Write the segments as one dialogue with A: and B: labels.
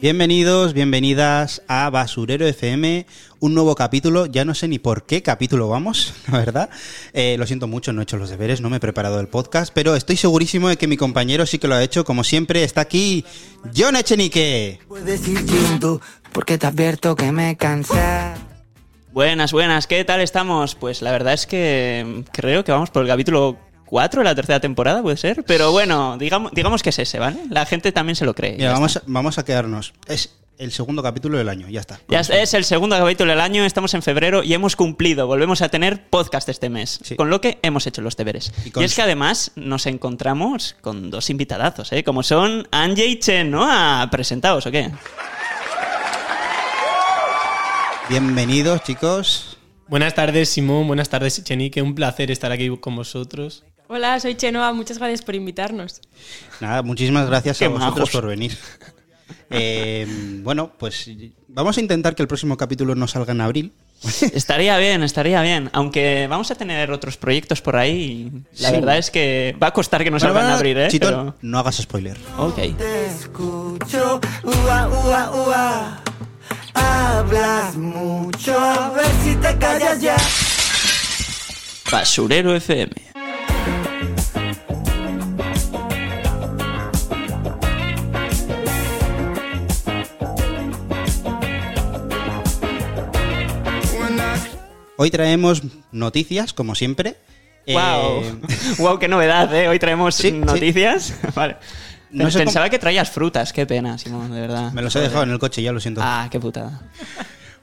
A: Bienvenidos, bienvenidas a Basurero FM, un nuevo capítulo, ya no sé ni por qué capítulo vamos, la verdad. Eh, lo siento mucho, no he hecho los deberes, no me he preparado el podcast, pero estoy segurísimo de que mi compañero sí que lo ha hecho, como siempre, está aquí John Echenique.
B: Puedes ir yendo, porque te advierto que me cansa.
C: Buenas, buenas, ¿qué tal estamos? Pues la verdad es que creo que vamos por el capítulo 4 de la tercera temporada, puede ser. Pero bueno, digamos, digamos que es ese, ¿vale? La gente también se lo cree.
A: Mira, vamos a, vamos a quedarnos. Es el segundo capítulo del año, ya está.
C: Ya es, es el segundo capítulo del año, estamos en febrero y hemos cumplido. Volvemos a tener podcast este mes,
A: Sí.
C: con lo que hemos hecho los deberes.
A: Y
C: Y,
A: con-
C: es que además nos encontramos con dos invitadazos, ¿eh? Como son Anje y Chenoa. Presentaos, ¿o qué?
A: Bienvenidos, chicos.
D: Buenas tardes, Simón. Buenas tardes, Chenique. Un placer estar aquí con vosotros.
E: Hola, soy Chenoa, muchas gracias por invitarnos.
A: Nada, muchísimas gracias a
C: Qué
A: vosotros
C: majos.
A: por venir. Eh, bueno, pues vamos a intentar que el próximo capítulo no salga en abril.
C: Estaría bien, estaría bien. Aunque vamos a tener otros proyectos por ahí. y La
A: Sí.
C: verdad es que va a costar que nos
A: Bueno,
C: salgan
A: bueno,
C: a abrir, ¿eh?
A: Chitón,
C: Pero-
A: no hagas spoiler.
C: Ok.
B: Te escucho, ua, ua, ua. Hablas mucho, a ver si te callas ya.
C: Basurero FM.
A: Hoy traemos noticias, como siempre. Eh,
C: Wow. wow, qué novedad, ¿eh? Hoy traemos
A: Sí, sí.
C: noticias. vale.
A: No
C: Pen-
A: sé cómo-
C: Pensaba que traías frutas, qué pena, Simón, de verdad.
A: Me los he dejado en el coche, ya lo siento.
C: Ah, qué putada.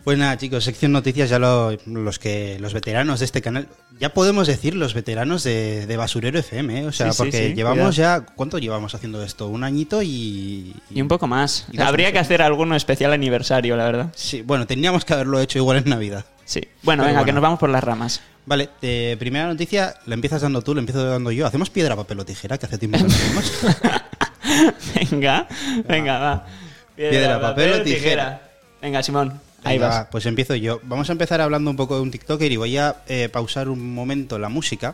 A: Pues nada, chicos, sección noticias, ya lo- los que los veteranos de este canal, ya podemos decir los veteranos de, de Basurero FM, ¿eh? o sea,
C: Sí, sí,
A: porque
C: sí,
A: llevamos ya, ¿cuánto llevamos haciendo esto? Un añito y...
C: Y un poco más.
A: Y dos
C: Habría
A: meses.
C: que hacer alguno especial aniversario, la verdad.
A: Sí, bueno, teníamos que haberlo hecho igual en Navidad.
C: Sí. Bueno,
A: Pero
C: venga,
A: bueno.
C: que nos vamos por las ramas.
A: Vale, eh, primera noticia, la empiezas dando tú, la empiezo dando yo. ¿Hacemos piedra, papel o tijera? Que hace tiempo que no hacemos.
C: venga, venga, va.
A: Piedra, papel o tijera.
C: Venga, Simón, ahí
A: Venga,
C: vas.
A: va, Pues empiezo yo. Vamos a empezar hablando un poco de un TikToker y voy a eh, pausar un momento la música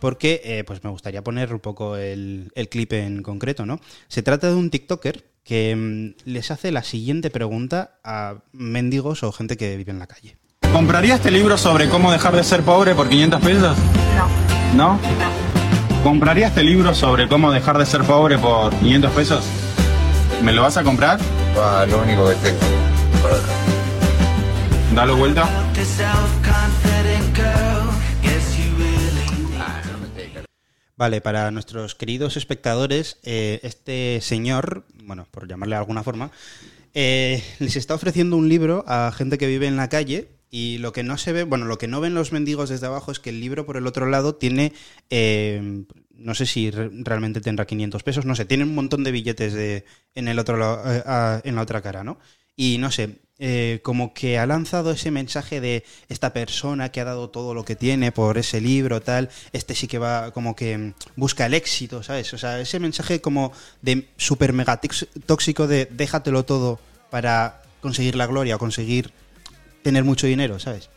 A: porque eh, pues me gustaría poner un poco el, el clip en concreto, ¿no? Se trata de un TikToker que mm, les hace la siguiente pregunta a mendigos o gente que vive en la calle.
F: ¿Compraría este libro sobre cómo dejar de ser pobre por 500 pesos? No. ¿No? ¿Compraría este libro sobre cómo dejar de ser pobre por 500 pesos? ¿Me lo vas a comprar?
G: Ah, lo único que tengo.
F: Dalo vuelta.
A: Vale, para nuestros queridos espectadores, eh, este señor, bueno, por llamarle de alguna forma, eh, les está ofreciendo un libro a gente que vive en la calle y lo que no se ve, bueno, lo que no ven los mendigos desde abajo es que el libro por el otro lado tiene, eh, no sé si re- realmente tendrá 500 pesos, no sé, tiene un montón de billetes de, en, el otro lado, eh, ah, en la otra cara, ¿no? Y no sé, eh, como que ha lanzado ese mensaje de esta persona que ha dado todo lo que tiene por ese libro, tal, este sí que va como que mm, busca el éxito, ¿sabes? O sea, ese mensaje como de super mega tix- tóxico de déjatelo todo para conseguir la gloria, o conseguir tener mucho dinero, ¿sabes?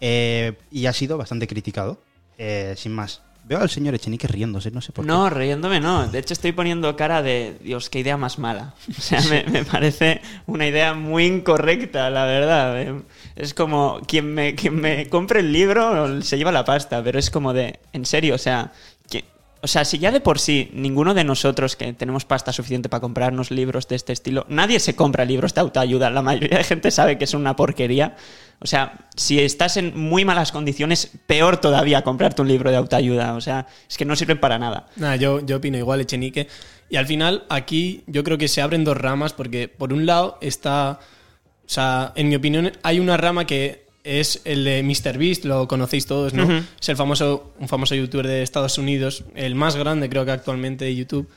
A: Eh, y ha sido bastante criticado, eh, sin más. Veo al señor Echenique riéndose, no sé por
C: No,
A: qué.
C: riéndome no. De hecho, estoy poniendo cara de, Dios, qué idea más mala. O sea, me, me parece una idea muy incorrecta, la verdad. Eh, Es como, quien me, quien me compre el libro se lleva la pasta, pero es como de, en serio, o sea, que, o sea, si ya de por sí ninguno de nosotros que tenemos pasta suficiente para comprarnos libros de este estilo, nadie se compra libros de autoayuda, la mayoría de gente sabe que es una porquería. O sea, si estás en muy malas condiciones, peor todavía comprarte un libro de autoayuda. O sea, es que no sirven para nada.
D: Nada, yo, yo opino igual, Echenique. Y al final, aquí yo creo que se abren dos ramas, porque por un lado está. O sea, en mi opinión, hay una rama que es el de MrBeast, lo conocéis todos, ¿no?
C: Ujú.
D: Es el famoso, un famoso youtuber de Estados Unidos, el más grande creo que actualmente de YouTube.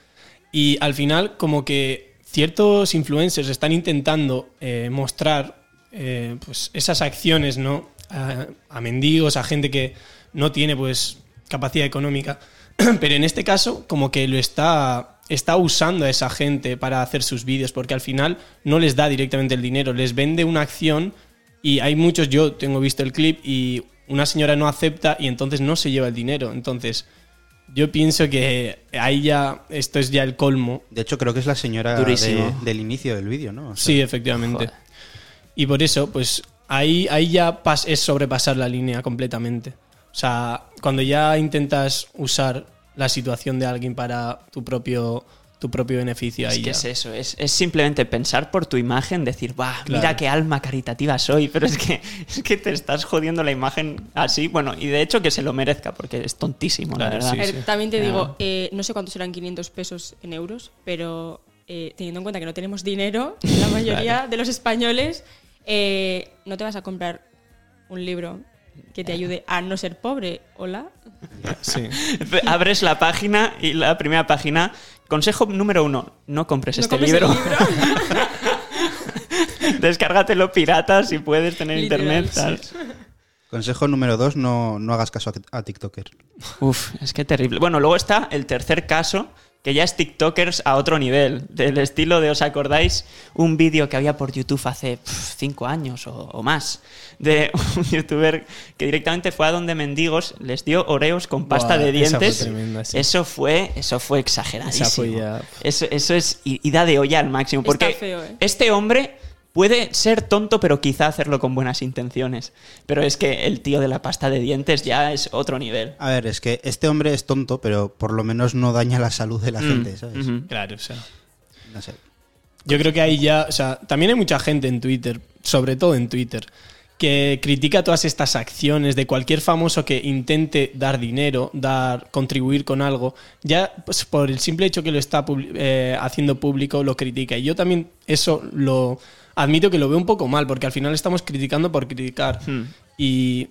D: Y al final, como que ciertos influencers están intentando eh, mostrar eh, pues esas acciones, ¿no? A, a mendigos, a gente que no tiene pues capacidad económica. Pero en este caso, como que lo está está usando a esa gente para hacer sus vídeos, porque al final no les da directamente el dinero, les vende una acción y hay muchos, yo tengo visto el clip y una señora no acepta y entonces no se lleva el dinero. Entonces, yo pienso que ahí ya, esto es ya el colmo.
A: De hecho, creo que es la señora de-
C: Durísimo.
A: del inicio del vídeo, ¿no? O sea,
D: Sí, efectivamente.
C: Joder.
D: Y por eso, pues ahí, ahí ya pas- es sobrepasar la línea completamente. O sea, cuando ya intentas usar la situación de alguien para tu propio, tu propio beneficio,
C: Es
D: ahí
C: que
D: ya.
C: es eso, es, es simplemente pensar por tu imagen, decir, va, mira
D: Claro.
C: qué alma caritativa soy, pero es que, es que te estás jodiendo la imagen así, bueno, y de hecho que se lo merezca, porque es tontísimo,
D: Claro,
C: la verdad.
E: A
D: sí,
E: ver, también te
C: Claro.
E: digo, eh, no sé cuántos serán 500 pesos en euros, pero eh, teniendo en cuenta que no tenemos dinero, la mayoría de los españoles, eh, no te vas a comprar un libro que te ayude a no ser pobre. Hola.
D: Sí.
C: Abres la página y la primera página, consejo número uno, no compres
E: no
C: este
E: compres el
C: libro,
E: libro.
C: descárgatelo pirata si puedes tener
E: Literal,
C: internet. tal.
A: Consejo número dos, no, no hagas caso a, a TikToker.
C: Uf, es que terrible. Bueno, luego está el tercer caso, que ya es TikTokers a otro nivel, del estilo de, ¿os acordáis? Un vídeo que había por YouTube hace pf, cinco años o, o más, de un youtuber que directamente fue a donde mendigos, les dio oreos con pasta
D: Buah,
C: de
D: esa fue
C: dientes.
D: tremenda, sí.
C: Eso fue, eso fue exageradísimo.
D: Esa fue ya-
C: Eso, eso es i- ida de olla al máximo.
E: Está
C: Porque
E: feo, ¿eh?
C: este hombre puede ser tonto, pero quizá hacerlo con buenas intenciones. Pero es que el tío de la pasta de dientes ya es otro nivel.
A: A ver, es que este hombre es tonto, pero por lo menos no daña la salud de la gente, ¿sabes?
C: Mm, Ujú.
D: Claro, o sea.
A: No sé.
D: Yo creo que ahí ya, o sea, también hay mucha gente en Twitter, sobre todo en Twitter, que critica todas estas acciones de cualquier famoso que intente dar dinero, dar, contribuir con algo, ya pues, por el simple hecho que lo está publi- eh, haciendo público lo critica. Y yo también eso lo admito que lo veo un poco mal, porque al final estamos criticando por criticar.
C: Hmm.
D: Y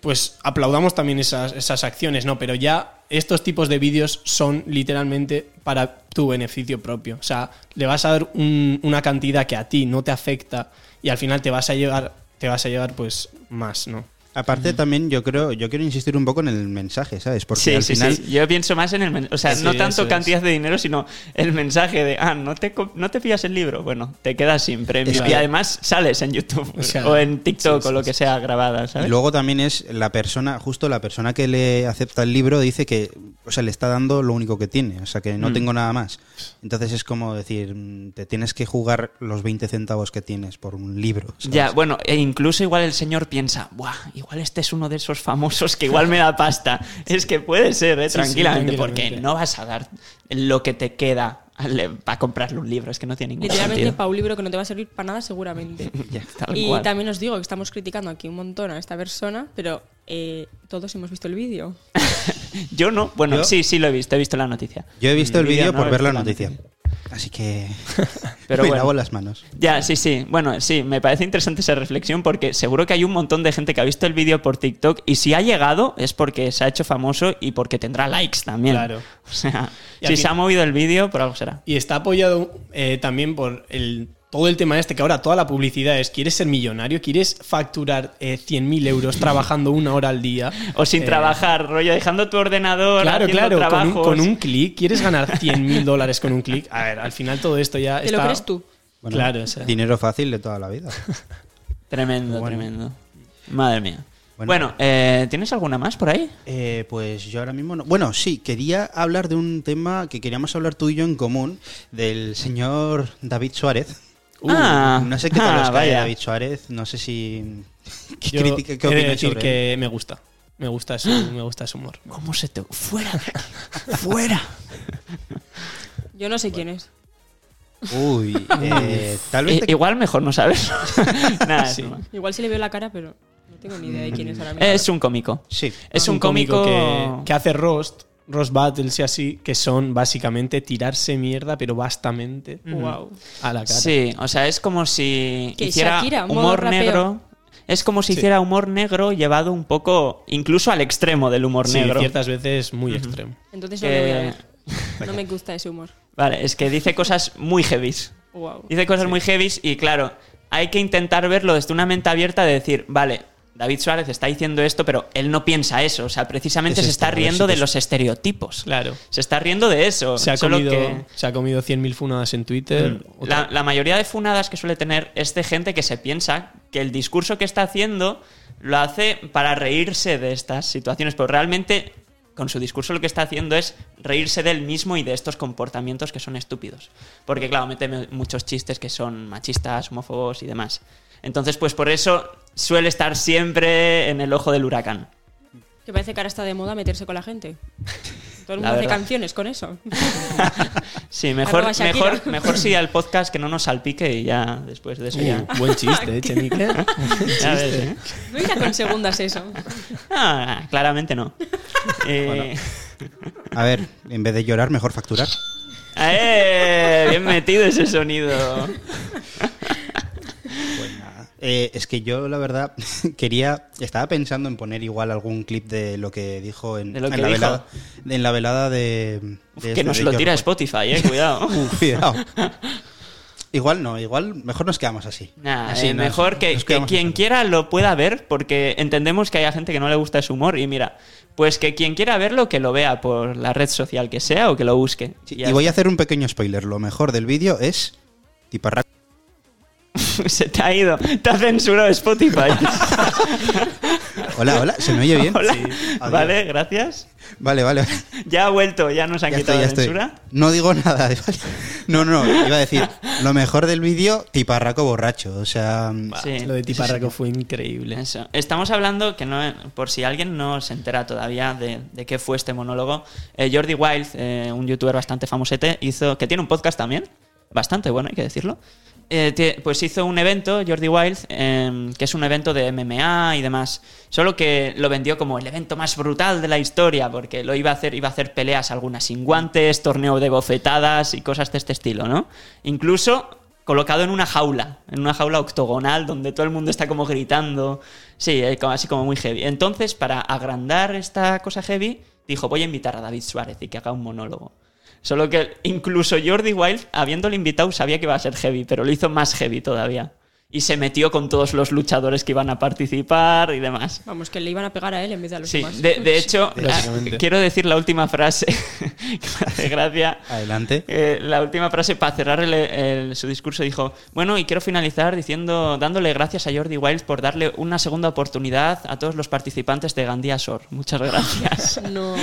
D: pues aplaudamos también esas, esas acciones, ¿no? Pero ya estos tipos de vídeos son literalmente para tu beneficio propio. O sea, le vas a dar un- una cantidad que a ti no te afecta y al final te vas a llevar, te vas a llevar pues más, ¿no?
A: Aparte también yo creo, yo quiero insistir un poco en el mensaje, ¿sabes? Porque
C: Sí,
A: al
C: sí,
A: final
C: sí. Yo pienso más en el mensaje. O sea,
D: Sí,
C: no
D: eso
C: tanto
D: es.
C: cantidad de dinero, sino el mensaje de, ah, no te, co- no te pillas el libro. Bueno, te quedas sin premio.
D: Es que-
C: Y además sales en YouTube
D: O
C: o,
D: sea,
C: en TikTok
D: sí,
C: o lo
D: sí,
C: que sea grabada, ¿sabes?
A: Y luego también es la persona, justo la persona que le acepta el libro dice que, o sea, le está dando lo único que tiene, o sea, que no
C: Mm.
A: tengo nada más. Entonces es como decir, mm, te tienes que jugar los 20 centavos que tienes por un libro. ¿sabes?
C: Ya, bueno, e incluso igual el señor piensa, Buah, igual este es uno de esos famosos que igual me da pasta. es que puede ser, ¿eh?
D: Sí, sí,
C: tranquilamente, porque
D: tranquilamente.
C: no vas a dar lo que te queda al- eh, para comprarle un libro. Es que no tiene ningún
E: Literalmente
C: sentido.
E: para un libro que no te va a servir para nada seguramente.
C: Ya, tal
E: y
C: cual.
E: también os digo que estamos criticando aquí un montón a esta persona, pero eh, todos hemos visto el vídeo.
C: Yo no, bueno,
A: Yo-
C: sí, sí lo he visto, he visto la noticia.
A: Yo he visto el
C: Lidia,
A: vídeo
C: no,
A: por
C: a
A: ver la
C: qué
A: noticia. Así que
C: Pero
A: me
C: bueno.
A: lavo las manos.
C: Ya, sí, sí. Bueno, sí, me parece interesante esa reflexión porque seguro que hay un montón de gente que ha visto el vídeo por TikTok y si ha llegado es porque se ha hecho famoso y porque tendrá likes también.
D: Claro.
C: O sea,
D: Y
C: si
D: al
C: se ha
D: fin-
C: movido el vídeo, por algo será.
D: Y está apoyado eh, también por el, todo el tema este, que ahora toda la publicidad es, ¿quieres ser millonario? ¿Quieres facturar eh, 100.000 euros trabajando una hora al día?
C: O sin
D: Eh,
C: trabajar, rollo, dejando tu ordenador,
D: Claro,
C: haciendo
D: claro, con un,
C: trabajos.
D: con un clic. ¿Quieres ganar 100.000 dólares con un clic? A ver, al final todo esto ya
E: ¿Te
D: está...
E: lo crees tú?
A: Bueno,
D: claro, o sea,
A: Dinero fácil de toda la vida.
C: Tremendo,
A: Bueno.
C: tremendo. Madre mía.
A: Bueno.
C: Bueno, eh, ¿tienes alguna más por ahí?
A: Eh, pues yo ahora mismo no. Bueno, sí, quería hablar de un tema que queríamos hablar tú y yo en común, del señor David Suárez.
C: Uh, Ah,
A: no sé qué tal
C: ah,
A: os cae
C: vaya.
A: David Suárez, no sé si. ¿Qué
D: yo
A: crítica, qué
D: he de
A: opináis
D: decir
A: sobre él?
D: que me gusta. Me gusta su,
C: Ah.
D: me gusta su humor.
C: ¿Cómo se te... Fuera de aquí. Fuera.
E: Yo no sé quién es.
A: Uy, eh, tal vez.
C: I-
A: te-
C: igual mejor no sabes. Nada, es
D: Sí.
C: broma.
E: Igual si le veo la cara, pero no tengo ni idea de quién es ahora mismo.
C: Es un cómico.
A: Sí.
C: Es Ah, un, cómico,
D: que, que hace roast, roast battles y así, que son básicamente tirarse mierda, pero vastamente
E: Wow.
D: a la cara.
C: Sí, o sea, es como si
E: Que
C: hiciera
E: Shakira, modo
C: humor
E: rapeo.
C: negro. Es como si
D: Sí.
C: hiciera humor negro llevado un poco incluso al extremo del humor
D: Sí,
C: negro.
D: ciertas veces muy extremo.
E: Entonces no le voy a
C: Que-
E: ver. No me gusta ese humor.
C: Vale, es que dice cosas muy heavies.
E: Wow.
C: Dice cosas muy heavies y claro, hay que intentar verlo desde una mente abierta de decir, vale, David Suárez está diciendo esto, pero él no piensa eso. O sea, precisamente
A: Es
C: se está
A: esto,
C: riendo
A: es-
C: de
A: es-
C: los estereotipos.
D: Claro.
C: Se está riendo de eso.
D: Se ha
C: solo
D: comido,
C: que- Mm,
D: se ha comido 100.000 funadas en Twitter. Otra-
C: La, la mayoría de funadas que suele tener es de gente que se piensa que el discurso que está haciendo lo hace para reírse de estas situaciones, pero realmente con su discurso lo que está haciendo es reírse del mismo y de estos comportamientos que son estúpidos. Porque claro, mete mu- muchos chistes que son machistas, homófobos y demás. Entonces, pues por eso suele estar siempre en el ojo del huracán.
E: Que parece que ahora está de moda meterse con la gente. Todo el
C: La
E: mundo hace
C: verdad.
E: canciones con eso.
C: Sí, mejor,
E: Arroba Shakira.
C: mejor, mejor sigue al podcast que no nos salpique y ya después de eso ya.
D: Uh, buen chiste, eh, Chenique.
C: Ya ves, ¿eh?
E: No irá con segundas eso.
C: Ah, claramente no. Eh,
A: A ver, en vez de llorar, mejor facturar.
C: ¡eh! Bien metido ese sonido.
A: Eh, es que yo, la verdad, quería. Estaba pensando en poner igual algún clip de lo que dijo en,
C: De lo
A: en
C: que
A: la,
C: dijo.
A: velada, en la velada de. de este
C: que nos
A: de
C: lo
A: George
C: tira
A: Orwell.
C: Spotify, eh, cuidado.
A: Uf, cuidado. Igual no, igual mejor nos quedamos así.
C: Nah,
A: Así
C: eh,
A: nos-
C: mejor que,
A: nos
C: que
A: quedamos
C: quien
A: así.
C: quiera lo pueda ver, porque entendemos que hay a gente que no le gusta ese humor. Y mira, pues que quien quiera verlo, que lo vea por la red social que sea o que lo busque.
A: Sí,
C: Ya
A: y voy a hacer un pequeño spoiler. Lo mejor del vídeo es. Tiparraco.
C: está. Se te ha ido, te ha censurado Spotify.
A: Hola, hola, ¿se me oye bien?
C: Hola.
A: Adiós.
C: Vale, gracias.
A: Vale, vale.
C: Ya ha vuelto, ya nos han
A: Ya estoy,
C: quitado
A: ya
C: la
A: estoy.
C: censura.
A: No digo nada. vale. No, no, iba a decir. Lo mejor del vídeo, tiparraco borracho. O sea.
C: Sí.
D: Lo de Tiparraco fue increíble.
C: Eso. Estamos hablando, que no, por si alguien no se entera todavía de, de qué fue este monólogo, eh, Jordi Wild, eh, un youtuber bastante famosete, hizo, que tiene un podcast también, bastante bueno, hay que decirlo, eh, tie- pues hizo un evento, Jordi Wild, eh, que es un evento de MMA y demás, solo que lo vendió como el evento más brutal de la historia, porque lo iba a hacer, iba a hacer peleas algunas sin guantes, torneo de bofetadas y cosas de este estilo, ¿no? Incluso colocado en una jaula, en una jaula octogonal donde todo el mundo está como gritando, sí, eh, como- así como muy heavy. Entonces, para agrandar esta cosa heavy, dijo, voy a invitar a David Suárez y que haga un monólogo. Solo que incluso Jordi Wild, habiéndole invitado, sabía que iba a ser heavy, pero lo hizo más heavy todavía. Y se metió con todos los luchadores que iban a participar y demás.
E: Vamos, que le iban a pegar a él en vez de a los
C: Sí,
E: demás.
C: de, de hecho,
D: Básicamente.
C: ah, quiero decir la última frase que me hace gracia.
A: Adelante.
C: Eh, la última frase para cerrar el- el- su discurso dijo, bueno, y quiero finalizar diciendo, dándole gracias a Jordi Wild por darle una segunda oportunidad a todos los participantes de Gandía Sor. Muchas gracias.
E: No.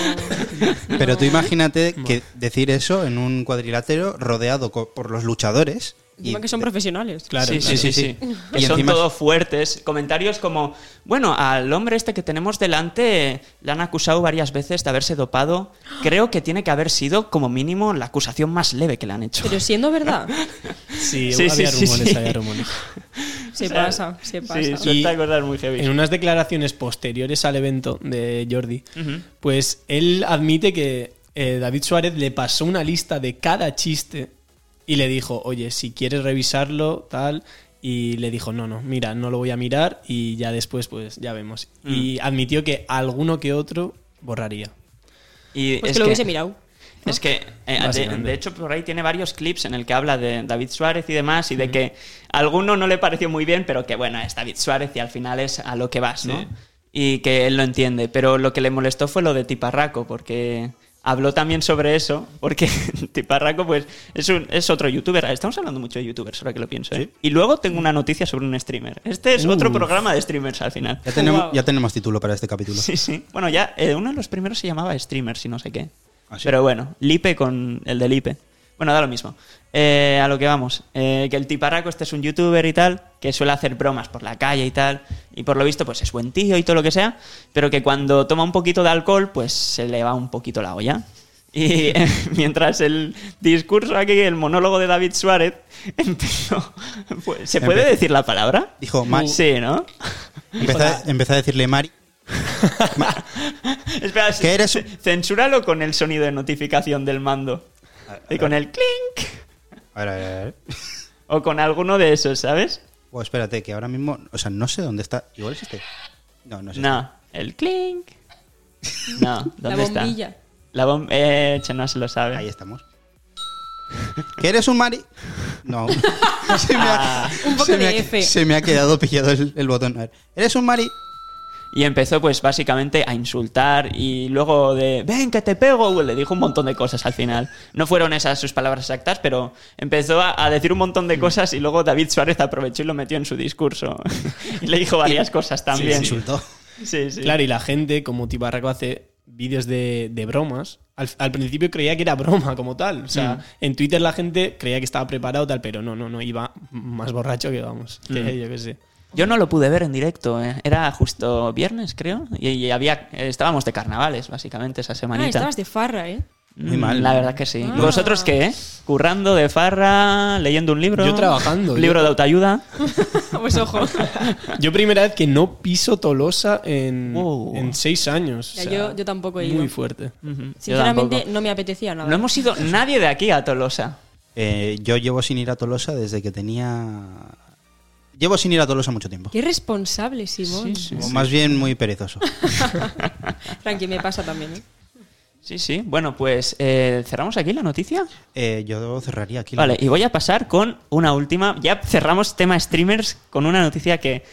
A: Pero tú imagínate que decir eso en un cuadrilátero rodeado co- por los luchadores.
E: Encima que son
A: de-
E: profesionales.
D: Claro,
C: sí,
D: claro.
C: sí, sí,
A: sí.
C: sí.
A: Y
C: Que son
A: encima-
C: todos fuertes. Comentarios como, bueno, al hombre este que tenemos delante eh, le han acusado varias veces de haberse dopado. Creo que tiene que haber sido como mínimo la acusación más leve que le han hecho.
E: Pero siendo verdad,
D: Sí,
C: Sí, sí,
D: había
C: sí,
D: rumores,
C: sí.
D: había rumores.
E: se pasa, se pasa.
C: Sí, suelta
D: Y-
C: cosas muy heavy.
D: En unas declaraciones posteriores al evento de Jordi,
C: Ujú.
D: pues él admite que eh, David Suárez le pasó una lista de cada chiste y le dijo, oye, si quieres revisarlo, tal. Y le dijo, no, no, mira, no lo voy a mirar y ya después, pues ya vemos. Y admitió que alguno que otro borraría.
C: Y
E: Pues
C: es
E: que lo
C: que-
E: hubiese mirado.
C: Es que, eh, de,
D: Básicamente.
C: de hecho, por ahí tiene varios clips en el que habla de David Suárez y demás, y de que a alguno no le pareció muy bien, pero que bueno, es David Suárez y al final es a lo que vas, ¿no?
D: Sí.
C: Y que él lo entiende. Pero lo que le molestó fue lo de Tiparraco, porque habló también sobre eso, porque Tiparraco, pues, es, un, es otro youtuber. Estamos hablando mucho de youtubers, ahora que lo pienso, ¿eh? Y luego tengo una noticia sobre un streamer. Este es otro
D: Uf.
C: programa de streamers al final.
A: Ya tenemos,
E: Wow.
A: ya tenemos título para este capítulo.
C: Sí, sí. Bueno, ya eh, uno de los primeros se llamaba Streamer, si no sé qué.
A: Ah, sí.
C: Pero bueno, Lipe con el de Lipe. Bueno, da lo mismo. Eh, a lo que vamos. Eh, que el tiparraco este es un youtuber y tal, que suele hacer bromas por la calle y tal, y por lo visto pues es buen tío y todo lo que sea, pero que cuando toma un poquito de alcohol pues se le va un poquito la olla. Y eh, mientras el discurso aquí, el monólogo de David Suárez empezó... pues, ¿Se puede
A: Empe-
C: decir la palabra?
A: Dijo, "Ma-
C: Sí, ¿no?
A: Empezó a, empezó a decirle Mari.
C: Espera,
A: ¿Qué eres?
C: c- censúralo con el sonido de notificación del mando.
A: Ah,
C: Y con el clink.
A: A ver, a ver, a ver.
C: O con alguno de esos, ¿sabes?
A: Oh, espérate, que ahora mismo. O sea, no sé dónde está. Igual es este. No, no sé.
C: No, el clink. No,
E: La
C: ¿dónde está?
E: bombilla.
C: La bomba. Eh, che, no se lo sabe.
A: Ahí estamos. ¿Que eres un Mari? No. se me ha,
E: Un poco
A: se me
E: de
A: ha-
E: F.
A: se me ha quedado pillado el, el botón. A ver, ¿Eres un Mari?
C: Y empezó pues básicamente a insultar y luego de, ven que te pego, uh, le dijo un montón de cosas al final. No fueron esas sus palabras exactas, pero empezó a, a decir un montón
A: Mm.
C: de cosas y luego David Suárez aprovechó y lo metió en su discurso. y le dijo varias cosas también.
A: Sí, insultó.
C: Sí, sí.
D: Claro, y la gente, como Tibarraco hace vídeos de, de bromas, al, al principio creía que era broma como tal. O sea, en Twitter la gente creía que estaba preparado tal, pero no, no, no, iba más borracho que vamos. que yo qué sé.
C: Yo no lo pude ver en directo, eh. era justo viernes, creo, y, y había eh, estábamos de carnavales, básicamente, esa
E: Ah,
C: semanita. Mm,
E: estabas de farra, ¿eh?
A: Muy mal.
C: La verdad que sí.
E: Ah.
C: ¿Vosotros qué? eh? Currando de farra, leyendo un libro.
D: Yo trabajando,
C: Libro
D: yo-
C: de autoayuda.
E: Pues ojo.
D: Yo primera vez que no piso Tolosa en,
C: Wow.
D: en seis años. o
E: Ya,
D: sea,
E: yo- yo tampoco he ido.
D: Muy fuerte.
C: Ujú, yo
E: Sinceramente,
C: tampoco.
E: no me apetecía nada.
C: No hemos ido nadie de aquí a Tolosa.
A: Eh, yo llevo sin ir a Tolosa desde que tenía. Llevo sin ir a Tolosa mucho tiempo.
E: Qué responsable, Simón.
A: O más bien muy perezoso.
E: Frankie, me pasa también, ¿eh?
C: Sí, sí. Bueno, pues eh, cerramos aquí la noticia.
A: Eh, yo cerraría aquí. la-
C: Vale, y voy a pasar con una última. Ya cerramos tema streamers con una noticia que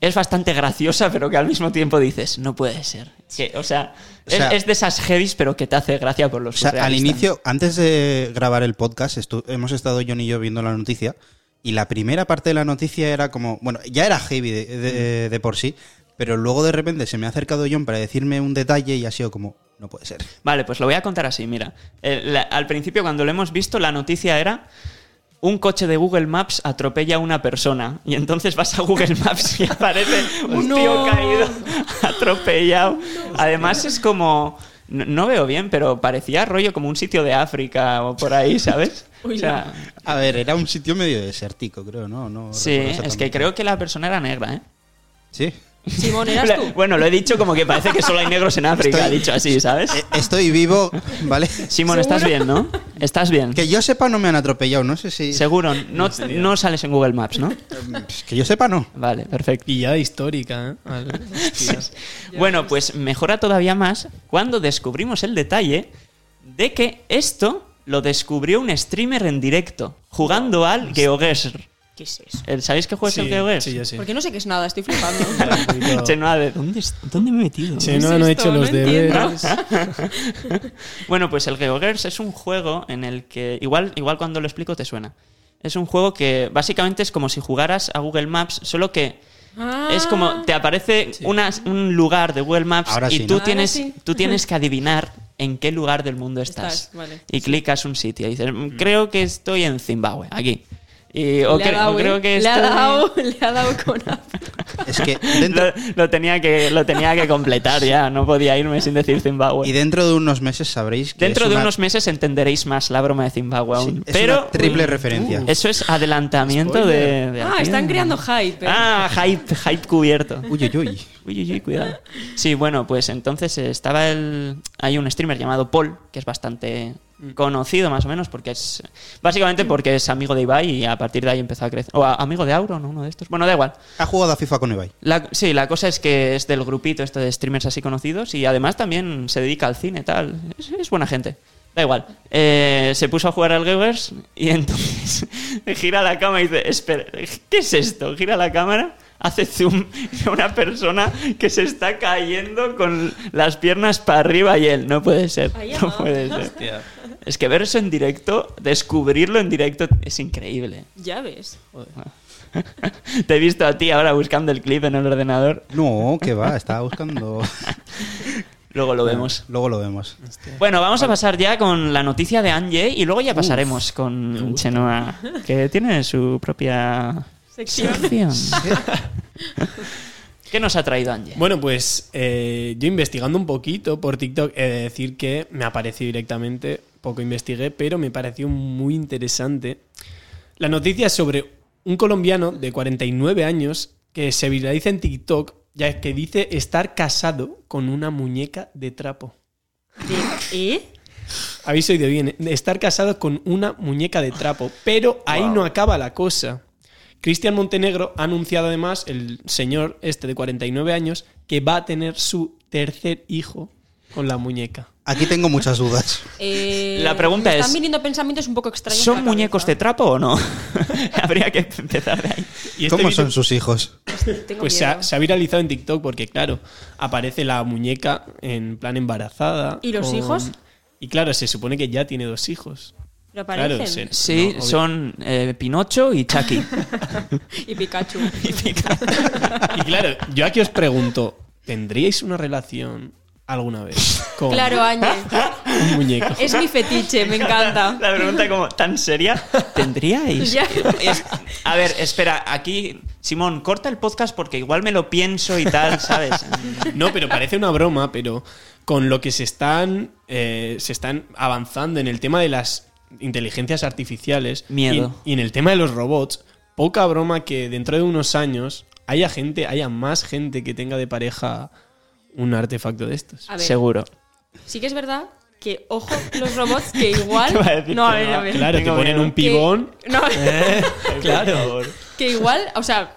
C: es bastante graciosa, pero que al mismo tiempo dices, no puede ser. Que, o sea,
A: O
C: es-
A: sea-
C: es, de esas heavies, pero que te hace gracia por los
A: O sea, al
C: surrealistas.
A: inicio, antes de grabar el podcast, estu- hemos estado John y yo viendo la noticia. Y la primera parte de la noticia era como. Bueno, ya era heavy de,
C: Mm.
A: de- de por sí. Pero luego de repente se me ha acercado John para decirme un detalle y ha sido como. No puede ser.
C: Vale, pues lo voy a contar así, mira. El- la- al principio, cuando lo hemos visto, la noticia era un coche de Google Maps atropella a una persona. Y entonces vas a Google Maps y aparece un tío caído, atropellado. Además es como... No, no veo bien, pero parecía rollo como un sitio de África o por ahí, ¿sabes?
E: Uy,
C: O sea,
A: A ver, era un sitio medio desértico, creo, ¿no? no
C: sí,
A: recuerdo
C: es
A: exactamente.
C: que creo que la persona era negra, ¿eh?
A: Sí. e-,
E: Simón, ¿eras tú?
C: Bueno, lo he dicho como que parece que solo hay negros en África,
A: Estoy-
C: he dicho así, ¿sabes?
A: Eh, Estoy vivo, ¿vale?
C: Simón, estás bien, ¿no? Estás bien.
A: Que yo sepa no me han atropellado, no sé si...
C: Seguro, no, no sales en Google Maps, ¿no?
A: Pues que yo sepa no.
C: Vale, perfecto.
D: Pillada histórica, ¿eh? Al- hostias.
C: Bueno, pues mejora todavía más cuando descubrimos el detalle de que esto lo descubrió un streamer en directo, jugando al GeoGuessr.
E: ¿Qué es eso?
C: El- ¿Sabéis Pues que juegas
D: Sí,
C: al GeoGuessr?
D: sí, yo sí.
E: Porque no sé qué es nada, estoy flipando.
C: Chenoa de, ¿dónde, es- ¿dónde me he metido?
D: Sí, no,
E: ¿Qué es
D: no he
E: esto?
D: hecho los
E: No entiendo.
D: deberes.
C: Bueno, pues el GeoGuessr es un juego en el que, igual, igual cuando lo explico te suena, es un juego que básicamente es como si jugaras a Google Maps, solo que
E: Ah.
C: Es como te aparece una- un lugar de Google Maps
A: Ahora
C: y
A: sí,
C: tú
A: ¿no?
C: tienes
E: Ahora sí.
C: tú tienes que adivinar en qué lugar del mundo estás.
E: Estás, vale.
C: Y clicas un sitio y dices, "Mm, creo que estoy en Zimbabue, aquí. Y, o,
E: Le ha
C: cre-
E: dado,
C: o
E: ¿eh?
C: creo que
E: le ha
C: estoy-
E: dado, le ha dado con Ah, África.
A: Es que dentro,
C: lo, lo tenía que lo tenía que completar ya, no podía irme sin decir Zimbabue.
A: y dentro de unos meses sabréis que
C: Dentro
A: es
C: de
A: una-
C: unos meses entenderéis más la broma de Zimbabue
A: sí,
C: aún.
A: es
C: Pero Uh.
A: una triple referencia.
C: eso es adelantamiento de,
D: Spoiler.
C: de
E: Ah,
C: aquí.
E: están creando hype. eh.
C: Ah, hype, hype cubierto.
A: Uy, uy, uy.
C: Uy, uy, uy, cuidado. Sí, bueno, pues entonces eh, estaba el. Hay un streamer llamado Paul, que es bastante conocido más o menos, porque es. Básicamente porque es amigo de Ibai y a partir de ahí empezó a crecer. O a- amigo de Auron, uno de estos. Bueno, da igual.
A: Ha jugado a FIFA con Ibai.
C: La- sí, la cosa es que es del grupito este de streamers así conocidos y además también se dedica al cine, tal. Es, es buena gente. Da igual. Eh, se puso a jugar al Gamers y entonces gira la cámara y dice, espera, ¿qué es esto? Gira la cámara, hace zoom de una persona que se está cayendo con las piernas para arriba y él, no puede ser.
E: Ahí
C: No
E: amado.
C: puede ser. Es que ver eso en directo, descubrirlo en directo es increíble.
E: Ya ves.
C: Te he visto a ti ahora buscando el clip en el ordenador.
A: No, que va, estaba buscando...
C: Luego lo vemos.
A: Luego lo vemos.
C: Bueno, vamos a pasar ya con la noticia de Anje y luego ya pasaremos con Chenoa, que tiene su propia
E: Sección.
C: sección. ¿Qué nos ha traído Anje?
D: Bueno, pues eh, yo investigando un poquito por TikTok, he de decir que me apareció directamente, poco investigué, pero me pareció muy interesante. La noticia es sobre un colombiano de 49 años que se viraliza en TikTok, ya que dice estar casado con una muñeca de trapo.
E: De- ¿eh?
D: Habéis oído bien, ¿eh? de estar casado con una muñeca de trapo. Pero ahí no acaba la cosa. Cristian Montenegro ha anunciado además, el señor este de 49 años, que va a tener su tercer hijo con la muñeca.
A: Aquí tengo muchas dudas.
E: Eh,
C: La pregunta
E: me
C: es-
E: Están viniendo pensamientos un poco extraños. a la
C: ¿Son
E: cabeza.
C: muñecos de trapo o no? Habría que empezar de ahí.
D: Y este
A: ¿Cómo
D: vídeo-
A: son sus hijos?
E: Tengo
D: Pues se
E: miedo.
D: ha, se ha viralizado en TikTok porque, claro, aparece la muñeca en plan embarazada.
E: ¿Y los hijos?
D: Y claro, se supone que ya tiene dos hijos.
E: Pero
D: Claro,
E: aparecen.
D: se-
C: Sí,
D: no, obvio.
C: son eh, Pinocho y Chucky.
E: Y Pikachu.
D: Y claro, yo aquí os pregunto, ¿tendríais una relación alguna vez con
E: claro, Ángel.
D: un muñeco?
E: Es mi fetiche, me encanta.
C: La pregunta como tan seria, ¿tendríais?
E: Ya.
C: Es- a ver, espera, aquí Simón, corta el podcast porque igual me lo pienso y tal, ¿sabes?
D: No, pero parece una broma, pero con lo que se están, eh, se están avanzando en el tema de las inteligencias artificiales
C: Miedo.
D: Y, y en el tema de los robots, poca broma que dentro de unos años haya gente, haya más gente que tenga de pareja un artefacto de estos.
C: Ah,
E: A ver,
C: Seguro.
E: sí que es verdad que, ojo, los robots que igual.
C: ¿Qué va a decir?
E: no, a
C: Que
E: ver,
C: no.
E: a ver.
D: Claro, te
C: Tengo
D: ponen
C: miedo.
D: un pibón.
E: Que, no,
D: Eh, claro.
E: que igual, o sea,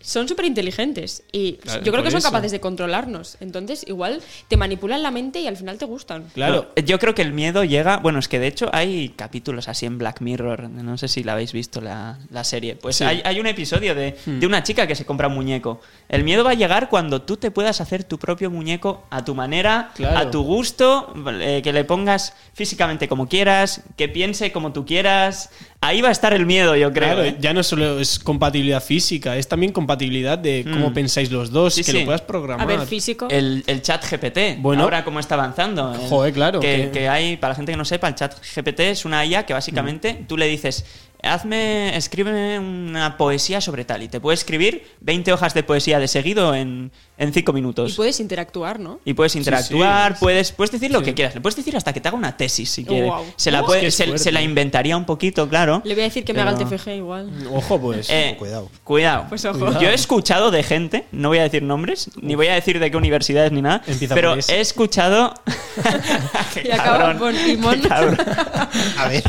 E: son súper inteligentes. Y
D: Claro,
E: yo creo
D: por
E: que son
D: eso.
E: capaces de controlarnos. Entonces, igual te manipulan la mente y al final te gustan.
D: Claro.
C: Yo creo que el miedo llega. Bueno, es que de hecho hay capítulos así en Black Mirror. No sé si la habéis visto la, la serie. Pues
D: Sí. Hmm.
C: hay, hay un episodio de, de una chica que se compra un muñeco. El miedo va a llegar cuando tú te puedas hacer tu propio muñeco a tu manera,
D: Claro.
C: a tu gusto, eh, que le pongas físicamente como quieras, que piense como tú quieras. Ahí va a estar el miedo, yo creo.
D: Claro,
C: ¿eh?
D: ya no solo es compatibilidad física, es también compatibilidad de cómo
C: Mm.
D: pensáis los dos,
C: Sí,
D: que
C: sí.
D: lo puedas
E: A
D: programar.
E: ver, físico.
C: El, el chat GPT,
D: Bueno.
C: ahora cómo está avanzando. El-
D: Joder, claro,
C: Que,
D: que-
C: que hay, para la gente que no sepa, el chat GPT es una IA que básicamente
D: Mm.
C: tú le dices, hazme, escríbeme una poesía sobre tal, y te puede escribir 20 hojas de poesía de seguido en 5
E: Y
C: minutos.
E: puedes interactuar, ¿no?
C: Y puedes interactuar,
D: sí.
C: puedes, puedes decir lo
D: Sí.
C: que quieras. Le puedes decir hasta que te haga una tesis si quiere.
E: Oh, Guau.
C: Se, la
D: Uf,
C: puede-
D: qué
C: se, se
D: fuerte.
C: la inventaría un poquito, claro.
E: Le voy a decir que me haga el
C: Pero-
E: TFG igual.
D: Ojo, pues.
C: Eh,
A: cuidado.
C: Cuidado.
E: Pues ojo.
C: Yo he escuchado de gente, no voy a decir nombres, ni voy a decir de qué universidades ni nada,
D: Empieza
C: pero
D: por S.
C: he escuchado. Qué
E: Y acaba
C: cabrón.
E: con
C: Qué
E: Timón.
C: cabrón.
A: A ver.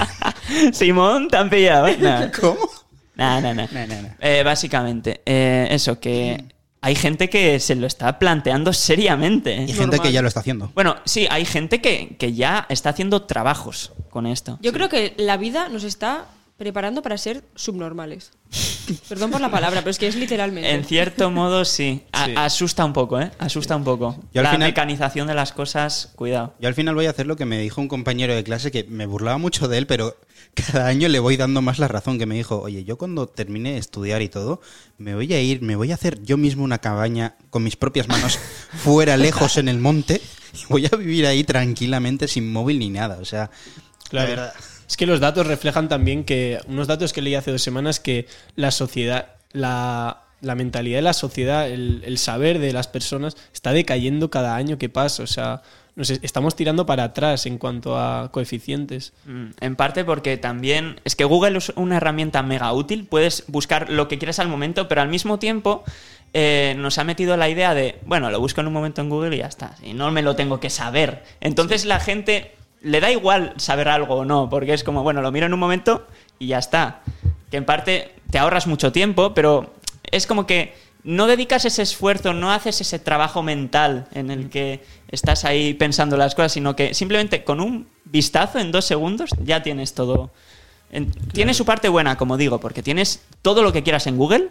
C: Simón, te han pillado. ¿eh? Nah.
A: ¿Cómo?
C: Nah, nah, nah.
A: No, no, no.
C: Eh, básicamente, eh, eso, que hay gente que se lo está planteando seriamente. ¿eh?
A: Y gente que ya lo está haciendo.
C: Bueno, sí, hay gente que, que ya está haciendo trabajos con esto.
E: Yo creo que la vida nos está preparando para ser subnormales. Perdón por la palabra, pero es que es literalmente.
C: En cierto modo, sí. A-
D: Sí.
C: Asusta un poco, ¿eh? Asusta un poco.
A: Yo al
C: la
A: final-
C: mecanización de las cosas, cuidado.
A: Yo al final voy a hacer lo que me dijo un compañero de clase que me burlaba mucho de él, pero cada año le voy dando más la razón, que me dijo, oye, yo cuando termine de estudiar y todo, me voy a ir, me voy a hacer yo mismo una cabaña con mis propias manos fuera, lejos en el monte, y voy a vivir ahí tranquilamente, sin móvil ni nada. O sea,
D: Claro.
A: de verdad.
D: Es que los datos reflejan también que. Unos datos que leí hace dos semanas que la sociedad. La, la mentalidad de la sociedad, el, el saber de las personas, está decayendo cada año que pasa. O sea, nos es- estamos tirando para atrás en cuanto a coeficientes.
C: Mm, En parte porque también es que Google es una herramienta mega útil, puedes buscar lo que quieras al momento, pero al mismo tiempo eh, nos ha metido la idea de, bueno, lo busco en un momento en Google y ya está, y no me lo tengo que saber. Entonces la gente le da igual saber algo o no, porque es como, bueno, lo miro en un momento y ya está. Que en parte te ahorras mucho tiempo, pero es como que no dedicas ese esfuerzo, no haces ese trabajo mental en el que estás ahí pensando las cosas, sino que simplemente con un vistazo en dos segundos ya tienes todo. En- Tiene su parte buena, como digo, porque tienes todo lo que quieras en Google,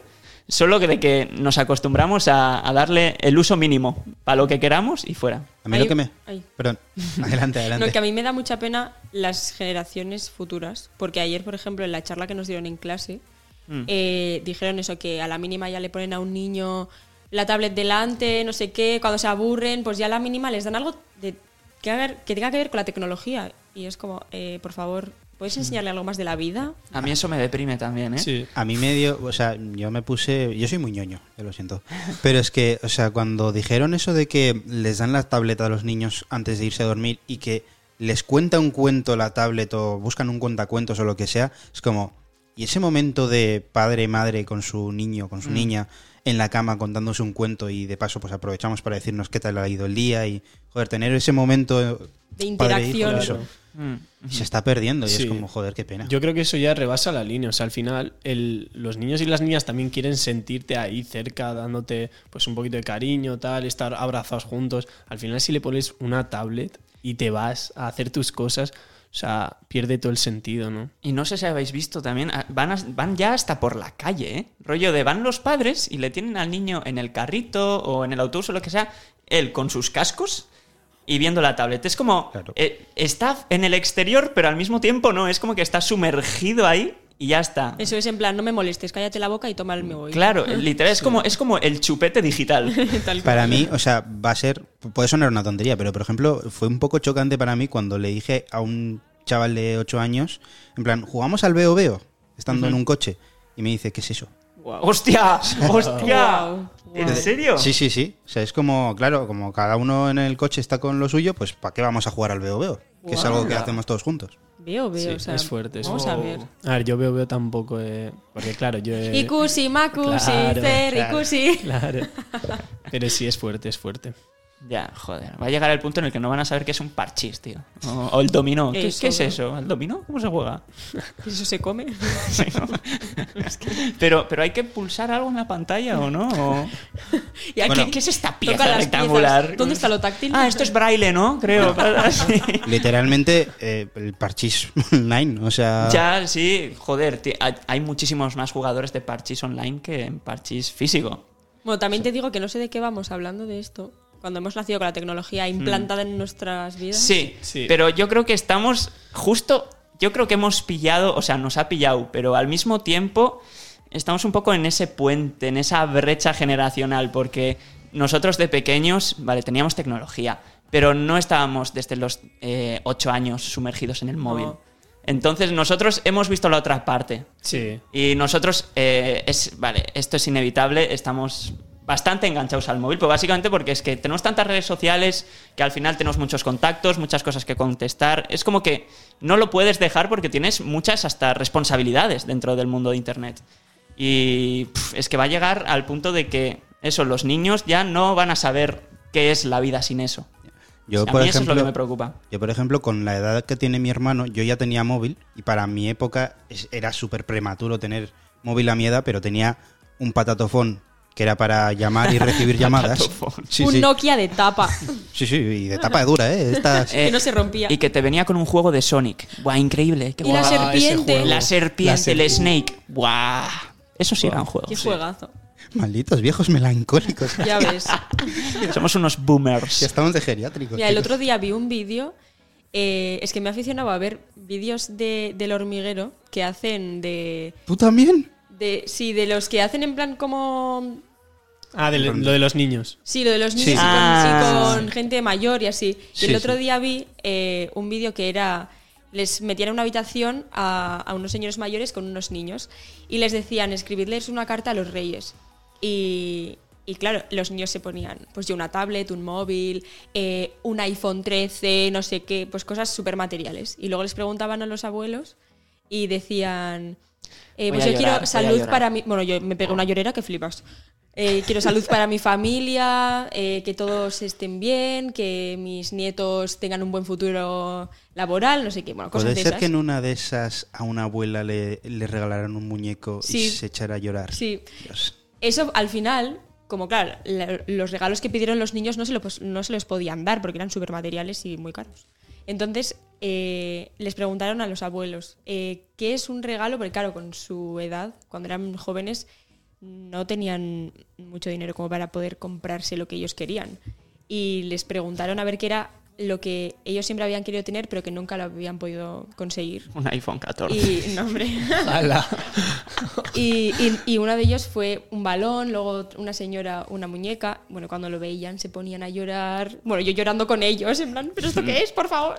C: solo que de que nos acostumbramos a, a darle el uso mínimo para lo que queramos y fuera.
A: a mí
E: Ahí-
A: lo que me...
E: ahí.
A: Perdón, adelante, adelante.
E: No, que a mí me da mucha pena las generaciones futuras, porque ayer, por ejemplo, en la charla que nos dieron en clase,
C: Mm.
E: eh, dijeron eso, que a la mínima ya le ponen a un niño la tablet delante, no sé qué, cuando se aburren, pues ya a la mínima les dan algo de- que, haga- que tenga que ver con la tecnología. Y es como, eh, por favor, ¿puedes enseñarle algo más de la vida?
C: A mí eso me deprime también, ¿eh?
D: Sí.
A: A mí me dio, o sea, yo me puse, yo soy muy ñoño, yo lo siento. Pero es que, o sea, cuando dijeron eso de que les dan la tableta a los niños antes de irse a dormir y que les cuenta un cuento la tablet o buscan un cuentacuentos o lo que sea, es como, y ese momento de padre madre con su niño, con su
D: Mm.
A: niña en la cama contándose un cuento y de paso pues aprovechamos para decirnos qué tal ha ido el día y joder, tener ese momento
E: De
A: padre e hijo,
E: interacción.
A: eso,
C: Mm.
A: se está perdiendo y
D: Sí.
A: es como joder, qué pena.
D: Yo creo que eso ya rebasa la línea. O sea, al final, el- los niños y las niñas también quieren sentirte ahí cerca, dándote pues un poquito de cariño, tal, estar abrazados juntos. Al final, si le pones una tablet y te vas a hacer tus cosas, O sea, pierde todo el sentido, ¿no?
C: Y no sé si habéis visto también, ah, van, as- van ya hasta por la calle, ¿eh? Rollo de van los padres y le tienen al niño en el carrito o en el autobús o lo que sea, él con sus cascos y viendo la tablet. Es como,
A: Claro.
C: eh, está en el exterior, pero al mismo tiempo no, es como que está sumergido ahí y ya está.
E: Eso es en plan, no me molestes, cállate la boca y toma el móvil.
C: Claro, literal, es como, es como el chupete digital.
E: Tal cual.
A: Para mí, o sea, va a ser, puede sonar una tontería, pero por ejemplo, fue un poco chocante para mí cuando le dije a un chaval de 8 años, en plan, jugamos al veo veo, estando en un coche, y me dice, ¿qué es eso?
C: ¡Hostia! ¡Hostia!
E: Guau, guau.
C: ¿En serio?
A: Sí, sí, sí. O sea, es como, claro, como cada uno en el coche está con lo suyo, pues ¿para qué vamos a jugar al veo veo? Que es algo que hacemos todos juntos.
E: Veo, veo.
D: Sí,
E: o sea,
D: es fuerte. es
E: Vamos a
D: fuerte.
E: ver.
D: A ver, yo veo, veo tampoco. eh, porque claro, yo. eh,
E: Ikusi, Makusi,
D: Claro,
E: Cer,
D: claro,
E: Ikusi.
D: Claro. Pero sí, es fuerte, es fuerte.
C: Ya, joder. Va a llegar el punto en el que no van a saber qué es un parchís, tío. O, o el dominó. ¿Qué,
E: Eso,
C: qué es
E: bro.
C: eso? ¿El dominó? ¿Cómo se juega?
E: Eso se come.
C: Sí, ¿no? pero, pero hay que pulsar algo en la pantalla o no? O-
E: ¿Y aquí
A: Bueno,
C: ¿Qué es esta
E: Toca
C: pieza
E: las
C: rectangular?
E: piezas. ¿Dónde está lo táctil?
C: Ah, esto es braille, ¿no? Creo. Sí.
A: Literalmente, eh, el parchís online, o sea...
C: Ya, sí, joder, ti- hay- hay muchísimos más jugadores de parchís online que en parchís físico.
E: Bueno, también te digo que no sé de qué vamos hablando de esto. Cuando hemos nacido con la tecnología implantada en nuestras vidas.
C: Mm. Sí,
D: Sí.
C: pero yo creo que estamos justo, yo creo que hemos pillado, o sea, nos ha pillado, pero al mismo tiempo estamos un poco en ese puente, en esa brecha generacional, porque nosotros de pequeños, vale, teníamos tecnología, pero no estábamos desde los eh, ocho años sumergidos en el móvil. Entonces nosotros hemos visto la otra parte.
D: Sí.
C: Y nosotros, eh, es, vale, esto es inevitable, estamos bastante enganchados al móvil, pues básicamente porque es que tenemos tantas redes sociales que al final tenemos muchos contactos, muchas cosas que contestar, es como que no lo puedes dejar porque tienes muchas hasta responsabilidades dentro del mundo de Internet. Y pf, es que va a llegar al punto de que eso, los niños ya no van a saber qué es la vida sin eso.
A: Yo,
C: a mí
A: por
C: eso es lo
A: ejemplo,
C: que me preocupa.
A: Yo, por ejemplo, con la edad que tiene mi hermano, yo ya tenía móvil y para mi época es- era súper prematuro tener móvil a mi edad, pero tenía un patatofón que era para llamar y recibir llamadas.
C: Patatofón.
A: Sí,
E: un
A: sí.
E: Nokia de tapa.
A: sí, sí, y de tapa dura, ¿eh? Estas-
E: que no se rompía.
C: Y que te venía con un juego de Sonic. Buah, increíble. Qué
E: Y la
C: guapo.
D: Ah, ese
E: serpiente.
D: juego.
C: La serpiente,
D: La serpiente.
C: el snake. ¡Guau! Eso sí era un juego.
E: Qué juegazo.
A: Malditos viejos melancólicos.
E: Ya ves.
C: Somos unos
A: Ya
C: boomers.
A: estamos de geriátricos.
E: Mira, el
A: chicos.
E: otro día vi un vídeo. eh, es que me aficionaba a ver vídeos de, del hormiguero que hacen de,
A: ¿Tú también?
E: de. Sí, de los que hacen en plan como.
D: Ah, de lo lo de los niños.
E: Sí, lo de los niños
A: Sí.
E: y con,
C: Ah.
E: sí, con gente mayor y así. Y
A: Sí,
E: el otro
A: sí.
E: día vi eh, un vídeo que era. Les metían en una habitación a, a unos señores mayores con unos niños y les decían escribirles una carta a los reyes. Y, y claro, los niños se ponían, pues yo una tablet, un móvil, eh, un iPhone 13, no sé qué, pues cosas súper materiales. Y luego les preguntaban a los abuelos y decían, eh,
C: Voy
E: pues
C: a llorar,
E: yo
C: voy
E: quiero
C: a
E: salud
C: llorar.
E: para mi... Bueno, yo me pegué una llorera que flipas. Eh, quiero salud para mi familia, eh, que todos estén bien, que mis nietos tengan un buen futuro laboral, no sé qué, bueno, cosas
A: ¿Puede
E: de
A: ser
E: esas.
A: que en una de esas a una abuela le, le regalaran un muñeco y
E: Sí.
A: se echara a llorar?
E: Sí.
A: Dios.
E: Eso al final, como claro, la- los regalos que pidieron los niños no se, lo pos- no se los podían dar porque eran súper materiales y muy caros. Entonces eh, les preguntaron a los abuelos, eh, ¿qué es un regalo? Porque claro, con su edad, cuando eran jóvenes, no tenían mucho dinero como para poder comprarse lo que ellos querían. Y les preguntaron a ver qué era lo que ellos siempre habían querido tener pero que nunca lo habían podido conseguir.
C: Un iPhone 14.
E: Y, no, hombre.
D: ¡Hala!
E: Y, y- y uno de ellos fue un balón, luego una señora, una muñeca. Bueno, cuando lo veían se ponían a llorar. Bueno, yo llorando con ellos, en plan, ¿pero esto qué es, por favor?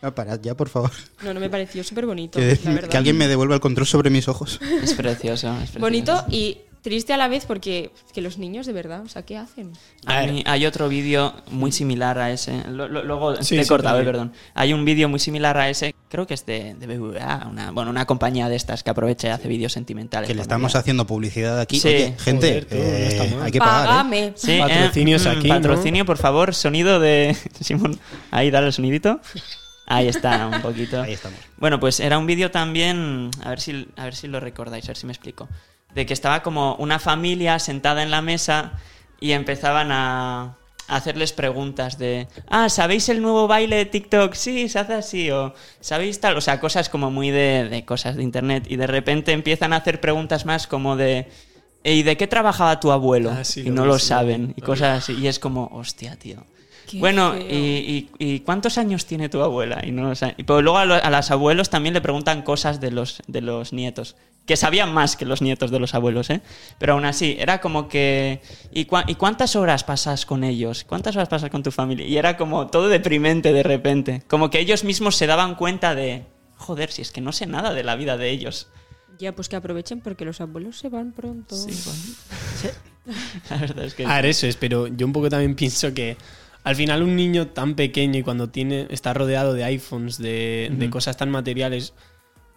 A: No, parad ya, por favor.
E: No, no me pareció súper bonito,
A: Que,
E: la verdad.
A: que alguien me devuelva el control sobre mis ojos.
C: Es precioso. es precioso.
E: Bonito y triste a la vez porque que los niños, de verdad, o sea, ¿qué hacen?
C: A
D: A ver.
C: mí hay otro vídeo muy similar a ese. Lo- lo- luego
D: Sí,
C: te he
D: sí,
C: cortado, eh,
D: tranquilo.
C: perdón. Hay un vídeo muy similar a ese. Creo que es de, de BBVA, una, bueno, una compañía de estas que aprovecha y hace vídeos sentimentales.
A: Que le
C: familiares.
A: estamos haciendo publicidad aquí.
C: Sí.
A: Oye, gente,
D: Joder, tú, no está
A: eh,
D: mal.
A: hay que pagar. ¿eh?
E: Págame.
C: Sí, eh,
D: Patrocinios
C: mm,
D: aquí, ¿no?
C: Patrocinio, por favor, sonido de Simón. Ahí, dale el sonidito. Ahí está, un poquito.
A: Ahí estamos.
C: Bueno, pues era un vídeo también, a ver, si, a ver si lo recordáis, a ver si me explico. De que estaba como una familia sentada en la mesa y empezaban a, hacerles preguntas de, ah, ¿sabéis el nuevo baile de TikTok? Sí, se hace así, o ¿sabéis tal? O sea, cosas como muy de, de cosas de Internet. Y de repente empiezan a hacer preguntas más como de, ¿y de qué trabajaba tu abuelo?
D: Ah, sí,
C: y
D: lo
C: no lo
D: vi, sí.
C: saben, y cosas así. Y es como, hostia, tío.
E: Qué
C: bueno,
E: feo.
C: y, y- y cuántos años tiene tu abuela? Y no lo saben. Y pero luego a, lo- a los abuelos también le preguntan cosas de los, de los nietos, que sabían más que los nietos de los abuelos, ¿eh? Pero aún así, era como que... ¿Y, cua- y cuántas horas pasas con ellos? ¿Cuántas horas pasas con tu familia? Y era como todo deprimente de repente. Como que ellos mismos se daban cuenta de... Joder, si es que no sé nada de la vida de ellos.
E: Ya, pues que aprovechen porque los abuelos se van pronto.
C: La verdad es que...
D: A ver, eso es, pero yo un poco también pienso que al final un niño tan pequeño y cuando tiene está rodeado de iPhones, de, de cosas tan materiales,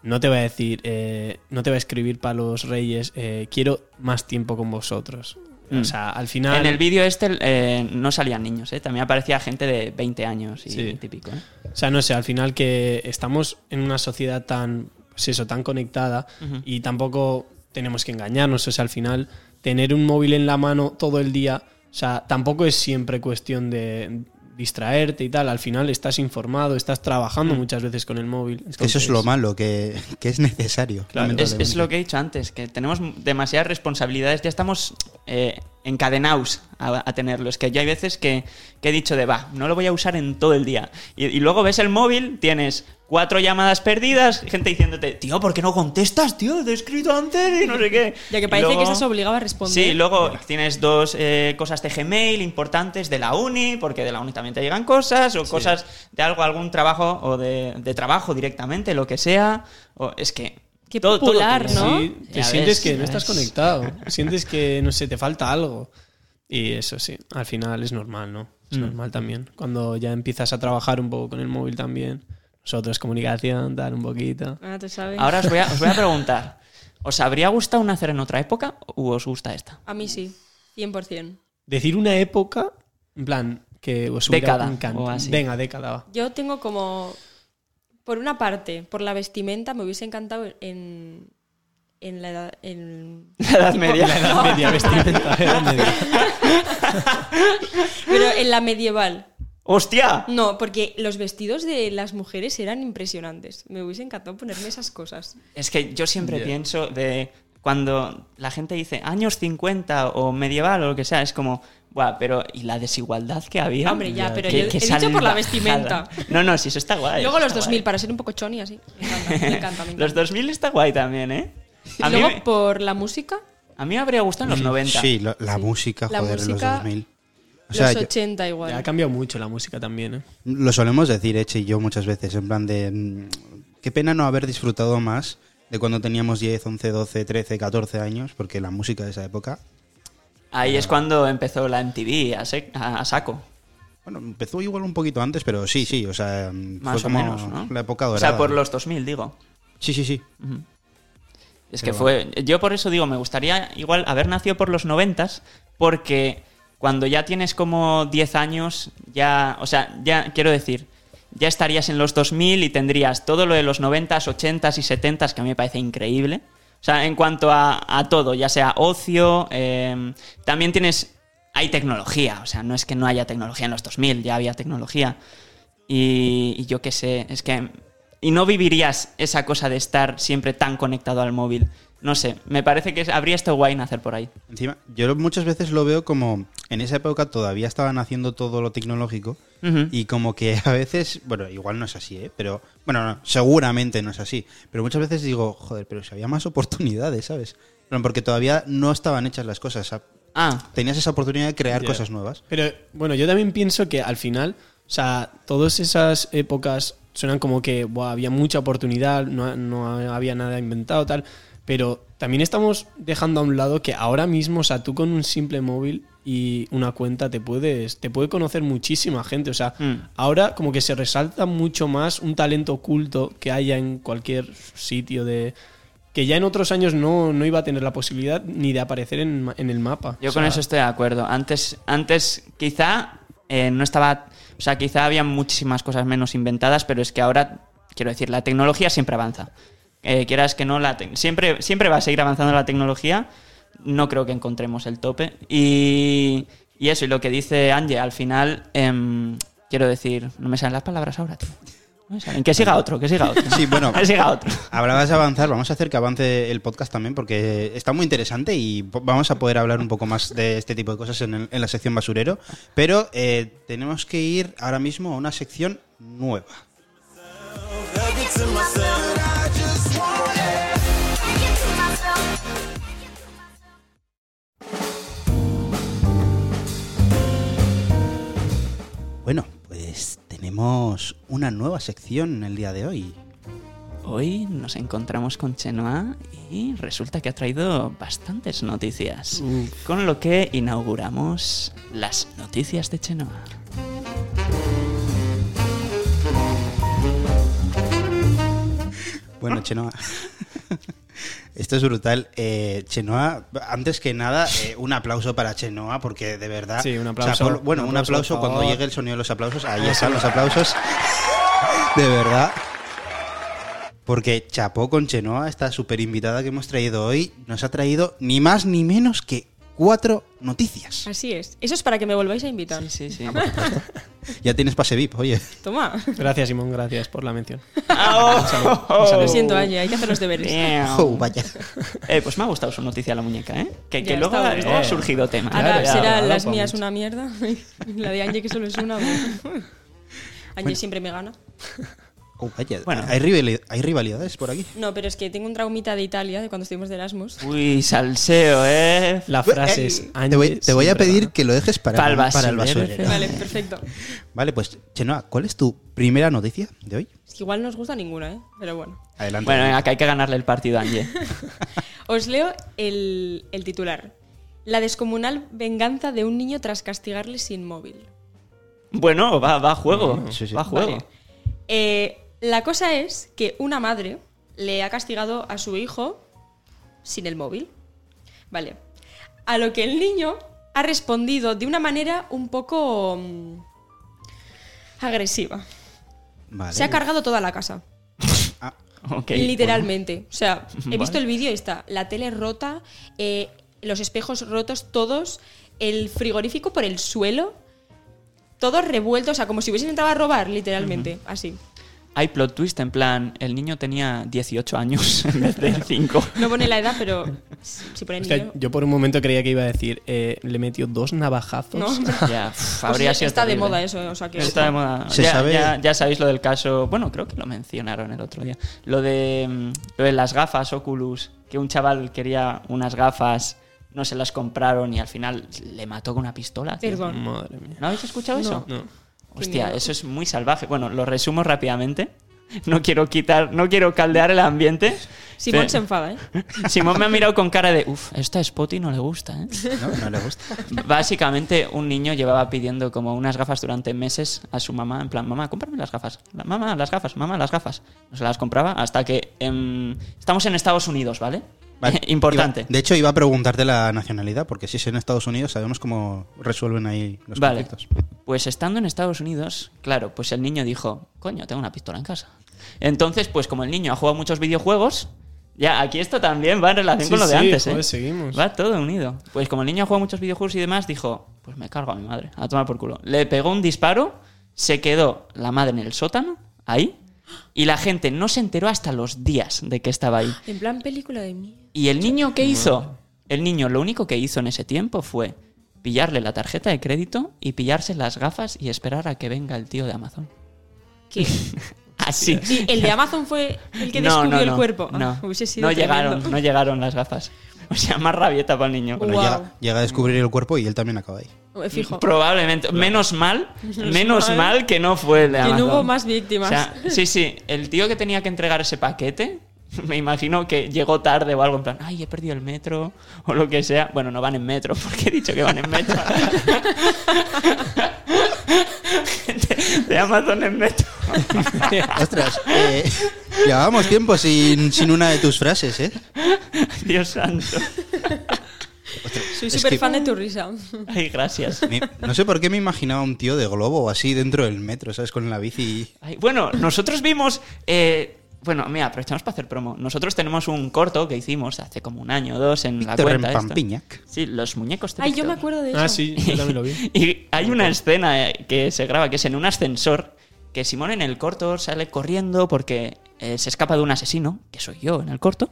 D: no te va a decir, eh, no te va a escribir para los reyes, eh, quiero más tiempo con vosotros.
C: Mm.
D: O sea, al final...
C: En el vídeo este eh, no salían niños, ¿eh? También aparecía gente de 20 años y
D: Sí.
C: 20 y pico, ¿eh?
D: O sea, no sé, al final que estamos en una sociedad tan, pues eso, tan conectada
C: Ujú.
D: y tampoco tenemos que engañarnos. O sea, al final tener un móvil en la mano todo el día, o sea, tampoco es siempre cuestión de distraerte y tal. Al final estás informado, estás trabajando muchas veces con el móvil.
A: Que eso es
D: Entonces,
A: lo malo, que, que es necesario.
D: Claro.
C: Es,
A: lamentablemente.
C: es lo que he dicho antes, que tenemos demasiadas responsabilidades, ya estamos eh, encadenados a, a tenerlo. Es que yo hay veces que, que he dicho de, va, no lo voy a usar en todo el día. Y, y luego ves el móvil, tienes cuatro llamadas perdidas, gente diciéndote, tío, ¿por qué no contestas, tío? Te he escrito antes y no sé qué.
E: Ya que
C: Y
E: parece
C: luego-
E: que estás obligado a responder.
C: Sí, luego tienes dos eh, cosas de Gmail importantes de la uni, porque de la uni también te llegan cosas, o cosas de algo, algún trabajo, o de, de trabajo directamente, lo que sea. O, es que.
E: Qué
C: todo- todo
E: popular,
C: tiene-
E: ¿no?
D: Sí, te
C: Ya
D: sientes
C: ves,
D: que
C: ya
D: no estás
C: ves.
D: conectado, sientes que, no sé, te falta algo. Y eso sí, al final es normal, ¿no? Es
C: Mm.
D: normal también. Cuando ya empiezas a trabajar un poco con el móvil también, nosotros comunicación, dar un poquito.
E: Ah, tú sabes.
C: Ahora os voy, a, os voy a preguntar: ¿os habría gustado nacer en otra época o os gusta esta?
E: A mí sí, 100%.
D: Decir una época, en plan, que os hubiera
C: Década,
D: encantado.
C: o así.
D: Venga, década, va.
E: Yo tengo como. Por una parte, por la vestimenta, me hubiese encantado en. En la edad. En,
C: La Edad Media.
D: La edad media, vestimenta, la edad media.
E: pero en la medieval.
C: ¡Hostia!
E: No, porque los vestidos de las mujeres eran impresionantes. Me hubiese encantado ponerme esas cosas.
C: Es que yo siempre pienso de cuando la gente dice años 50 o medieval o lo que sea, es como, guau, pero ¿y la desigualdad que había?
E: Hombre, ya, pero
C: Qué-
E: yo he
C: qué
E: dicho por
C: salvajada.
E: la vestimenta.
C: No, no, sí, eso está guay.
E: Luego
C: eso
E: los
C: está
E: 2000,
C: guay.
E: para ser un poco choni así. Me encanta, me encanta. me
C: Los
E: encanta.
C: 2000 está guay también, ¿eh? A
E: Y
C: mí,
E: luego pues-
C: me-
E: por la música,
C: a mí me habría gustado en los 90.
A: Sí, lo- la música,
E: La
A: joder,
E: música,
A: los 2000. O sea,
E: los
A: yo-
E: 80
D: Ya ha
E: igual.
D: cambiado mucho la música también, ¿eh?
A: lo solemos decir, Eche y yo, muchas veces, en plan de. mm, Qué pena no haber disfrutado más de cuando teníamos 10, 11, 12, 13, 14 años, porque la música de esa época.
C: Ahí es cuando empezó la MTV a, sec- a- a saco.
A: Bueno, empezó igual un poquito antes, pero sí, sí, o sea, mm, fue
C: Más o
A: como
C: menos, ¿no?
A: la época
C: o
A: dorada.
C: sea, por los 2000, digo.
A: Sí, sí, sí.
C: Es que
A: Pero
C: fue. Yo por eso digo, me gustaría igual haber nacido por los noventas, porque cuando ya tienes como 10 años, ya. O sea, ya quiero decir, ya estarías en los 2000 y tendrías todo lo de los noventas, ochentas y setentas, que a mí me parece increíble. O sea, en cuanto a, a todo, ya sea ocio, eh, también tienes. Hay tecnología, o sea, no es que no haya tecnología en los 2000, ya había tecnología. Y, y yo qué sé, es que... Y no vivirías esa cosa de estar siempre tan conectado al móvil. No sé, me parece que es- habría estado guay nacer por ahí.
A: Encima, yo muchas veces lo veo como en esa época todavía estaban haciendo todo lo tecnológico
C: Ujú.
A: y como que a veces, bueno, igual no es así, ¿eh? Pero, bueno, no, seguramente no es así, pero muchas veces digo, joder, pero si había más oportunidades, ¿sabes? Bueno, Porque todavía no estaban hechas las cosas, o sea,
C: Ah,
A: tenías esa oportunidad de crear
D: Ya.
A: cosas nuevas.
D: Pero bueno, yo también pienso que al final, o sea, todas esas épocas suenan como que buah, había mucha oportunidad, no, no había nada inventado, tal. Pero también estamos dejando a un lado que ahora mismo, o sea, tú con un simple móvil y una cuenta te puedes, te puede conocer muchísima gente. O sea,
C: Mm.
D: ahora como que se resalta mucho más un talento oculto que haya en cualquier sitio de que ya en otros años no, no iba a tener la posibilidad ni de aparecer en, ma- en el mapa.
C: yo
D: O
C: con
D: sea,
C: eso estoy de acuerdo. Antes, antes quizá eh, no estaba... O sea, quizá había muchísimas cosas menos inventadas, pero es que ahora, quiero decir, la tecnología siempre avanza. Eh, quieras que no, la tec- siempre, siempre va a seguir avanzando la tecnología. No creo que encontremos el tope. Y, Y eso, y lo que dice Angie, al final, em, quiero decir, no me salen las palabras ahora, tío. No me salen. Que siga otro, que siga otro.
A: Sí, bueno.
C: Que siga otro.
A: Ahora vas a avanzar, vamos a hacer que avance el podcast también porque está muy interesante y po- vamos a poder hablar un poco más de este tipo de cosas en, el- en la sección basurero. Pero eh, tenemos que ir ahora mismo a una sección nueva. Bueno, pues tenemos una nueva sección en el día de hoy.
C: Hoy nos encontramos con Chenoa y resulta que ha traído bastantes noticias. Con lo que inauguramos las noticias de Chenoa.
D: Ah.
A: Bueno, Chenoa. Esto es brutal. Eh, Chenoa, antes que nada, eh, un aplauso para Chenoa, porque de verdad.
D: Sí, un
A: o sea,
D: aplauso.
A: por- bueno,
D: Un
A: un aplauso
D: aplauso, por favor.
A: cuando llegue el sonido de los aplausos. Ahí están los aplausos. De verdad. Porque chapó con Chenoa, esta super invitada que hemos traído hoy, nos ha traído ni más ni menos que cuatro noticias.
E: Así es. Eso es para que me volváis a invitar.
C: Sí, sí, sí.
A: Ya tienes pase VIP, oye.
E: Toma.
C: Oh.
D: Gracias, Simón, gracias por la mención.
C: Ah,
E: Lo siento, Angie, hay que hacer los deberes.
C: Damn.
A: Oh, vaya.
C: Eh, pues me ha gustado su noticia la muñeca, ¿eh? Que, que
E: Ya
C: luego,
E: está,
C: luego
E: ya.
C: ha surgido tema.
E: Ahora
D: Claro,
E: será
D: claro,
E: las
D: por
E: mías
D: mucho.
E: una mierda. La de Angie, que solo es una. Angie siempre me gana.
A: Oh, vaya.
C: Bueno.
A: ¿Hay, rivali- hay rivalidades por aquí.
E: No, pero es que tengo un traumita de Italia de cuando estuvimos de Erasmus.
C: Uy, salseo, ¿eh?
D: La frase es...
A: Eh, te voy, te voy a pedir que lo dejes para,
C: Pa'l basurero.
A: para el basurero.
E: Vale, perfecto.
A: Vale, pues Chenoa, ¿cuál es tu primera noticia de hoy?
E: Es que igual no os gusta ninguna, ¿eh? Pero bueno.
A: Adelante.
C: Bueno, venga, que hay que ganarle el partido a Angie.
E: Os leo el, el titular. La descomunal venganza de un niño tras castigarle sin móvil.
C: Bueno, va, va a juego.
A: Sí, sí.
C: Va a juego.
E: Vale. Eh, la cosa es que una madre le ha castigado a su hijo sin el móvil. Vale. A lo que el niño ha respondido de una manera un poco mm, agresiva.
A: Vale.
E: Se ha cargado toda la casa.
A: Ah,
C: Ok.
E: Literalmente. O sea, he visto
C: Vale.
E: el vídeo y está la tele rota, eh, los espejos rotos todos, el frigorífico por el suelo, todos revueltos, o sea, como si hubiesen entrado a robar, literalmente, así.
C: Hay plot twist en plan, el niño tenía 18 años en vez de 5.
E: No pone la edad, pero si pone niño...
D: Hostia, yo por un momento creía que iba a decir, eh, le metió dos navajazos.
E: No,
C: Ya, pf,
E: Pues
C: habría
E: sí,
C: sido
E: está de
C: terrible.
E: moda eso, o sea que...
C: Está de moda.
A: Se
C: ya,
A: sabe-
C: ya- ya sabéis lo del caso. Bueno, creo que lo mencionaron el otro día. Lo de, mm, lo de las gafas Oculus, que un chaval quería unas gafas, no se las compraron y al final le mató con una pistola. tío.
E: Perdón.
D: Madre mía.
C: ¿No habéis escuchado eso?
D: No.
C: Hostia,
E: miedo.
C: eso es muy salvaje. Bueno, lo resumo rápidamente. No quiero quitar, no quiero caldear el ambiente.
E: Simón
C: Pe-
E: se enfada, ¿eh?
C: Simón me ha mirado con cara de, uff, esto a Spotty no le gusta, ¿eh?
A: no, no le gusta.
C: Básicamente, un niño llevaba pidiendo como unas gafas durante meses a su mamá, en plan, mamá, cómprame las gafas, La- mamá, las gafas, mamá, las gafas. No se las compraba hasta que em, estamos en Estados Unidos, ¿vale?
A: Vale,
C: Importante.
A: iba- de hecho, iba a preguntarte la nacionalidad, porque si es en Estados Unidos, sabemos cómo resuelven ahí los
C: Vale.
A: conflictos.
C: Pues estando en Estados Unidos, claro, pues el niño dijo, coño, tengo una pistola en casa. Entonces, pues como el niño ha jugado muchos videojuegos, ya, aquí esto también va en relación
D: Sí,
C: con lo de
D: sí,
C: antes,
D: joder,
C: ¿eh?
D: seguimos.
C: Va todo unido. Pues como el niño ha jugado muchos videojuegos y demás, dijo, pues me cargo a mi madre, a tomar por culo. Le pegó un disparo, se quedó la madre en el sótano, ahí, y la gente no se enteró hasta los días de que estaba ahí.
E: En plan película de mí.
C: ¿Y el niño qué hizo? El niño lo único que hizo en ese tiempo fue pillarle la tarjeta de crédito y pillarse las gafas y esperar a que venga el tío de Amazon.
E: Que
C: Así.
E: y el de Amazon fue el que descubrió el cuerpo. Ah,
C: No,
E: hubiese sido
C: no
E: tremendo.
C: llegaron, no llegaron las gafas. O sea, más rabieta para el niño.
A: Bueno,
E: Guau.
A: llega, llega a descubrir el cuerpo y él también acaba ahí.
E: Eh, Fijo.
C: Probablemente. Menos mal, menos
E: mal.
C: mal que no fue el de
E: Que no
C: Amazon.
E: hubo más víctimas.
C: O sea, sí, sí. El tío que tenía que entregar ese paquete, me imagino que llegó tarde o algo en plan, ay, he perdido el metro o lo que sea. Bueno, no van en metro, porque he dicho que van en metro. Gente de Amazon en metro.
A: Ostras, eh, llevábamos tiempo sin, sin una de tus frases, ¿eh?
C: Dios santo.
A: Ostras,
E: Soy
A: es
E: súper
A: que
C: Uh.
E: fan de tu risa.
C: Ay, gracias.
A: me- no sé por qué me imaginaba un tío de globo así dentro del metro, ¿sabes? Con la bici.
C: Ay, bueno, nosotros vimos eh, Bueno, mira, aprovechamos para hacer promo. Nosotros tenemos un corto que hicimos hace como un año o dos en la
A: Víctor
C: cuenta. esta.
A: Rempampiñac.
C: Sí, los muñecos. de
E: Ay, yo
C: Víctor.
E: me acuerdo de eso.
D: Ah, sí, yo también lo vi.
C: Y hay una escena eh, que se graba, que es en un ascensor, que Simón en el corto sale corriendo porque eh, se escapa de un asesino, que soy yo en el corto,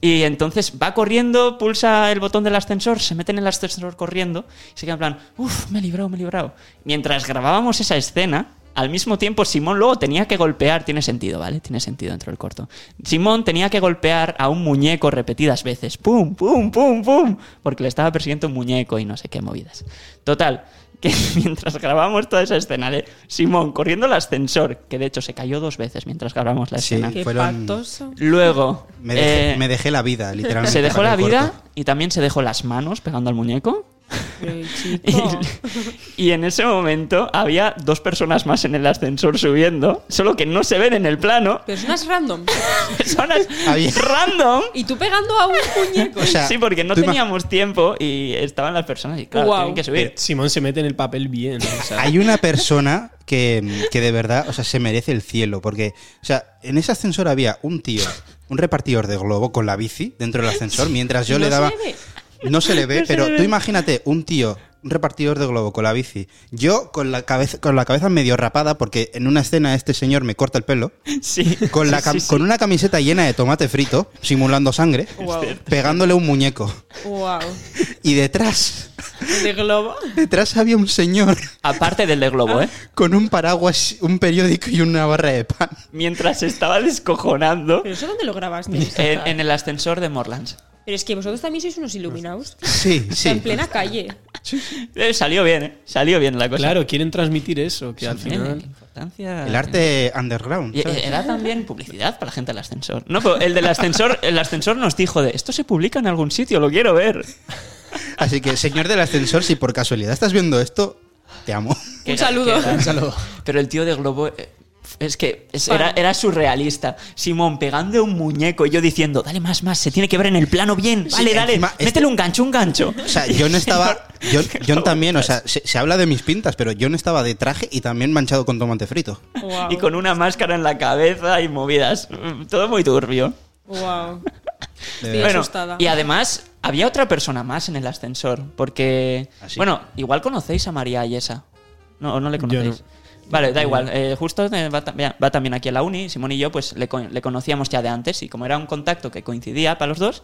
C: y entonces va corriendo, pulsa el botón del ascensor, se mete en el ascensor corriendo, y se queda en plan, uff, me he librado, me he librado. Mientras grabábamos esa escena... Al mismo tiempo, Simón luego tenía que golpear, tiene sentido, ¿vale? Tiene sentido dentro del corto. Simón tenía que golpear a un muñeco repetidas veces. ¡Pum, pum, pum, pum! Porque le estaba persiguiendo un muñeco y no sé qué movidas. Total, que mientras grabamos toda esa escena de Simón corriendo el ascensor, que de hecho se cayó dos veces mientras grabamos la
A: Sí.
C: escena.
E: Qué
A: Fueron-
E: pactoso.
C: Luego
A: Me dejé,
C: eh,
A: me dejé la vida, literalmente.
C: se dejó
A: para
C: la
A: el
C: vida
A: corto.
C: y también se dejó las manos pegando al muñeco.
E: Pero,
C: Y,
E: chico.
C: y en ese momento había dos personas más en el ascensor subiendo, solo que no se ven en el plano.
E: Personas random.
C: Personas
A: Había-
C: random.
E: Y tú pegando a un muñeco.
A: O sea,
C: sí, porque no
A: tú ima-
C: teníamos tiempo y estaban las personas y claro,
E: Guau.
C: tienen que subir.
D: Simón se mete en el papel bien. o sea,
A: Hay una persona que, que de verdad, o sea, se merece el cielo, porque, o sea, en ese ascensor había un tío, un repartidor de globo con la bici dentro del ascensor, mientras yo
E: No
A: le
E: se
A: daba...
E: le ve.
A: No se le ve,
C: No se
A: pero
C: le ve.
A: tú imagínate un tío, un repartidor de globo con la bici, yo con la cabeza, con la cabeza medio rapada, porque en una escena este señor me corta el pelo,
C: Sí.
A: con, la
C: Sí,
A: cam-
C: sí, sí.
A: con una camiseta llena de tomate frito, simulando sangre,
E: Wow.
A: pegándole un muñeco.
E: Wow.
A: Y detrás,
E: De globo.
A: detrás había un señor
C: Aparte del de globo, ¿eh?
A: con un paraguas, un periódico y una barra de pan.
C: mientras se estaba descojonando eh,
E: ¿Pero eso dónde lo grabaste?
C: en, en el ascensor de Morlands.
E: Pero es que vosotros también sois unos iluminados.
A: Sí,
E: O sea,
A: sí.
E: en plena calle.
C: Eh, salió bien, ¿eh? Salió bien la cosa.
D: claro, quieren transmitir eso, que al
C: Eh,
D: final.
C: qué importancia.
A: El arte underground.
C: Y-
A: ¿sabes?
C: eh, era también publicidad para la gente del ascensor. No, pero el del ascensor, el ascensor nos dijo de esto se publica en algún sitio, lo quiero ver.
A: Así que, señor del ascensor, si por casualidad estás viendo esto, te amo.
C: Qué
E: Un
C: ga-
E: saludo.
C: qué ga-
D: Un saludo.
C: Pero el tío de Globo eh, es que es- era, era surrealista. Simón pegando un muñeco y yo diciendo, dale más, más, se tiene que ver en el plano bien. Vale, dale,
A: encima este-
C: métele un gancho, un gancho.
A: O sea, yo no estaba. Yo, yo también, o sea, se, se habla de mis pintas, pero yo no estaba de traje y también manchado con tomate frito.
E: Wow.
C: Y con una máscara en la cabeza y movidas. Mm, Todo muy turbio.
E: Wow.
A: De
E: Estoy
A: verdad.
C: Bueno,
E: asustada.
C: y además había otra persona más en el ascensor, porque...
A: ¿Ah, sí?
C: Bueno, igual conocéis a María Ayesa. No, ¿o no le
D: Yo
C: conocéis. Vale, da igual. eh, justo eh, va, ta- mira, va también aquí a la uni. Simón y yo, pues le, co- le conocíamos ya de antes. Y como era un contacto que coincidía para los dos,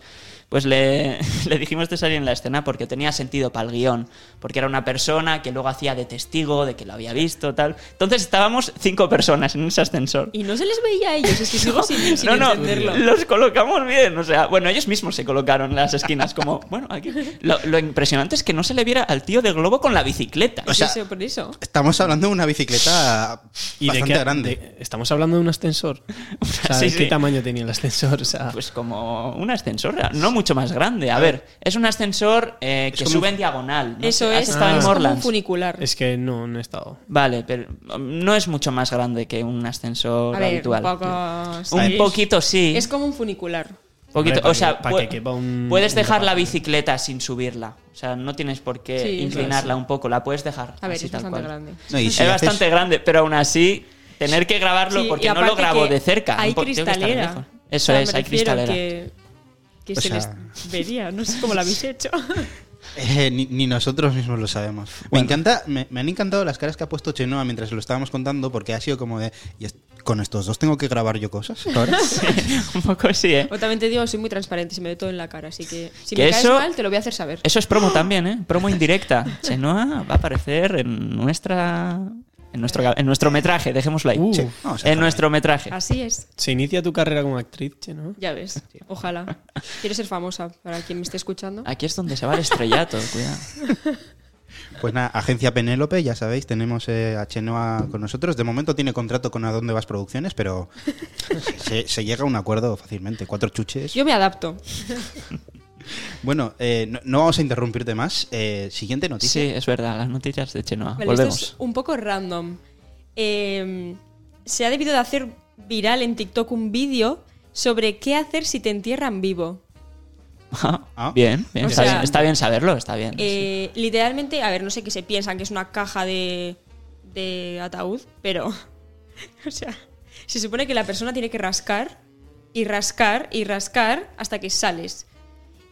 C: pues le, le dijimos de salir en la escena porque tenía sentido para el guión. Porque era una persona que luego hacía de testigo, de que lo había visto, tal. Entonces estábamos cinco personas en ese ascensor.
E: Y no se les veía a ellos, es que sigo sin, sin
C: No, no,
E: entenderlo.
C: los colocamos bien. O sea, bueno, ellos mismos se colocaron en las esquinas como, bueno, aquí. Lo, lo impresionante es que no se le viera al tío de globo con la bicicleta.
A: O sea,
E: Yo sé por eso.
A: Estamos hablando de una bicicleta
D: ¿Y de
A: bastante
D: qué-
A: grande.
D: de- estamos hablando de un ascensor. O sea,
C: Sí,
D: ¿de
C: sí.
D: ¿Qué tamaño tenía el ascensor? O sea,
C: Pues como un ascensor, no mucho más grande. A ver, es un ascensor eh, que
A: como-
C: sube en diagonal. ¿no?
E: Eso
C: Has
E: es,
C: estado en
E: es como un
C: Morlands.
E: funicular.
D: es que no, no he estado.
C: Vale, pero um, no es mucho más grande que un ascensor
E: a ver,
C: habitual.
E: un poco... sí.
C: Un poquito sí.
E: Es como un funicular.
C: Poquito,
D: Hombre, pa'
C: o sea,
D: que- pa'
C: pu-
D: que quepa un-
C: puedes
D: un
C: dejar la
D: zapato.
C: bicicleta sin subirla. O sea, no tienes por qué
E: Sí, es
C: inclinarla un poco, la puedes dejar.
E: A ver,
C: así
E: es
C: tal
E: bastante
C: cual.
E: grande.
A: No, y si
C: es
A: haces-
C: bastante grande, pero aún así, tener que grabarlo
E: Sí, y
C: porque no lo
E: aparte
C: grabo
E: que
C: de cerca.
E: Hay
C: un po- tengo que estar lejos.
E: cristalera.
C: Eso
E: O sea,
C: es,
E: me
C: hay
E: refiero
C: cristalera.
E: Que, que
A: O
E: se
A: sea-
E: les vería, no sé cómo lo habéis hecho.
A: Eh, ni, ni nosotros mismos lo sabemos. Me encanta, me, me han encantado las caras que ha puesto Chenoa mientras lo estábamos contando, porque ha sido como de. "¿Y es- con estos dos tengo que grabar yo cosas. ahora?".
C: un poco sí, ¿eh?
E: o también te digo, soy muy transparente, se me ve todo en la cara, así que si
C: Que
E: me caes
C: eso-
E: mal te lo voy a hacer saber.
C: Eso es promo también, ¿eh? Promo indirecta. Chenoa va a aparecer en nuestra... En nuestro, ga- en nuestro metraje, dejémoslo ahí.
D: Uh.
A: Sí, vamos a
C: en
A: dejarlo.
C: nuestro metraje.
E: Así es.
D: Se inicia tu carrera como actriz, che, ¿no?
E: Ya ves, ojalá. Quiero ser famosa para quien me esté escuchando.
C: Aquí es donde se va el estrellato, cuidado.
A: Pues nada, agencia Penélope, ya sabéis, tenemos eh, a Chenoa con nosotros. De momento tiene contrato con A Dónde Vas Producciones, pero se, se llega a un acuerdo fácilmente. Cuatro chuches.
E: Yo me adapto.
A: Bueno, eh, no, no vamos a interrumpirte más. Eh, siguiente noticia.
C: Sí, es verdad, las noticias de Chenoa.
E: Vale,
C: Ah,
E: esto
C: Volvemos.
E: es un poco random. Eh, se ha debido de hacer viral en TikTok un vídeo sobre qué hacer si te entierran vivo.
A: Ah.
C: Bien, bien,
E: O
C: está,
E: sea-
C: bien está bien saberlo, está bien.
E: Eh, Literalmente, a ver, no sé qué se piensan, que es una caja de, de ataúd, pero... O sea, se supone que la persona tiene que rascar y rascar y rascar hasta que sales.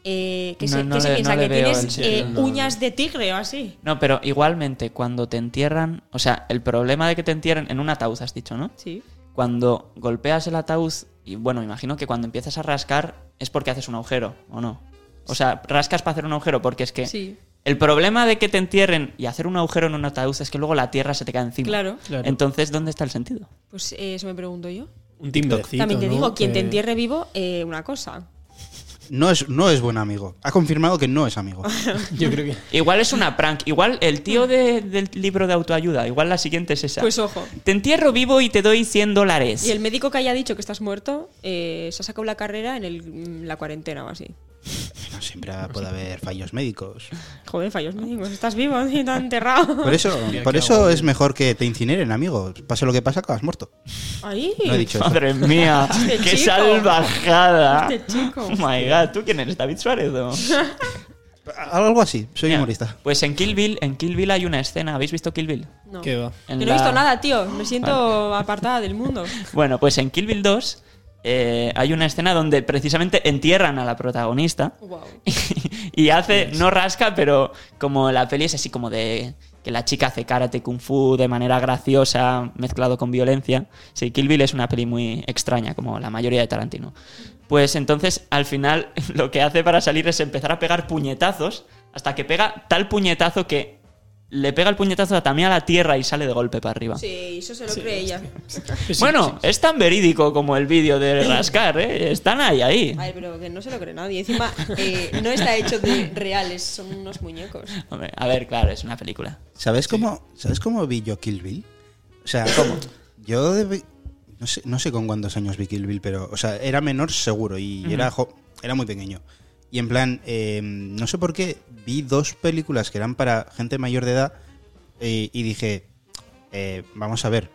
E: Eh, que
C: No,
E: se,
C: no
E: que se
C: le-
E: piensa
C: no le
E: que
C: veo
E: tienes
C: el
E: eh,
C: sentido,
G: no.
E: uñas de tigre o así.
C: No, pero igualmente cuando te entierran, o sea, el problema de que te entierren en un ataúd, has dicho, ¿no?
E: Sí.
C: Cuando golpeas el ataúd, y bueno, imagino que cuando empiezas a rascar es porque haces un agujero, ¿o no? O sea, rascas para hacer un agujero porque es que...
E: Sí.
C: El problema de que te entierren y hacer un agujero en un ataúd es que luego la tierra se te cae encima.
E: Claro.
D: Claro.
C: Entonces, ¿dónde está el sentido?
E: Pues eh, eso me pregunto yo.
D: Un TikTok.
E: También te digo,
D: ¿no?
E: quien te
D: Que-
E: entierre vivo, eh, una cosa.
A: No es, no es buen amigo. Ha confirmado que no es amigo.
D: Yo creo que.
C: Igual es una prank. Igual el tío de- del libro de autoayuda. Igual la siguiente es esa.
E: Pues ojo.
C: Te entierro vivo y te doy 100 dólares.
E: Y el médico que haya dicho que estás muerto, eh, se ha sacado la carrera en el- mm, la cuarentena o así.
A: No, siempre puede haber fallos médicos.
E: Joder, fallos médicos, estás vivo, tío, te han enterrado.
A: Por eso,
D: qué
A: por eso
D: agobio.
A: es mejor que te incineren, amigo. Pase lo que pase, acabas muerto.
E: Ahí.
A: No he dicho eso.
C: Madre mía,
E: Este
C: qué
E: chico.
C: salvajada.
E: Este chico.
C: Oh my god, ¿tú quién eres? ¿David Suárez o?
A: Algo así, soy
C: Mira,
A: humorista.
C: Pues en Kill Bill, en Kill Bill hay una escena. ¿Habéis visto Kill Bill?
E: No.
D: ¿Qué va?
E: Que
C: En
E: no
C: la-
E: he visto nada, tío. Me siento apartada del mundo.
C: Bueno, pues en Kill Bill 2 eh, hay una escena donde precisamente entierran a la protagonista.
E: Wow.
C: y hace, no rasca, pero como la peli es así como de que la chica hace karate, kung fu de manera graciosa, mezclado con violencia. Sí, Kill Bill es una peli muy extraña, como la mayoría de Tarantino. Pues entonces, al final, lo que hace para salir es empezar a pegar puñetazos hasta que pega tal puñetazo que le pega el puñetazo también a la tierra y sale de golpe para arriba.
E: Sí, eso se lo cree ella.
C: bueno, es tan verídico como el vídeo de rascar, ¿eh? Están ahí, ahí.
E: Ay, pero que no se lo cree nadie. Encima, eh, no está hecho de reales, son unos muñecos.
C: Hombre, a ver, claro, es una película.
A: ¿Sabes cómo, ¿Sabes cómo vi yo Kill Bill? O sea, ¿cómo? Yo de- no, sé, no sé con cuántos años vi Kill Bill, pero, o sea, era menor seguro y era, jo- era muy pequeño. Y en plan, eh, no sé por qué, vi dos películas que eran para gente mayor de edad eh, y dije, eh, vamos a ver,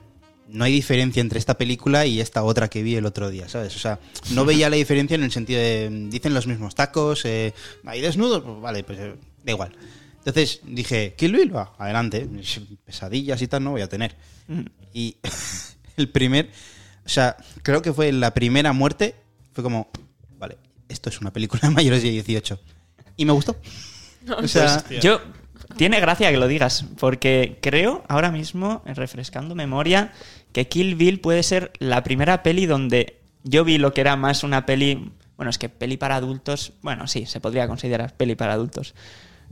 A: no hay diferencia entre esta película y esta otra que vi el otro día, ¿sabes? O sea, no veía la diferencia en el sentido de, mm, dicen los mismos tacos, eh, hay desnudos, pues vale, pues eh, da igual. Entonces dije, Kill Bill, va, adelante, pesadillas y tal no voy a tener. Y el primer, o sea, creo que fue la primera muerte, fue como, vale, esto es una película de mayores de 18. Y me gustó. O sea,
C: Yo, tiene gracia que lo digas, porque creo ahora mismo, refrescando memoria, que Kill Bill puede ser la primera peli donde yo vi lo que era más una peli. Bueno, es que peli para adultos, bueno, sí, se podría considerar peli para adultos.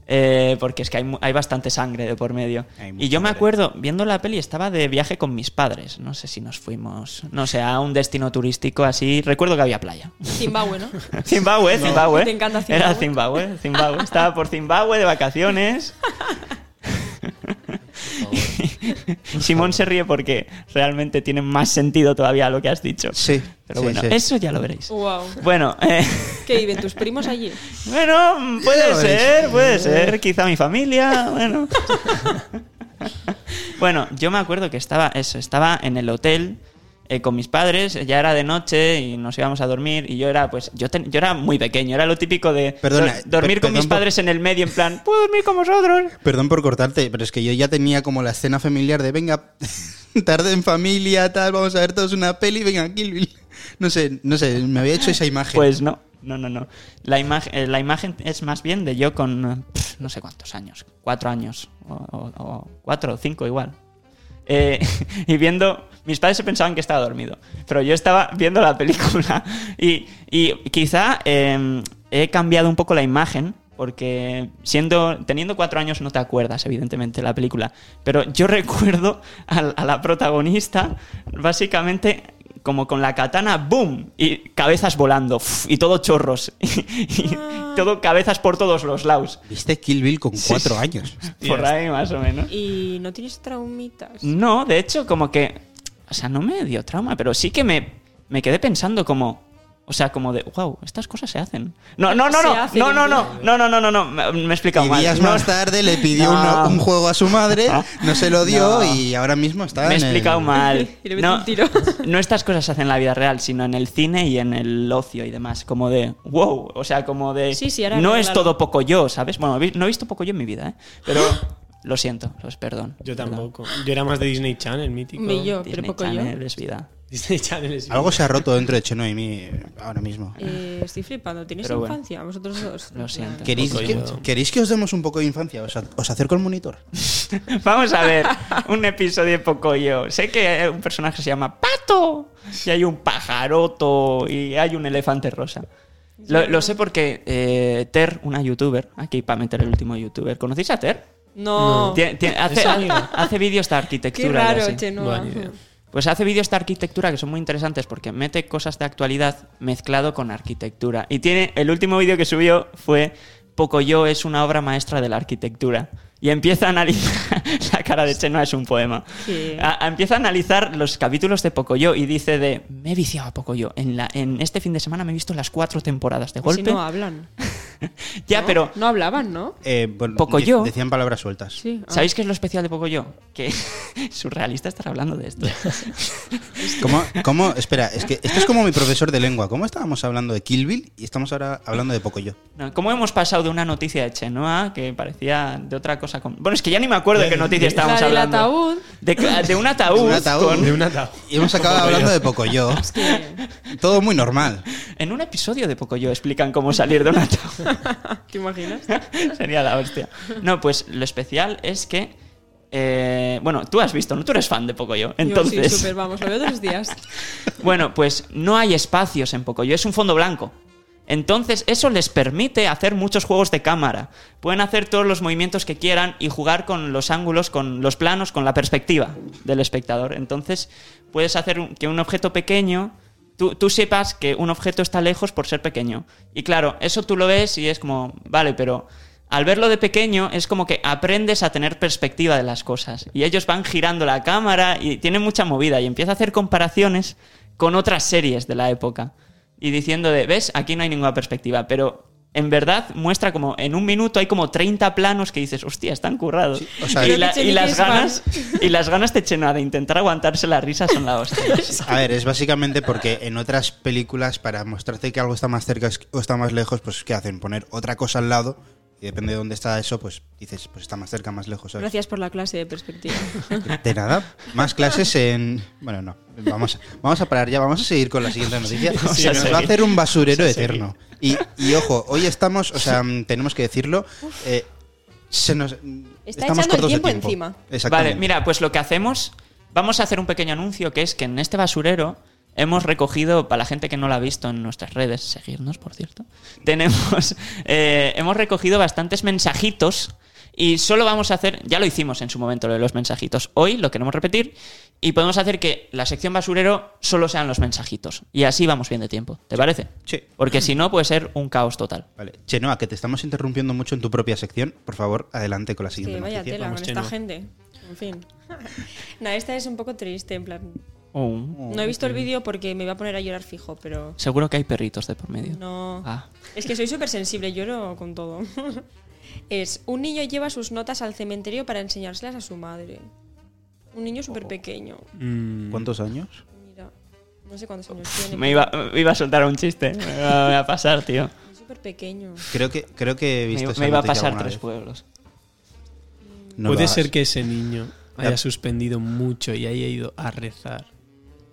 C: Eh, porque es que hay, mu- hay bastante sangre de por medio.
A: Hay mucha
C: Y yo me
A: sangre.
C: acuerdo, viendo la peli, estaba de viaje con mis padres. No sé si nos fuimos, no sé, a un destino turístico así. Recuerdo que había playa.
E: Zimbabue, ¿no?
C: Zimbabue, Zimbabue.
E: Te encanta Zimbabue.
C: Era Zimbabue, Zimbabue. Estaba por Zimbabue de vacaciones. Simón se ríe porque realmente tiene más sentido todavía lo que has dicho.
A: sí.
C: Pero
A: sí,
C: bueno,
A: sí.
C: eso ya lo veréis.
E: Wow.
C: Bueno, eh,
E: ¿Qué viven tus primos allí?
C: bueno,
A: Ya
C: puede
A: lo veréis.
C: ser, puede ser. Quizá mi familia, bueno. Bueno, yo me acuerdo que estaba eso, estaba en el hotel eh, con mis padres, ya era de noche y nos íbamos a dormir y yo era pues yo, ten- yo era muy pequeño, era lo típico de
A: Perdona,
C: dor- dormir
A: per-
C: con mis
A: perdón por-
C: padres en el medio en plan, puedo dormir con vosotros.
A: Perdón por cortarte, pero es que yo ya tenía como la escena familiar de venga, tarde en familia, tal, vamos a ver todos una peli, venga, Kill Bill. No sé, no sé, me había hecho esa imagen.
C: Pues no, no, no, no. La, imagen- eh, la imagen es más bien de yo con eh, pf, no sé cuántos años, cuatro años, o, o- o cuatro o cinco igual. Eh, y viendo, mis padres se pensaban que estaba dormido, pero yo estaba viendo la película y, y quizá eh, he cambiado un poco la imagen. Porque siendo, teniendo cuatro años no te acuerdas, evidentemente, de la película. Pero yo recuerdo al- a la protagonista básicamente como con la katana, ¡boom! Y cabezas volando, ¡fuf! y todo chorros, y, y todo cabezas por todos los lados.
A: Viste Kill Bill con cuatro años.
C: Por ahí más o menos.
E: ¿Y no tienes traumitas?
C: No, de hecho, como que... O sea, no me dio trauma, pero sí que me, me quedé pensando como... O sea, como de, wow, estas cosas se hacen. No, no, no,
E: Se
C: no,
E: hacen
C: no, no,
E: en
C: no, no, no, no, no, no, me, me he explicado
A: Y
C: mal.
A: días
C: No,
A: más
C: no.
A: tarde le pidió una-
C: No.
A: un juego a su madre, no se lo dio
C: No.
A: y ahora mismo está
C: Me he
A: en el-
C: explicado mal.
E: Y le mete un tiro.
C: no estas cosas se hacen en la vida real, sino en el cine y en el ocio y demás. Como de, wow, o sea, como de...
E: Sí, sí, ahora
C: no
E: no,
C: es
E: claro.
C: todo poco yo, ¿sabes? Bueno, vi- no he visto poco yo en mi vida, ¿eh? Pero lo siento, los perdón.
D: Yo
C: perdón.
D: tampoco. Yo era más de Disney Channel, mítico.
E: Me yo,
C: Disney
E: pero poco yo.
C: Channel es vida.
D: Disney Channel es
A: Algo se ha roto dentro de Chenoa y mí ahora mismo.
E: Eh, estoy flipando. ¿Tienes
C: Ah. Pero bueno.
E: infancia? Vosotros dos.
C: Lo siento.
A: ¿Queréis
D: poco
A: que,
D: yo-
A: queréis que os demos un poco de infancia? ¿Os, a- os acerco el monitor?
C: Vamos a ver un episodio de Pocoyo. Sé que eh, un personaje se llama Pato y hay un pajaroto y hay un elefante rosa. Lo, lo sé porque eh, Ter, una youtuber, aquí para meter el último youtuber, ¿conocéis a Ter?
E: No.
C: Tie- tie- hace,
D: Es amiga.
C: hace vídeos de arquitectura.
E: Qué
C: y
E: raro,
C: así.
E: Chenoa.
D: Buena idea.
C: Pues hace vídeos de arquitectura que son muy interesantes porque mete cosas de actualidad mezclado con arquitectura. Y tiene el último vídeo que subió fue Pocoyo es una obra maestra de la arquitectura. Y empieza a analizar. la cara de Chenoa es un poema.
E: Sí.
C: A- a- empieza a analizar los capítulos de Pocoyo y dice de. Me he viciado a Pocoyo. En, la, en este fin de semana me he visto las cuatro temporadas de
E: Pues Si
C: golpe.
E: no hablan.
C: ya,
E: ¿no?
C: pero.
E: No hablaban, ¿no?
A: Eh, bueno,
C: Poco
A: de-
C: yo.
A: Decían palabras sueltas.
E: Sí. ah.
C: ¿Sabéis qué es lo especial de Pocoyo? Que surrealista estar hablando de esto.
A: ¿Cómo, cómo- Espera, es que esto es como mi profesor de lengua. ¿Cómo estábamos hablando de Kill Bill y estamos ahora hablando de Pocoyo?
C: No, ¿Cómo hemos pasado de una noticia de Chenoa que parecía de otra cosa? con- Bueno, es que ya ni me acuerdo de qué noticia estábamos
E: La del
C: hablando.
E: ataúd.
C: De, de un ataúd.
A: De un ataúd.
C: Ah, uh, con-
A: De
D: un ataúd.
A: Y hemos acabado hablando de Pocoyo.
E: Que-
A: Todo muy normal.
C: En un episodio de Pocoyo explican cómo salir de un ataúd.
E: ¿Te imaginas?
C: Sería la hostia. No, pues lo especial es que. eh, bueno, tú has visto, ¿no? Tú eres fan de Pocoyo.
E: Yo,
C: Entonces.
E: sí, súper, vamos, lo veo todos los días.
C: Bueno, pues no hay espacios en Pocoyo, es un fondo blanco. Entonces eso les permite hacer muchos juegos de cámara. Pueden hacer todos los movimientos que quieran y jugar con los ángulos, con los planos, con la perspectiva del espectador. Entonces puedes hacer un- que un objeto pequeño, tú, tú sepas que un objeto está lejos por ser pequeño. Y claro, eso tú lo ves y es como, vale, pero al verlo de pequeño es como que aprendes a tener perspectiva de las cosas. Y ellos van girando la cámara y tiene mucha movida y empieza a hacer comparaciones con otras series de la época. Y diciendo de, ves, aquí no hay ninguna perspectiva, pero en verdad muestra como en un minuto hay como 30 planos que dices, hostia, están currados.
A: o sea,
C: y,
A: Creo
E: que
C: la- y
E: Chenique
C: las
E: es fan.
C: ganas, y las ganas de Chenoa de intentar aguantarse la risa son la hostia.
A: A ver, es básicamente porque en otras películas, para mostrarte que algo está más cerca o está más lejos, pues ¿qué hacen? Poner otra cosa al lado y depende de dónde está eso, pues dices, pues está más cerca, más lejos. ¿sabes?
E: Gracias por la clase de perspectiva.
A: De nada. Más clases en. Bueno, no. Vamos, vamos a parar ya. Vamos a seguir con la siguiente noticia.
C: Vamos
A: Se
C: a
A: nos va a
C: seguir.
A: hacer un basurero
C: Vamos a
A: eterno. Y, y ojo, hoy estamos, o sea, mm, tenemos que decirlo. eh, se nos. estamos
E: echando el
A: cortos de
E: tiempo
A: tiempo
E: encima.
A: Exactamente.
C: Vale, mira, pues lo que hacemos, vamos a hacer un pequeño anuncio que es que en este basurero hemos recogido, para la gente que no lo ha visto en nuestras redes, seguirnos, por cierto, tenemos, eh, hemos recogido bastantes mensajitos y solo vamos a hacer, ya lo hicimos en su momento lo de los mensajitos, hoy lo queremos repetir y podemos hacer que la sección basurero solo sean los mensajitos y así vamos bien de tiempo, ¿te parece?
A: Sí.
C: Porque si no puede ser un caos total.
A: Vale. Chenoa, que te estamos interrumpiendo mucho en tu propia sección. Por favor, adelante con la siguiente
E: Que vaya
A: noticia.
E: tela
D: vamos,
E: con esta
D: Chenoa.
E: gente. En fin. No, esta es un poco triste, en plan.
C: Oh,
E: No he visto el vídeo porque me iba a poner a llorar fijo, pero.
C: Seguro que hay perritos de por medio.
E: No.
C: Ah.
E: Es que soy súper sensible, lloro con todo. Es, un niño lleva sus notas al cementerio para enseñárselas a su madre. Un niño súper pequeño.
D: Mm.
A: ¿Cuántos años?
E: Mira, no sé cuántos años tiene.
C: Me iba, me iba a soltar un chiste. Me iba, me iba a pasar, tío.
E: pero es Súper pequeño.
A: Creo que, creo que he
C: Me,
A: visto
C: iba-
A: esa
C: me iba a
A: noticia
C: pasar
A: alguna
C: tres
A: vez.
C: pueblos.
A: No lo
D: Puede
A: hagas.
D: ser que ese niño
A: Ya.
D: haya suspendido mucho y haya ido a rezar.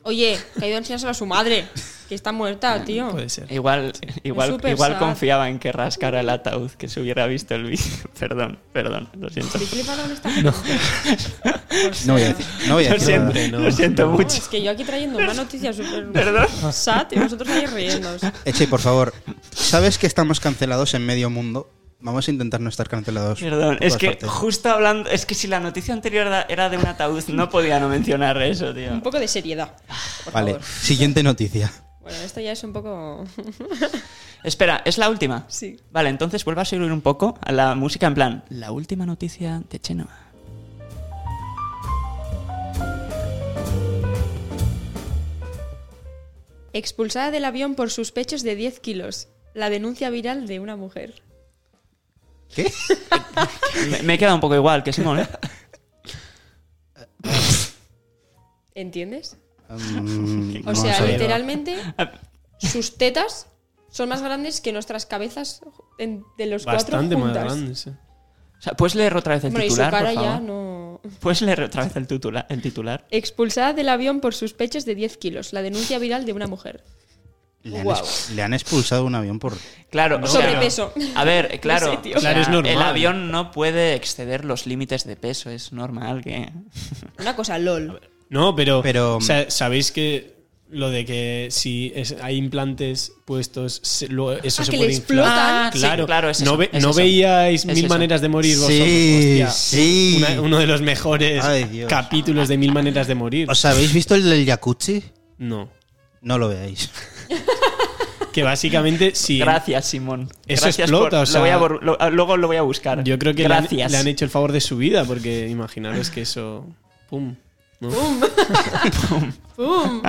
E: Oye, que ha ido a enseñárselo a su madre, que está muerta, tío.
D: Puede ser.
C: Igual, igual,
E: súper
C: igual
E: sad.
C: confiaba en que rascara el ataúd, que se hubiera visto el vídeo. Perdón, perdón, lo siento.
E: Estoy flipada con esta gente. O sea,
A: No voy a decir, no voy a decir
C: Lo
A: nada.
C: siento,
D: Hombre, no.
C: lo siento
E: no,
C: mucho.
E: es que yo aquí trayendo una noticia súper
C: Perdón.
E: sad y vosotros ahí riéndoos.
A: Eche, por favor, ¿sabes que estamos cancelados en medio mundo? Vamos a intentar no estar cancelados.
C: Perdón,
A: por
C: es
A: todas
C: que
A: partes.
C: justo hablando. Es que si la noticia anterior era- era de un ataúd, no podía no mencionar eso, tío.
E: Un poco de seriedad. por
A: Vale,
E: favor.
A: siguiente noticia.
E: Bueno, esto ya es un poco.
C: Espera, ¿es la última?
E: Sí.
C: Vale, entonces vuelva a subir un poco a la música en plan. La última noticia de Chenoa.
E: Expulsada del avión por sospechos de 10 kilos. La denuncia viral de una mujer.
A: ¿Qué?
C: Me, me he quedado un poco igual, que Simón, ¿eh?
E: ¿Entiendes?
A: Mm,
E: O
A: vamos
E: sea,
A: a ver.
E: literalmente, sus tetas son más grandes que nuestras cabezas en- de los
D: Bastante
E: cuatro
D: más
E: juntas.
D: grande, sí.
C: O sea, ¿Puedes leer otra vez el
E: bueno, y su
C: titular?
E: cara
C: por favor?
E: ya no. ojo.
C: ¿Puedes leer otra vez Pues el, titula- el titular?
E: Expulsada del avión por sus pechos de 10 kilos. La denuncia viral de una mujer.
A: Le han,
E: Wow.
A: ex- le han expulsado un avión por.
C: Claro, o sea,
E: Sobrepeso.
C: A ver, claro,
E: No sé, tío.
D: Claro, es normal.
C: el avión no puede exceder los límites de peso, es normal que...
E: Una cosa, lol.
D: No, pero,
A: Pero- mm.
D: o sea, sabéis que lo de que si es- hay implantes puestos, se- luego eso
E: Ah,
D: se
E: que le
D: puede inflar.
E: explotan.
C: Ah, sí,
D: Claro,
C: claro, es
D: no,
C: eso,
D: ve-
C: es
D: no
C: eso.
D: veíais
C: Es
D: mil
C: eso.
D: maneras de morir vosotros.
A: Sí,
D: Hostia.
A: sí.
D: Una- uno de los mejores
A: Ay, Dios.
D: capítulos de mil maneras de morir.
A: ¿Os habéis visto el del jacuzzi?
D: no.
A: No lo veáis.
D: Que básicamente si
C: Gracias, Simón.
D: Eso
C: Gracias
D: explota, o sea-
C: lo voy a bor- lo- ah, luego lo voy a buscar.
D: Yo creo que le han,
C: Gracias.
D: le han hecho el favor de su vida, porque imaginaros que eso. ¡Pum! ¿no?
E: ¡Pum!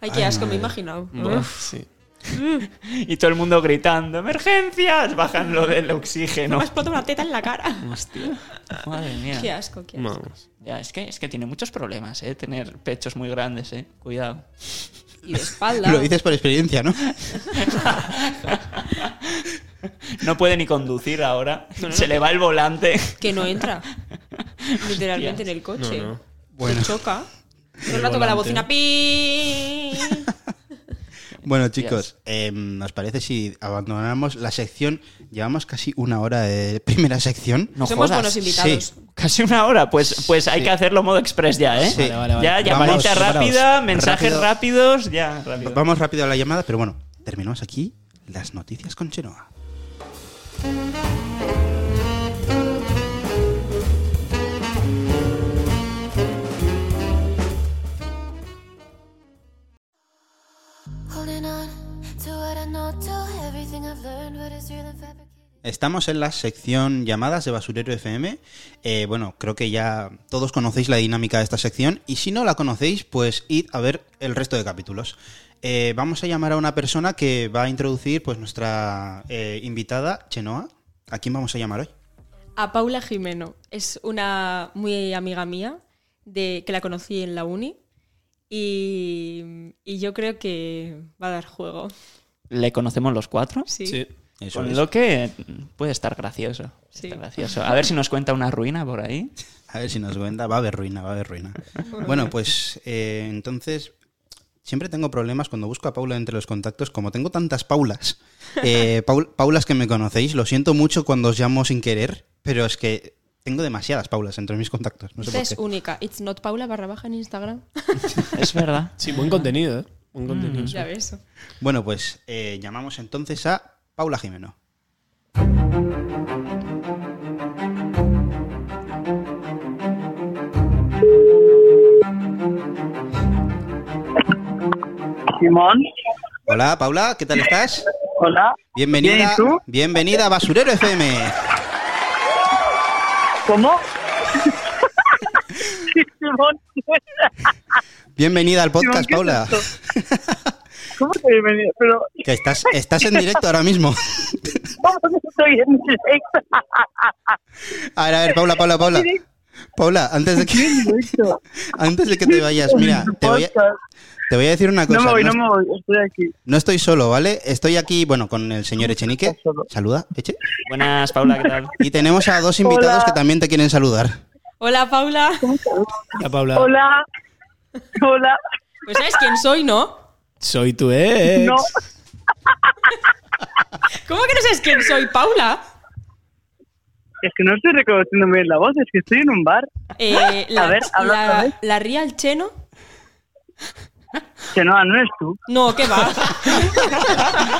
E: Ay, qué
A: Ay,
E: asco, me
A: madre.
E: he imaginado.
D: Buah, sí.
C: Y todo el mundo gritando, ¡emergencias! Bajan lo del
E: No.
C: oxígeno.
E: Me explota una teta en la cara.
C: Hostia. Madre mía.
E: Qué asco, qué asco.
D: Vamos.
C: Ya, es, que, es que tiene muchos problemas, ¿eh? Tener pechos muy grandes, ¿eh? Cuidado.
E: Y de espalda.
A: Lo dices por experiencia, ¿no?
C: No puede ni conducir ahora. Se le va el volante.
E: Que no entra. Literalmente
C: Hostias.
E: en el coche.
D: No, no.
A: Bueno.
E: Se choca. Todo
D: El
E: el rato con
D: volante.
E: la bocina. ¡Pi!
A: Bueno, chicos, eh, ¿os parece si abandonamos la sección? Llevamos casi una hora de primera sección.
C: No
E: Somos
C: jodas.
E: buenos invitados.
A: Sí.
C: Casi una hora, pues, pues hay que hacerlo modo express ya, ¿eh?
A: Sí. Vale,
D: vale, vale.
C: Ya, llamadita
A: Vamos,
C: rápida,
A: preparaos.
C: mensajes
A: Rápido.
C: rápidos, ya. rápido.
A: Vamos rápido a la llamada, pero bueno, terminamos aquí las noticias con Chenoa.
G: Holding on to what I know, to everything I've learned, but it's real and fabricated.
A: Estamos en la sección llamadas de Basurero FM. Eh, bueno, creo que ya todos conocéis la dinámica de esta sección y si no la conocéis, pues id a ver el resto de capítulos. Eh, vamos a llamar a una persona que va a introducir pues nuestra eh, invitada, Chenoa. ¿A quién vamos a llamar hoy?
E: A Paula Jimeno. Es una muy amiga mía de, que la conocí en la uni. Y, y yo creo que va a dar juego.
C: ¿Le conocemos los cuatro?
E: Sí.
D: Sí.
A: Eso
C: Con
A: es.
C: lo que eh, puede estar gracioso.
E: Sí.
C: Está gracioso. A ver si nos cuenta una ruina por ahí.
A: A ver si nos cuenta. Va a haber ruina, va a haber ruina. Bueno, pues eh, entonces. Siempre tengo problemas cuando busco a Paula entre los contactos, como tengo tantas Paulas. eh, Paul- Paulas que me conocéis, lo siento mucho cuando os llamo sin querer, pero es que tengo demasiadas Paulas entre mis contactos. No sé
E: Esta
A: por
E: es
A: qué.
E: única. It's not Paula barra baja en Instagram.
C: Es verdad.
D: Sí, buen contenido, ¿eh? Buen contenido.
E: ya ves.
A: Bueno, pues eh, llamamos entonces a Paula Jimeno.
H: Simón,
A: Hola, Paula, ¿qué tal estás?
H: hola.
A: Bienvenida,
H: Bien, ¿y tú?
A: bienvenida a Basurero FM.
H: ¿Cómo? Simón,
A: Bienvenida al podcast,
H: Simón, ¿qué es
A: Paula.
H: ¿cómo te bienvenido? Pero,
A: Que estás, estás en directo ahora mismo.
H: ¿cómo que estoy en directo?
A: A ver, a ver, Paula, Paula, Paula. Paula, antes de que,
H: Directo.
A: antes de que te vayas, mira, te voy, a,
H: Podcast.
A: te voy a decir una cosa.
H: No me voy,
A: no
H: no me voy, estoy aquí.
A: no estoy solo, ¿vale? Estoy aquí, bueno, con el señor Echenique. Saluda, Eche.
C: Buenas, Paula, ¿qué tal?
A: Y tenemos a dos invitados
H: Hola.
A: que también te quieren saludar.
E: Hola, Paula.
D: Ya, Paula.
H: Hola, hola,
E: Pues sabes quién soy, ¿no?
D: Soy tu ex.
H: no,
E: ¿Cómo que no sabes quién soy, Paula?
H: es que no estoy reconociendo bien la voz, es que estoy en un bar.
E: Eh, la,
H: A ver, habla
E: la-
H: otra vez.
E: la Real Cheno.
H: Que no, no eres tú.
E: No, ¿qué va?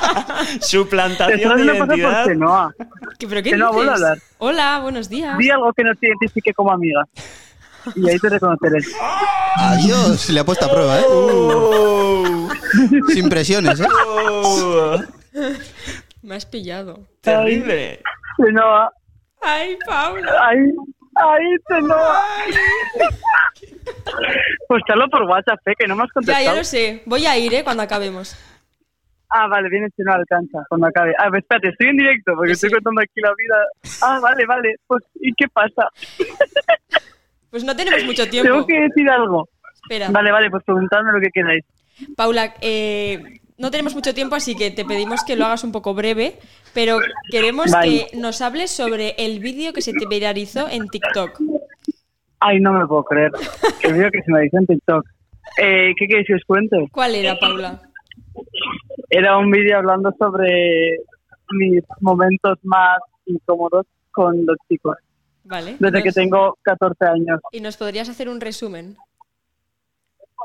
H: Te
C: Suplantación
H: estás
C: de
H: una cosa por
C: identidad.
H: Chenoa.
E: ¿Qué- ¿Pero qué
H: Que no, vuelvo a
E: dices?
H: hablar.
E: Hola, buenos días.
H: Di algo que no te identifique como amiga. Y ahí te reconoceré.
A: Adiós, le ha puesto a prueba, ¿eh?
C: Oh,
A: Sin presiones, ¿eh?
C: oh,
E: Me has pillado.
C: terrible.
H: Chenoa,
E: Ay, Paula.
H: ay, ay, Chenoa. Pues te hablo por WhatsApp, eh, que no me has
E: Ya,
H: contestado.
E: ya lo sé. Voy a ir, ¿eh? Cuando acabemos.
H: Ah, vale, viene si no alcanza, cuando acabe. Ah, pues espérate, estoy en directo porque
E: Que
H: estoy
E: sí.
H: contando aquí la vida. Ah, vale, vale. Pues, ¿y qué pasa?
E: Pues no tenemos mucho
H: Tengo
E: tiempo.
H: que decir algo.
E: Espera.
H: Vale, vale, pues preguntadme lo que queráis.
E: Paula, eh, no tenemos mucho tiempo, así que te pedimos que lo hagas un poco breve, pero queremos
H: Vale.
E: que nos hables sobre el vídeo que se te viralizó en TikTok.
H: Ay, no me puedo creer. Que veo que se me dice en TikTok. Eh, ¿Qué queréis que os cuente?
E: ¿Cuál era, Paula?
H: Era un vídeo hablando sobre mis momentos más incómodos con los chicos.
E: Vale.
H: Desde que
E: nos-
H: tengo 14 años.
E: Y nos podrías hacer un resumen.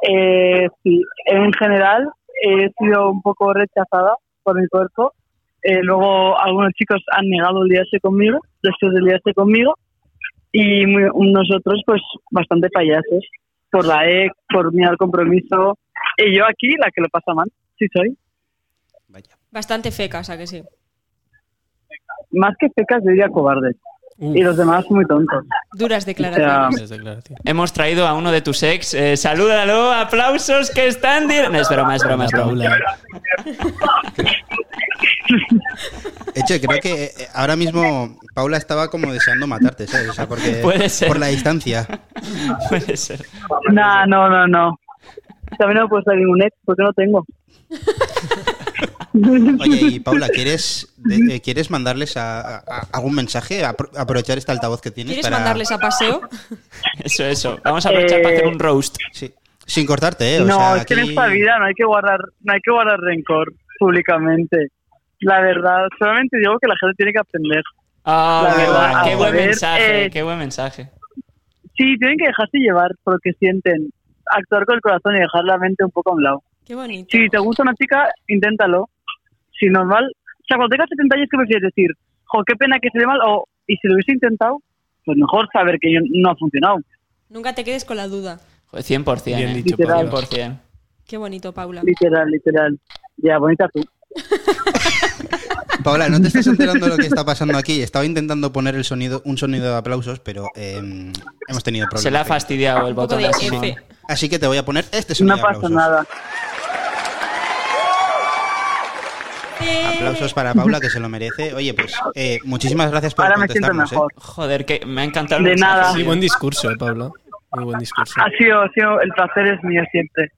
H: Eh, sí, en general he sido un poco rechazada por mi cuerpo. Eh, luego algunos chicos han negado liarse conmigo, después de liarse conmigo. Y muy- nosotros, pues, bastante payasos. Por la E, por mi al compromiso. Y yo aquí, la que lo pasa mal, sí soy.
A: Vaya.
E: Bastante feca, o sea que sí.
H: Más que pecas, yo diría cobarde.
D: Uf,
H: Y los demás muy tontos.
E: Duras
H: O sea,
E: declaraciones.
D: esas declaraciones.
C: Hemos traído a uno de tus ex. Eh, salúdalo, aplausos que están. dir- No, es broma, es broma, es broma.
D: Paula.
A: Eche, creo que eh, ahora mismo Paula estaba como deseando matarte, ¿sabes? O sea, porque
C: Puede ser.
A: por la distancia.
C: Puede ser.
H: nah, no, no, no. También no puedo ser ningún ex porque no tengo.
A: Oye, y Paula, ¿quieres, de- eh, ¿quieres mandarles a, a- a- algún mensaje? Apro- aprovechar este altavoz que tienes
E: ¿Quieres
A: para...
E: mandarles a paseo?
C: Eso, eso. Vamos a aprovechar
H: Eh,
C: para hacer un roast.
A: Sí. Sin cortarte, ¿eh? O
H: no,
A: sea,
H: es que en
A: aquí-
H: esta vida no hay que guardar, no hay que guardar rencor públicamente. La verdad, solamente digo que la gente tiene que aprender.
C: Ah,
H: La
C: qué,
H: verdad,
C: guay, qué buen
H: joder,
C: mensaje,
H: eh.
C: qué buen mensaje.
H: Sí, tienen que dejarse llevar por lo que sienten, actuar con el corazón y dejar la mente un poco a un lado.
E: Qué bonito.
H: Si te gusta una chica, inténtalo. Si normal, o sea, cuando tengas 70 años, ¿qué prefieres decir? Jo, qué pena que se dé mal, o, y si lo hubiese intentado, pues mejor saber que no ha funcionado.
E: Nunca te quedes con la duda.
C: Joder, 100%.
D: Bien
C: eh.
D: dicho,
H: Literal.
D: Paula.
C: 100%.
E: Qué bonito, Paula.
H: Literal, literal. Ya, bonita tú.
A: Paula, no te estás enterando de lo que está pasando aquí. Estaba intentando poner el sonido, un sonido de aplausos, pero eh, hemos tenido problemas.
C: Se le ha fastidiado el
E: Un poco
C: botón
E: de
C: de Simón.
E: F.
A: Así que te voy a poner este
H: No
A: sonido de
H: pasa
A: aplausos.
H: nada.
A: Aplausos para Paula, que se lo merece. Oye, pues eh, muchísimas gracias por
H: Ahora me siento
A: contestarnos. ¿eh?
H: mejor.
C: Joder, que me ha encantado.
H: De
C: el mensaje,
H: nada.
C: tío.
D: Sí, buen discurso, eh, Paula. Muy buen discurso.
H: Ha sido, ha sido, el placer es mío siempre.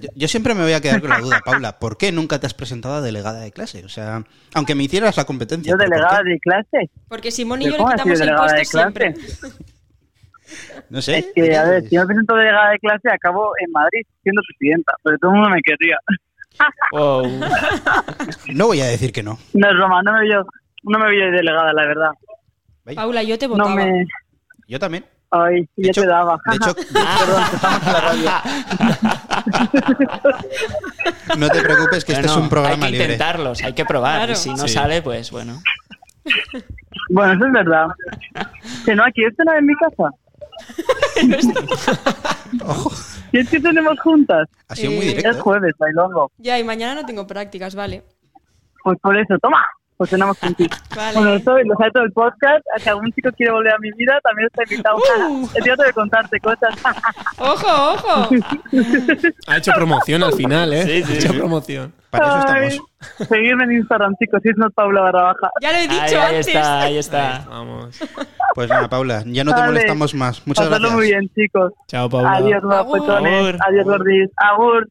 A: Yo, yo siempre me voy a quedar con la duda, Paula. ¿Por qué nunca te has presentado a delegada de clase? O sea, aunque me hicieras la competencia.
H: Yo
A: ¿pero por
H: delegada
A: qué?
H: de clase.
E: Porque Simón y yo le
H: ¿Pero cómo ha
E: quitamos
H: sido
E: el
H: delegada
E: puesto
H: de
E: siempre.
H: clase?
A: No sé.
H: Es que, a ver, si yo me presento delegada de clase, acabo en Madrid siendo presidenta, pero todo el mundo me querría.
C: Wow.
A: No voy a decir que no.
H: No es broma, no me veo, no me veo delegada, la verdad.
E: Paula, yo te
H: No
E: votaba.
H: me.
A: Yo también.
H: Ay,
A: De
H: yo
A: hecho-
H: te daba.
A: De hecho, no te preocupes que este
C: Bueno,
A: es un programa
C: Hay que
A: libre.
C: intentarlos, hay que probar.
E: Claro.
C: Y si no
D: Sí.
C: sale, pues bueno.
H: bueno, eso es verdad. Que no, aquí es cenar en mi casa. ¿Y es que tenemos juntas?
A: Ha sido muy
E: Eh,
A: directo.
H: Es
A: ¿eh?
H: jueves, bailongo.
E: Ya, y mañana no tengo prácticas, vale.
H: Pues por eso, toma. Pues cenamos juntitos.
E: Vale.
H: Bueno, soy los salto del podcast. Si algún chico quiere volver a mi vida, también está invitado.
E: Uh.
H: El día de contarte cosas.
E: ¡Ojo, ojo!
D: Ha hecho promoción al final, ¿eh?
C: Sí, sí,
D: ha hecho
C: sí.
D: promoción.
A: Para eso
H: Ay,
A: estamos.
H: Seguidme en Instagram, chicos. Si es no Paula barra baja.
E: Ya lo he dicho
C: Ahí, ahí
E: antes.
C: está, ahí está.
D: Vamos.
A: Pues nada, Paula, ya no te
H: Vale.
A: molestamos más. Muchas
H: Pasadlo
A: gracias.
H: muy bien, chicos.
D: Chao, Paula.
H: Adiós, guapetones.
C: Agur.
H: Adiós, gordis. Agur.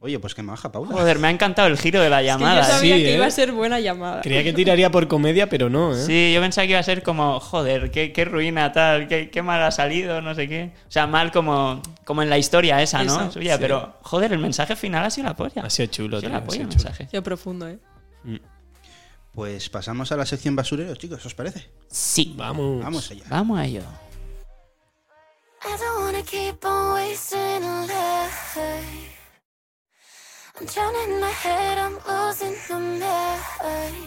A: Oye, pues qué maja, Paula.
C: Joder, me ha encantado el giro de la
E: Es que yo
C: llamada.
E: sabía
D: Sí,
E: que
D: ¿eh?
E: iba a ser buena llamada.
D: Creía que tiraría por comedia, pero no, ¿eh?
C: Sí, yo pensaba que iba a ser como, joder, qué, qué ruina tal, qué, qué mal ha salido, no sé qué. O sea, mal como, como en la historia esa, ¿no?
E: Eso,
C: Suya, pero, joder, el mensaje final ha sido la polla.
D: Ha sido chulo,
C: Ha sido
D: tío,
C: la
D: ha
C: polla
D: sido
C: el
D: chulo.
C: mensaje.
E: Qué profundo, ¿eh?
A: Pues pasamos a la sección basureros, chicos, ¿os parece?
C: Sí,
D: Vamos.
A: Vamos allá.
C: vamos a ello.
G: I don't wanna keep on wasting a life. I'm drowning my head, I'm losing the night.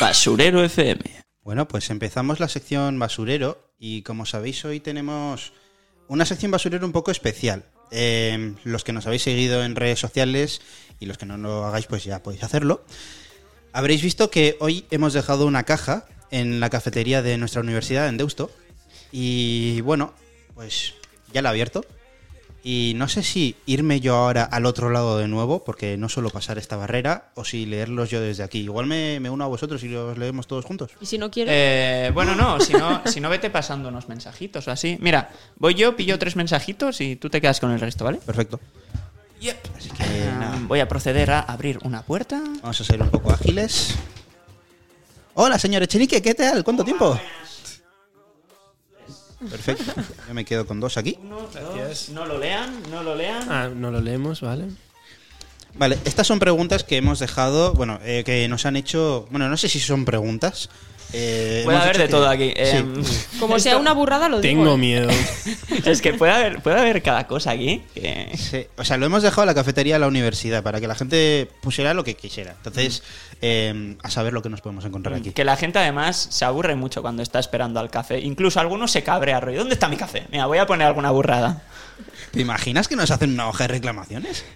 C: Basurero FM.
A: Bueno, pues empezamos la sección basurero y como sabéis hoy tenemos una sección basurero un poco especial. Eh, los que nos habéis seguido en redes sociales y los que no lo hagáis pues ya podéis hacerlo. Habréis visto que hoy hemos dejado una caja en la cafetería de nuestra universidad en Deusto y bueno, pues ya la he abierto. Y no sé si irme yo ahora al otro lado de nuevo, porque no suelo pasar esta barrera, o si leerlos yo desde aquí. Igual me, me uno a vosotros y los leemos todos juntos.
E: Y si no quiero,
C: Eh, bueno, no si, no, si no, vete pasando unos mensajitos o así. Mira, voy yo, pillo tres mensajitos y tú te quedas con el resto, ¿vale?
A: Perfecto. Así que Eh, nada,
C: Ah, Voy a proceder a abrir una puerta.
A: vamos a ser un poco ágiles. Hola, señor Echenique, ¿qué tal? ¿Cuánto tiempo? Perfecto. Yo me quedo con dos aquí.
C: Uno,
D: Gracias.
C: dos, no lo lean, no lo lean.
D: Ah, no lo leemos, ¿vale?
A: Vale, estas son preguntas que hemos dejado, bueno, eh, que nos han hecho, bueno, no sé si son preguntas. Eh,
C: Puede
A: hemos
C: haber
A: hecho
C: de
A: que-
C: todo aquí.
A: Sí.
C: Em,
E: Como sea una burrada, lo digo. ¿eh?
D: Tengo miedo.
C: es que puede haber, puede haber cada cosa aquí. que-
A: Sí, o sea, lo hemos dejado a la cafetería de la universidad para que la gente pusiera lo que quisiera. Entonces, eh, a saber lo que nos podemos encontrar aquí.
C: Mm. Que la gente además se aburre mucho cuando está esperando al café. Incluso algunos se cabrea, rollo. ¿Dónde está mi café? Mira, voy a poner alguna burrada.
A: ¿Te imaginas que nos hacen una hoja de reclamaciones?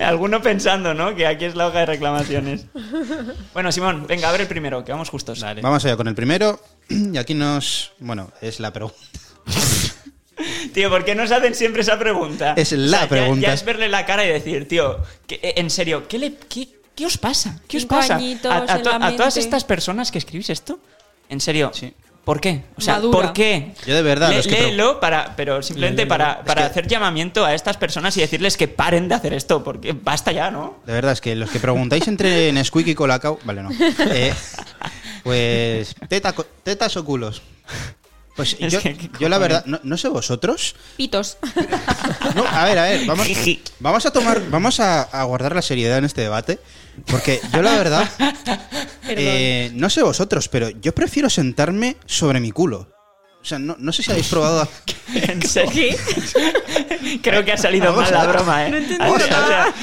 C: Alguno pensando, ¿no? Que aquí es la hoja de reclamaciones. Bueno, Simón, venga, abre el primero, que vamos justos.
A: Vamos allá con el primero. Y aquí nos. Bueno, es la pregunta.
C: Tío, ¿por qué nos hacen siempre esa pregunta?
A: Es la
C: ya-
A: pregunta.
C: Ya, es verle la cara y decir, tío, que- eh, en serio, ¿qué, le, qué, qué os pasa? ¿Qué os
E: Cinco
C: pasa?
E: añitos
C: A, a
E: en
C: to-
E: la
C: a todas
E: mente.
C: estas personas que escribís esto, en serio,
A: Sí.
C: ¿por qué? O sea,
E: Madura.
C: ¿por qué?
A: Yo de verdad,
C: Le-
A: los que pre-
C: léelo para, pero simplemente para, para hacer llamamiento a estas personas y decirles que paren de hacer esto, porque basta ya, ¿no?
A: De verdad, es que los que preguntáis entre Nesquik y Colacao. Vale, no. Eh, pues. teta- tetas o culos. Pues
C: Es
A: yo,
C: que, ¿qué
A: yo la
C: cojones?
A: verdad, no, no sé vosotros.
E: Pitos.
A: No, a ver, a ver, vamos,
C: Jiji.
A: vamos a tomar, vamos a, a guardar la seriedad en este debate, porque yo la verdad, eh, no sé vosotros, pero yo prefiero sentarme sobre mi culo. O sea, no, no sé si habéis probado. a-
C: En serio.
E: ¿Qué?
C: Creo que ha salido
A: Vamos
C: mal
A: a
C: la
A: ver.
C: broma, ¿eh?
E: No he entendido
C: O sea,
E: nada.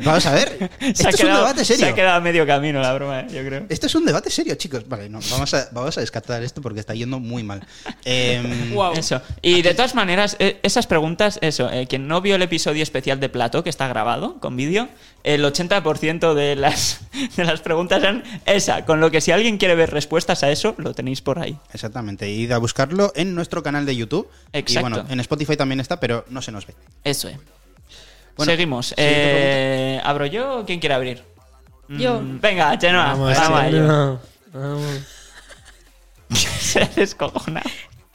A: Vamos a ver,
C: Se
A: esto
C: ha,
A: es un
C: quedado,
A: debate
C: se ha
A: serio.
C: quedado a medio camino la broma, ¿eh? yo creo.
A: Esto Este es un debate serio, chicos. Vale, no, vamos a, vamos a descartar esto porque está yendo muy mal. Em,
E: Guau.
C: Eso. Y de todas maneras, eh, esas preguntas, eso, eh, quien no vio el episodio especial de Plato, que está grabado con vídeo, el 80% de las, de las preguntas eran esa, con lo que si alguien quiere ver respuestas a eso, lo tenéis por ahí.
A: Exactamente, id a buscarlo en nuestro canal de YouTube.
C: Exacto.
A: Y bueno, en Spotify también está, pero no se nos ve.
C: Eso es.
A: Bueno,
C: Seguimos.
A: siguiente
C: Eh, ¿Abro yo o quién quiere abrir?
E: Yo.
C: Mm, venga, Chenoa, vamos, a ello.
D: Chenoa. Vamos.
C: Se descojona.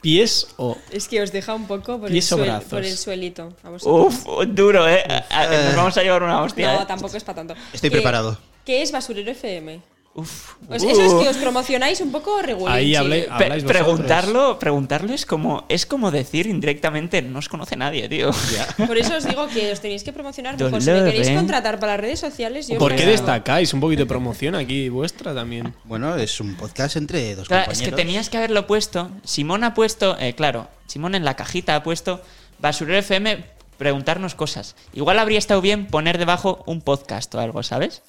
D: Pies o.
E: Es que os deja un poco por, el,
D: Pies o
E: suel-
D: brazos.
E: por el suelito. A vosotros.
C: Uf, duro, ¿eh? A- a- Nos
A: Eh.
C: vamos a llevar una hostia.
E: No,
C: ¿eh?
E: tampoco es para tanto.
A: Estoy
E: Que-
A: preparado.
E: ¿Qué es Basurero FM?
C: Uf.
E: Os- Pues Eso es
C: Uh.
E: que os promocionáis un poco regular.
D: Ahí hablé.
C: Pe-
D: habláis vosotros.
C: preguntarlo, preguntarlo es como es como decir indirectamente no os conoce nadie, tío.
E: Por eso os digo que os tenéis que promocionar mejor. Si
C: Dolor,
E: me queréis
C: ¿eh?
E: contratar para las redes sociales, yo
D: ¿Por
E: os
D: qué
E: hago.
D: destacáis? Un poquito de promoción aquí vuestra también.
A: Bueno, es un podcast entre dos
C: Claro, es
A: compañeros.
C: que tenías que haberlo puesto. Simón ha puesto, eh, claro, Simón en la cajita ha puesto Basurero FM preguntarnos cosas. Igual habría estado bien poner debajo un podcast o algo, ¿sabes?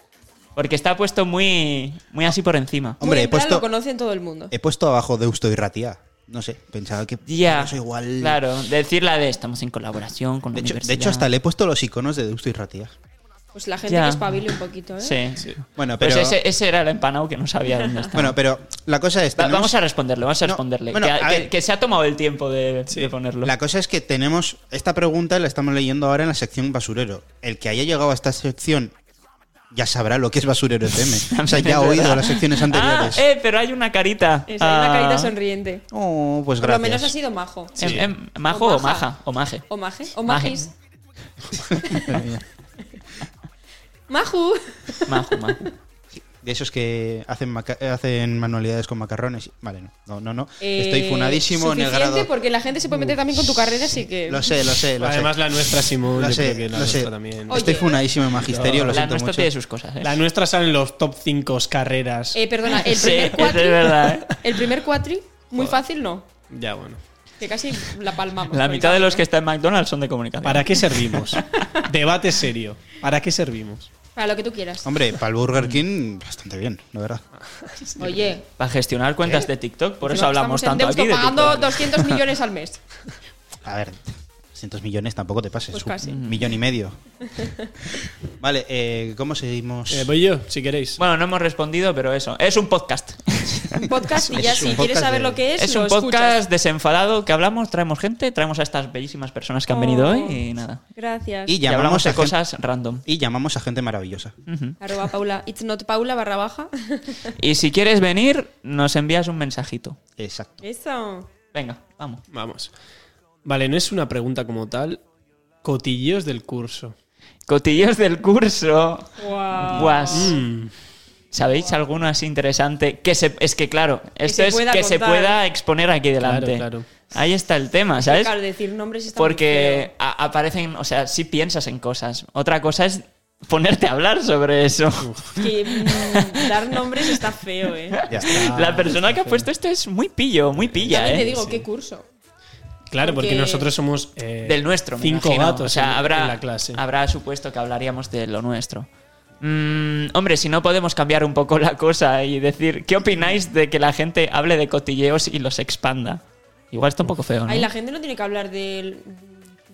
C: Porque está puesto muy muy así por encima.
E: Muy
A: Hombre, he
E: en plan,
A: puesto-
E: lo conocen todo el mundo.
A: He puesto abajo Deusto y Ratía. No sé, pensaba que
C: Ya.
A: eso igual.
C: Claro, decir la de estamos en colaboración con la
A: De hecho, de
C: universidad.
A: hecho, hasta le he puesto los iconos de Deusto y Ratía.
E: Pues la gente
C: Ya.
E: que espabile un poquito, ¿eh?
C: Sí.
A: Bueno,
C: Pues
A: pero.
C: ese, ese era el empanado que no sabía dónde estaba.
A: Bueno, pero la cosa es.
C: Va-
A: tenemos-
C: vamos a responderle, vamos a
A: No,
C: responderle.
A: bueno,
C: que,
A: a
C: que-
A: ver.
C: que se ha tomado el tiempo de, de ponerlo.
A: La cosa es que tenemos. Esta pregunta la estamos leyendo ahora en la sección basurero. El que haya llegado a esta sección ya sabrá lo que es basurero FM. o sea, ya ha
C: Es
A: oído
C: verdad.
A: las secciones anteriores.
C: Ah, eh, pero hay una carita.
E: Esa, hay una
C: Ah.
E: carita sonriente.
A: Oh, pues
E: Por
A: gracias.
E: lo menos ha sido majo.
C: Em, em, ¿Majo o,
E: O maja.
C: maja? O maje.
E: O maje. O
C: Maje.
E: majis. Maju.
C: Majo, majo.
A: De esos que hacen, maca- eh, hacen manualidades con macarrones. Vale, no, no, no. no.
E: Eh,
A: Estoy funadísimo en el
E: suficiente
A: grado.
E: porque la gente se puede meter también con tu carrera, así que...
A: Lo sé, lo sé, lo
D: Además,
A: sé.
D: la nuestra, Simón,
A: Lo
D: yo
A: sé,
D: creo que la
A: lo sé.
D: nuestra también.
E: Oye.
A: Estoy funadísimo en magisterio, lo
C: La
A: siento
C: nuestra
A: mucho.
C: tiene sus cosas, ¿eh?
D: La nuestra sale en los top 5 carreras.
E: Eh, perdona, el
C: Sí,
E: primer
C: es
E: cuatri...
C: verdad, ¿eh?
E: El primer cuatri, muy fácil, no.
D: Ya, bueno.
E: Que casi la palmamos.
C: La
E: por el
C: mitad de los que
E: camino.
C: están en McDonald's son de comunicación.
D: ¿Para qué servimos? Debate serio. ¿Para qué servimos?
E: Para lo que tú quieras.
A: Hombre, para el Burger King, bastante bien, la verdad.
E: Oye...
C: Para gestionar
A: ¿Eh?
C: cuentas de TikTok, por eso
E: encima que
C: hablamos
E: estamos
C: tanto
E: en
C: aquí
E: deusto
C: de
E: pagando
C: TikTok.
E: 200 millones al mes.
A: A ver, 200 millones tampoco te pases.
E: Pues
A: un
E: casi.
A: millón y medio. Vale, eh, ¿cómo seguimos?
D: Eh, voy yo, si queréis.
C: Bueno, no hemos respondido, pero eso. Es un podcast.
E: Un podcast y
A: Es
E: ya
A: un
E: si quieres
A: podcast
E: saber
A: de-
E: lo que es,
C: Es
E: lo
C: un podcast
E: escuchas.
C: desenfadado que hablamos, traemos gente, traemos a estas bellísimas personas que han venido
E: Oh.
C: hoy y nada.
E: Gracias.
A: y,
C: Y
A: llamamos
C: hablamos de
A: a gente,
C: cosas random.
A: y llamamos a gente maravillosa.
E: Arroba Paula. It's not Paula barra baja.
C: Y si quieres venir, nos envías un mensajito.
A: Exacto.
E: Eso.
C: Venga, vamos.
D: Vamos. Vale, no es una pregunta como tal. Cotilleos del curso.
E: Ah.
C: Cotillos del curso.
D: Mm.
E: Wow.
C: Mm, Guas. ¿Sabéis alguno así interesante? Que se, es que, claro, esto
E: se
C: es que
E: pueda
C: se
E: contar.
C: pueda exponer aquí delante.
D: claro.
C: Ahí está el tema, ¿sabes?
E: Claro, decir nombres está muy
C: Porque a- aparecen, o sea, sí piensas en cosas. Otra cosa es ponerte a hablar sobre eso.
E: feo. Que, mm, dar nombres está feo, ¿eh?
A: Ya está.
C: La persona que ha puesto esto es muy pillo, muy pilla,
E: También
C: ¿eh?
E: te digo, ¿qué curso?
D: Claro, porque
E: Porque-
D: nosotros somos eh,
C: Del nuestro, me
D: cinco
C: imagino.
D: gatos
C: O sea,
D: en-
C: habrá,
D: en la clase.
C: habrá supuesto que hablaríamos de lo nuestro. Mm, hombre, si no podemos cambiar un poco la cosa y decir, ¿qué opináis de que la gente hable de cotilleos y los expanda? Igual está un poco feo, ¿no?
E: Ay, la gente no tiene que hablar del-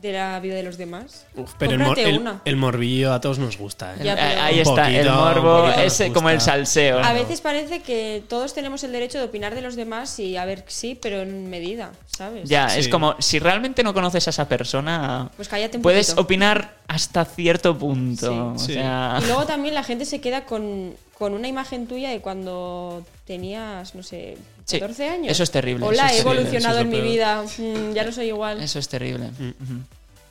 E: de la vida de los demás.
D: Uf, pero el, mor-
E: Cómprate
D: el,
E: una.
D: el morbillo a todos nos gusta. ¿eh?
E: Ya, pero-
C: Ahí
D: Un
C: está, el
D: poquito, un
C: morbo,
D: poquito nos
C: ese como el
D: gusta.
C: salseo.
E: A veces parece que todos tenemos el derecho de opinar de los demás y a ver, sí, pero en medida, ¿sabes?
C: Ya, es
D: Sí.
C: como, si realmente no conoces a esa persona,
E: Pues cállate un
C: puedes
E: poquito.
C: opinar hasta cierto punto.
D: Sí.
C: o
D: Sí.
C: sea,
E: Y luego también la gente se queda con, con una imagen tuya de cuando tenías, no sé,
C: Sí,
E: 14 años.
C: eso es terrible,
E: Hola,
C: eso
E: he
C: es terrible,
E: evolucionado
D: eso es
E: en
D: lo
E: mi
D: peor.
E: vida, mm, ya no soy igual.
C: Eso es terrible.
A: Mm,
C: Ujú.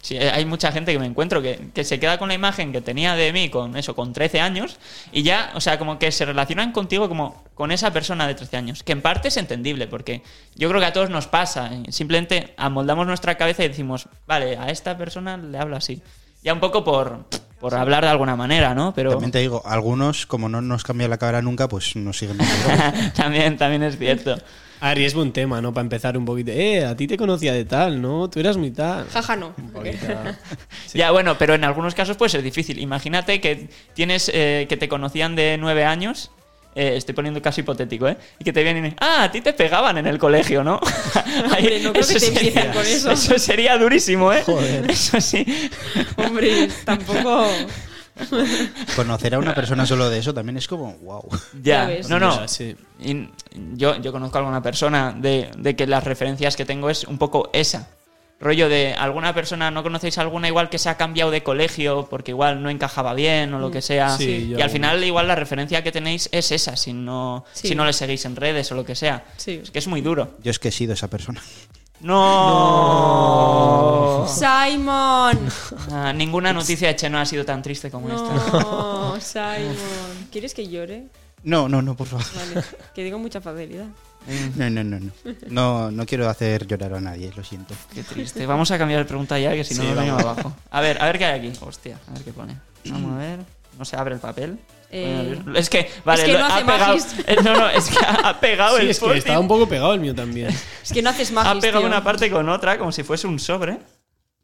C: Sí, eh, hay mucha gente que me encuentro que, que se queda con la imagen que tenía de mí con eso, con 13 años, y ya, o sea, como que se relacionan contigo como con esa persona de 13 años, que en parte es entendible, porque yo creo que a todos nos pasa, eh, simplemente amoldamos nuestra cabeza y decimos, vale, a esta persona le hablo así. Ya un poco por, por hablar de alguna manera, ¿no? Pero
A: También te digo, algunos, como no nos cambia la cara nunca, pues nos siguen viendo.
C: también, también es cierto.
D: A ver, y es buen tema, ¿no? Para empezar un poquito. Eh, a ti te conocía de tal, ¿no? Tú eras muy tal.
E: Jaja, no.
D: Un poquito.
C: Ya, bueno, pero en algunos casos puede ser difícil. Imagínate que tienes eh, que te conocían de nueve años. eh, estoy poniendo caso hipotético, ¿eh? Y que te vienen y ah, a ti te pegaban en el colegio, ¿no?
E: Hombre, no creo que te empiecen con eso.
C: Eso sería durísimo, ¿eh? Eso sí.
E: Hombre, tampoco.
A: Conocer a una persona solo de eso también es como, wow.
E: Ya
C: Ya,
E: ves.
C: no, no.
D: Ya, sí.
C: Y yo, yo conozco a alguna persona de, de que las referencias que tengo es un poco esa. Rollo de alguna persona, no conocéis alguna igual que se ha cambiado de colegio porque igual no encajaba bien o lo que sea.
D: Sí,
C: y
D: yo
C: al
D: alguna.
C: final igual la referencia que tenéis es esa, si no,
E: Sí.
C: si no le seguís en redes o lo que sea.
E: Sí.
C: Es que es muy duro.
A: Yo es que he sido esa persona.
C: No.
E: Simon.
C: Ah, ninguna noticia de Cheno ha sido tan triste como este. esta.
E: No, Simon. ¿Quieres que llore?
A: No, no, no, por favor.
E: Vale, que digo mucha facilidad.
A: No, no, no, no. No, no quiero hacer llorar a nadie, lo siento.
C: Qué triste. Vamos a cambiar de pregunta ya que si no
D: Sí,
C: nos venimos
D: vamos.
C: abajo. A ver, a ver qué hay aquí. Hostia, a ver qué pone. Vamos a ver. No se abre el papel.
E: Eh,
C: Es que, vale,
E: es que
C: lo-
E: no hace
C: ha pegado.
E: magis.
C: eh, No, no, es que ha ha
E: Ah,
C: pegado
D: Sí,
C: el
D: es que
E: pues
C: post-it.
D: estaba un poco pegado el mío también.
E: Es que no haces
C: Ha
E: magia.
C: pegado Ah, una parte con otra como si fuese un sobre.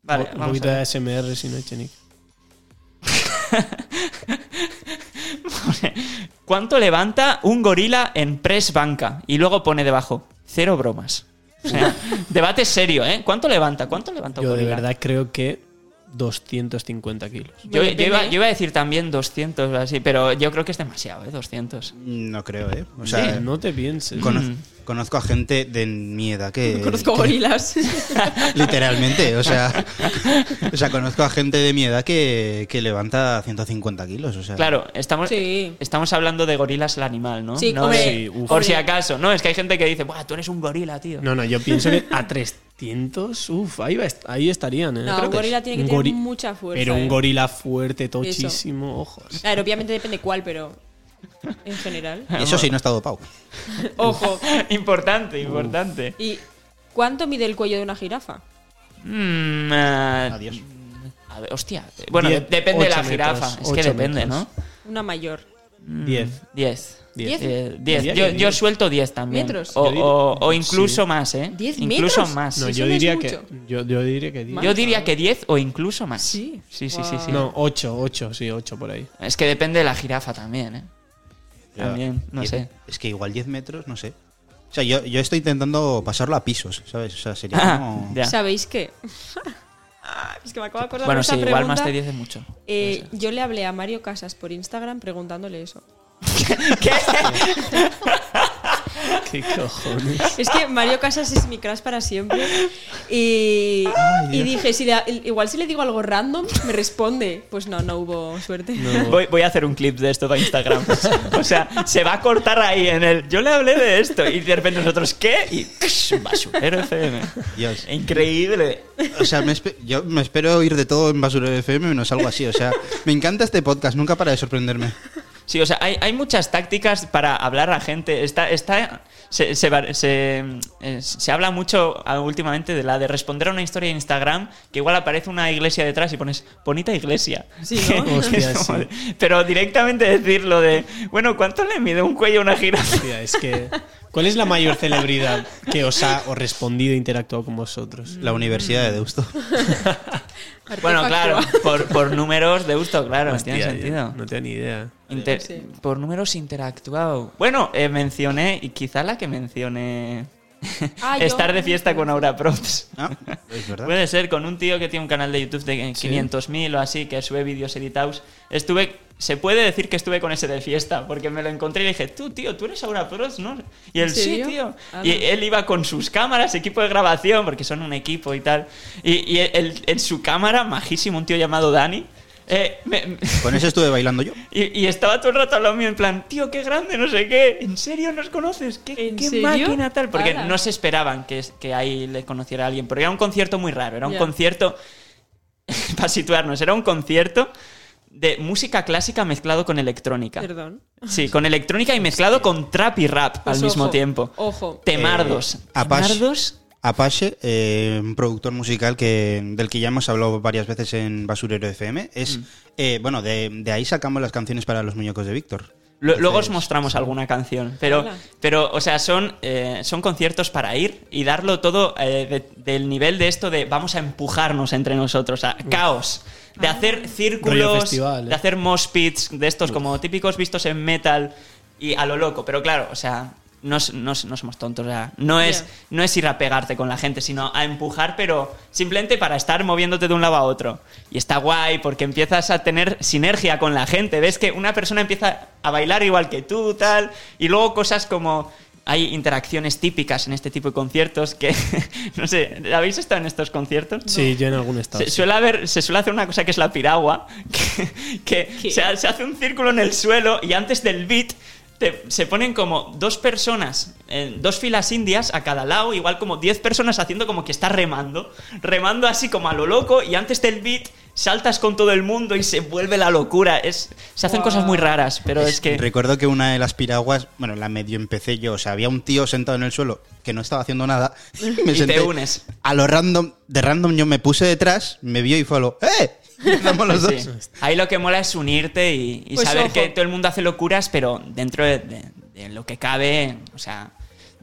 C: Vale,
D: un
C: vamos
D: poquito
C: a ver.
D: de ASMR si no, Chenic.
C: ¿Cuánto levanta un gorila en press banca? Y luego pone debajo, cero bromas. O sea, debate serio, ¿eh? ¿Cuánto levanta? ¿Cuánto levanta un
D: Yo de
C: gorila?
D: verdad creo que 250 kilos.
C: Yo, yo
E: Depende,
C: iba,
E: ¿eh?
C: yo iba a decir también 200 o así, pero yo creo que es demasiado, ¿eh? 200.
A: No creo, ¿eh? O sea,
D: no te pienses.
A: cono- conozco a gente de mi edad
D: Eh,
A: que...
E: Conozco
A: que-
E: gorilas.
A: Literalmente, o sea, o sea, conozco a gente de mi edad que, que levanta 150 kilos, o sea,
C: Claro, estamos,
E: Sí.
C: estamos hablando de gorilas el animal, ¿no?
E: Sí,
C: No
E: hombre.
C: de-
D: Sí, uf.
C: por si acaso. No, es que hay gente que dice, Buah, tú eres un gorila, tío.
D: No, no, yo pienso que a 300, uff, ahí, va a est- ahí estarían, ¿eh?
E: No, un gorila tiene que
D: Un
E: tener
D: gori-
E: mucha fuerza.
D: Pero
E: ¿eh?
D: un gorila fuerte, tochísimo, ¿eh? ojos.
E: Claro, obviamente depende cuál, pero. En general.
A: eso sí no está dopado.
E: Ojo.
C: importante, importante.
E: ¿Y cuánto mide el cuello de una jirafa?
C: Mm, ah,
A: Adiós.
C: a ver, hostia. Bueno,
D: Diez-
C: de- depende de la
D: ocho
C: jirafa.
D: metros,
C: es que
D: ocho
C: depende,
D: metros.
E: Una mayor.
D: 10.
C: 10.
D: Diez. Diría
C: Eh, Yo,
D: que
C: yo
D: diez.
C: suelto 10 también.
E: ¿Metros?
C: O,
D: Yo diría-
C: o- o incluso
D: sí.
C: más, ¿eh?
E: ¿Diez
C: incluso
E: metros?
C: más.
D: No,
E: Eso
D: yo
E: no es
D: diría, que,
E: mucho.
D: yo, yo diría que 10.
C: Yo diría que 10 o incluso más.
E: Sí.
C: Sí, sí, sí, sí.
D: No, 8, 8, sí, 8 por ahí.
C: Es que depende de la jirafa también, ¿eh? También, no
A: Y-
C: sé.
A: Es que igual 10 metros, no sé. O sea, yo, yo estoy intentando pasarlo a pisos, ¿sabes? O sea, sería
C: Ah,
A: como...
C: ya.
E: ¿Sabéis qué? Ah, es que me acabo de acordar
C: Bueno,
E: de
C: sí,
E: esa
C: igual
E: pregunta.
C: más de 10 es mucho.
E: Eh, yo le hablé a Mario Casas por Instagram preguntándole eso.
D: ¿Qué cojones?
E: Es que Mario Casas es mi crush para siempre. Y, y dije, si le- igual si le digo algo random, me responde. Pues no, no hubo suerte.
C: Voy, voy a hacer un clip de esto para Instagram. O sea, se va a cortar ahí en el. Yo le hablé de esto y de repente nosotros, ¿qué? Y. ¡ksh! Basurero FM.
A: Dios.
C: Increíble.
A: O sea, me espe- yo me espero oír de todo en Basurero FM menos algo así. O sea, me encanta este podcast, nunca para de sorprenderme.
C: Sí, o sea, hay, hay muchas tácticas para hablar a gente. Está, está, se, se, va- se, eh, se habla mucho ah, últimamente de la de responder a una historia de Instagram que igual aparece una iglesia detrás y pones bonita iglesia.
E: Sí, ¿no?
C: Que es
D: Hostia,
C: como
D: sí.
C: de- Pero directamente decirlo de, bueno, ¿cuánto le mide un cuello a una jirafa?
D: Hostia, es que. ¿Cuál es la mayor celebridad que os ha o respondido e interactuado con vosotros?
A: La Universidad de Deusto.
C: Bueno,
E: Artefacto.
C: claro, por, por números de gusto, claro, tiene
D: Hostia,
C: sentido.
D: No tengo ni idea.
C: Inter-
E: Sí.
C: Por números interactuado. Bueno, eh, mencioné, y quizá la que mencioné,
E: Ah, yo-
C: estar de fiesta con Aura Props.
A: Ah, es verdad.
C: Puede ser con un tío que tiene un canal de YouTube de 500.000 o así, que sube vídeos editados. Estuve, se puede decir que estuve con ese de fiesta, porque me lo encontré y le dije, tú, tío, tú eres Aura Props, ¿no? Y él,
E: ¿En
C: sí,
E: serio?
C: tío.
E: Ah,
C: Y
E: no.
C: él iba con sus cámaras, equipo de grabación, porque son un equipo y tal. Y, y él- en su cámara, majísimo, un tío llamado Dani. eh, me-
A: Con eso estuve bailando yo.
C: y, y estaba todo el rato al lado mío en plan, tío, qué grande, no sé qué, ¿en serio nos conoces? ¿Qué,
E: ¿En
C: qué
E: serio?
C: máquina tal? Porque
E: Ala.
C: no se esperaban que, es- que ahí le conociera a alguien, porque era un concierto muy raro, era un
E: Ya.
C: concierto, para situarnos, era un concierto de música clásica mezclado con electrónica.
E: Perdón.
C: Sí, con electrónica y mezclado con trap y rap
E: Pues
C: al mismo
E: ojo, Eh,
C: tiempo.
E: Ojo.
C: Temardos.
A: Apache.
C: Temardos
A: Apache, eh, un productor musical que, del que ya hemos hablado varias veces en Basurero FM, es
C: Mm.
A: eh, bueno, de, de ahí sacamos las canciones para los muñecos de Víctor.
C: Lu- Luego os
A: Entonces,
C: mostramos alguna canción, pero,
E: Hola.
C: pero o sea, son, eh, son conciertos para ir y darlo todo eh, de- del nivel de esto de vamos a empujarnos entre nosotros, a caos,
E: Ah.
C: de hacer
D: Rollo
C: círculos,
D: festival, ¿eh?
C: de hacer mosh pits, de estos como típicos vistos en metal y a lo loco, pero claro, o sea, no, s- no s- no somos tontos, o sea, no, es,
E: Ya.
C: no es ir a pegarte con la gente, sino a empujar, pero simplemente para estar moviéndote de un lado a otro. Y está guay porque empiezas a tener sinergia con la gente. Ves que una persona empieza a bailar igual que tú, tal. Y luego cosas como. Hay interacciones típicas en este tipo de conciertos que. no sé, ¿habéis estado en estos conciertos?
D: Sí, yo en algún estado.
C: Se suele, haber, se suele hacer una cosa que es la piragua, que, que
E: ¿Qué?
C: se, ha- se hace un círculo en el suelo y antes del beat te- se ponen como dos personas, en dos filas indias a cada lado, igual como 10 personas haciendo como que está remando, remando así como a lo loco y antes del beat saltas con todo el mundo y se vuelve la locura. Es, se hacen
E: Guau.
C: cosas muy raras, pero es que...
A: Recuerdo que una de las piraguas, bueno, la medio empecé yo, o sea, había un tío sentado en el suelo que no estaba haciendo nada. Me
C: Y te unes.
A: A lo random, de random yo me puse detrás, me vio y fue a lo, ¡eh! Y empezamos los
C: Sí.
A: dos.
C: Ahí lo que mola es unirte y, y
E: Pues
C: saber
E: ojo.
C: que todo el mundo hace locuras, pero dentro de, de- de lo que cabe, o sea,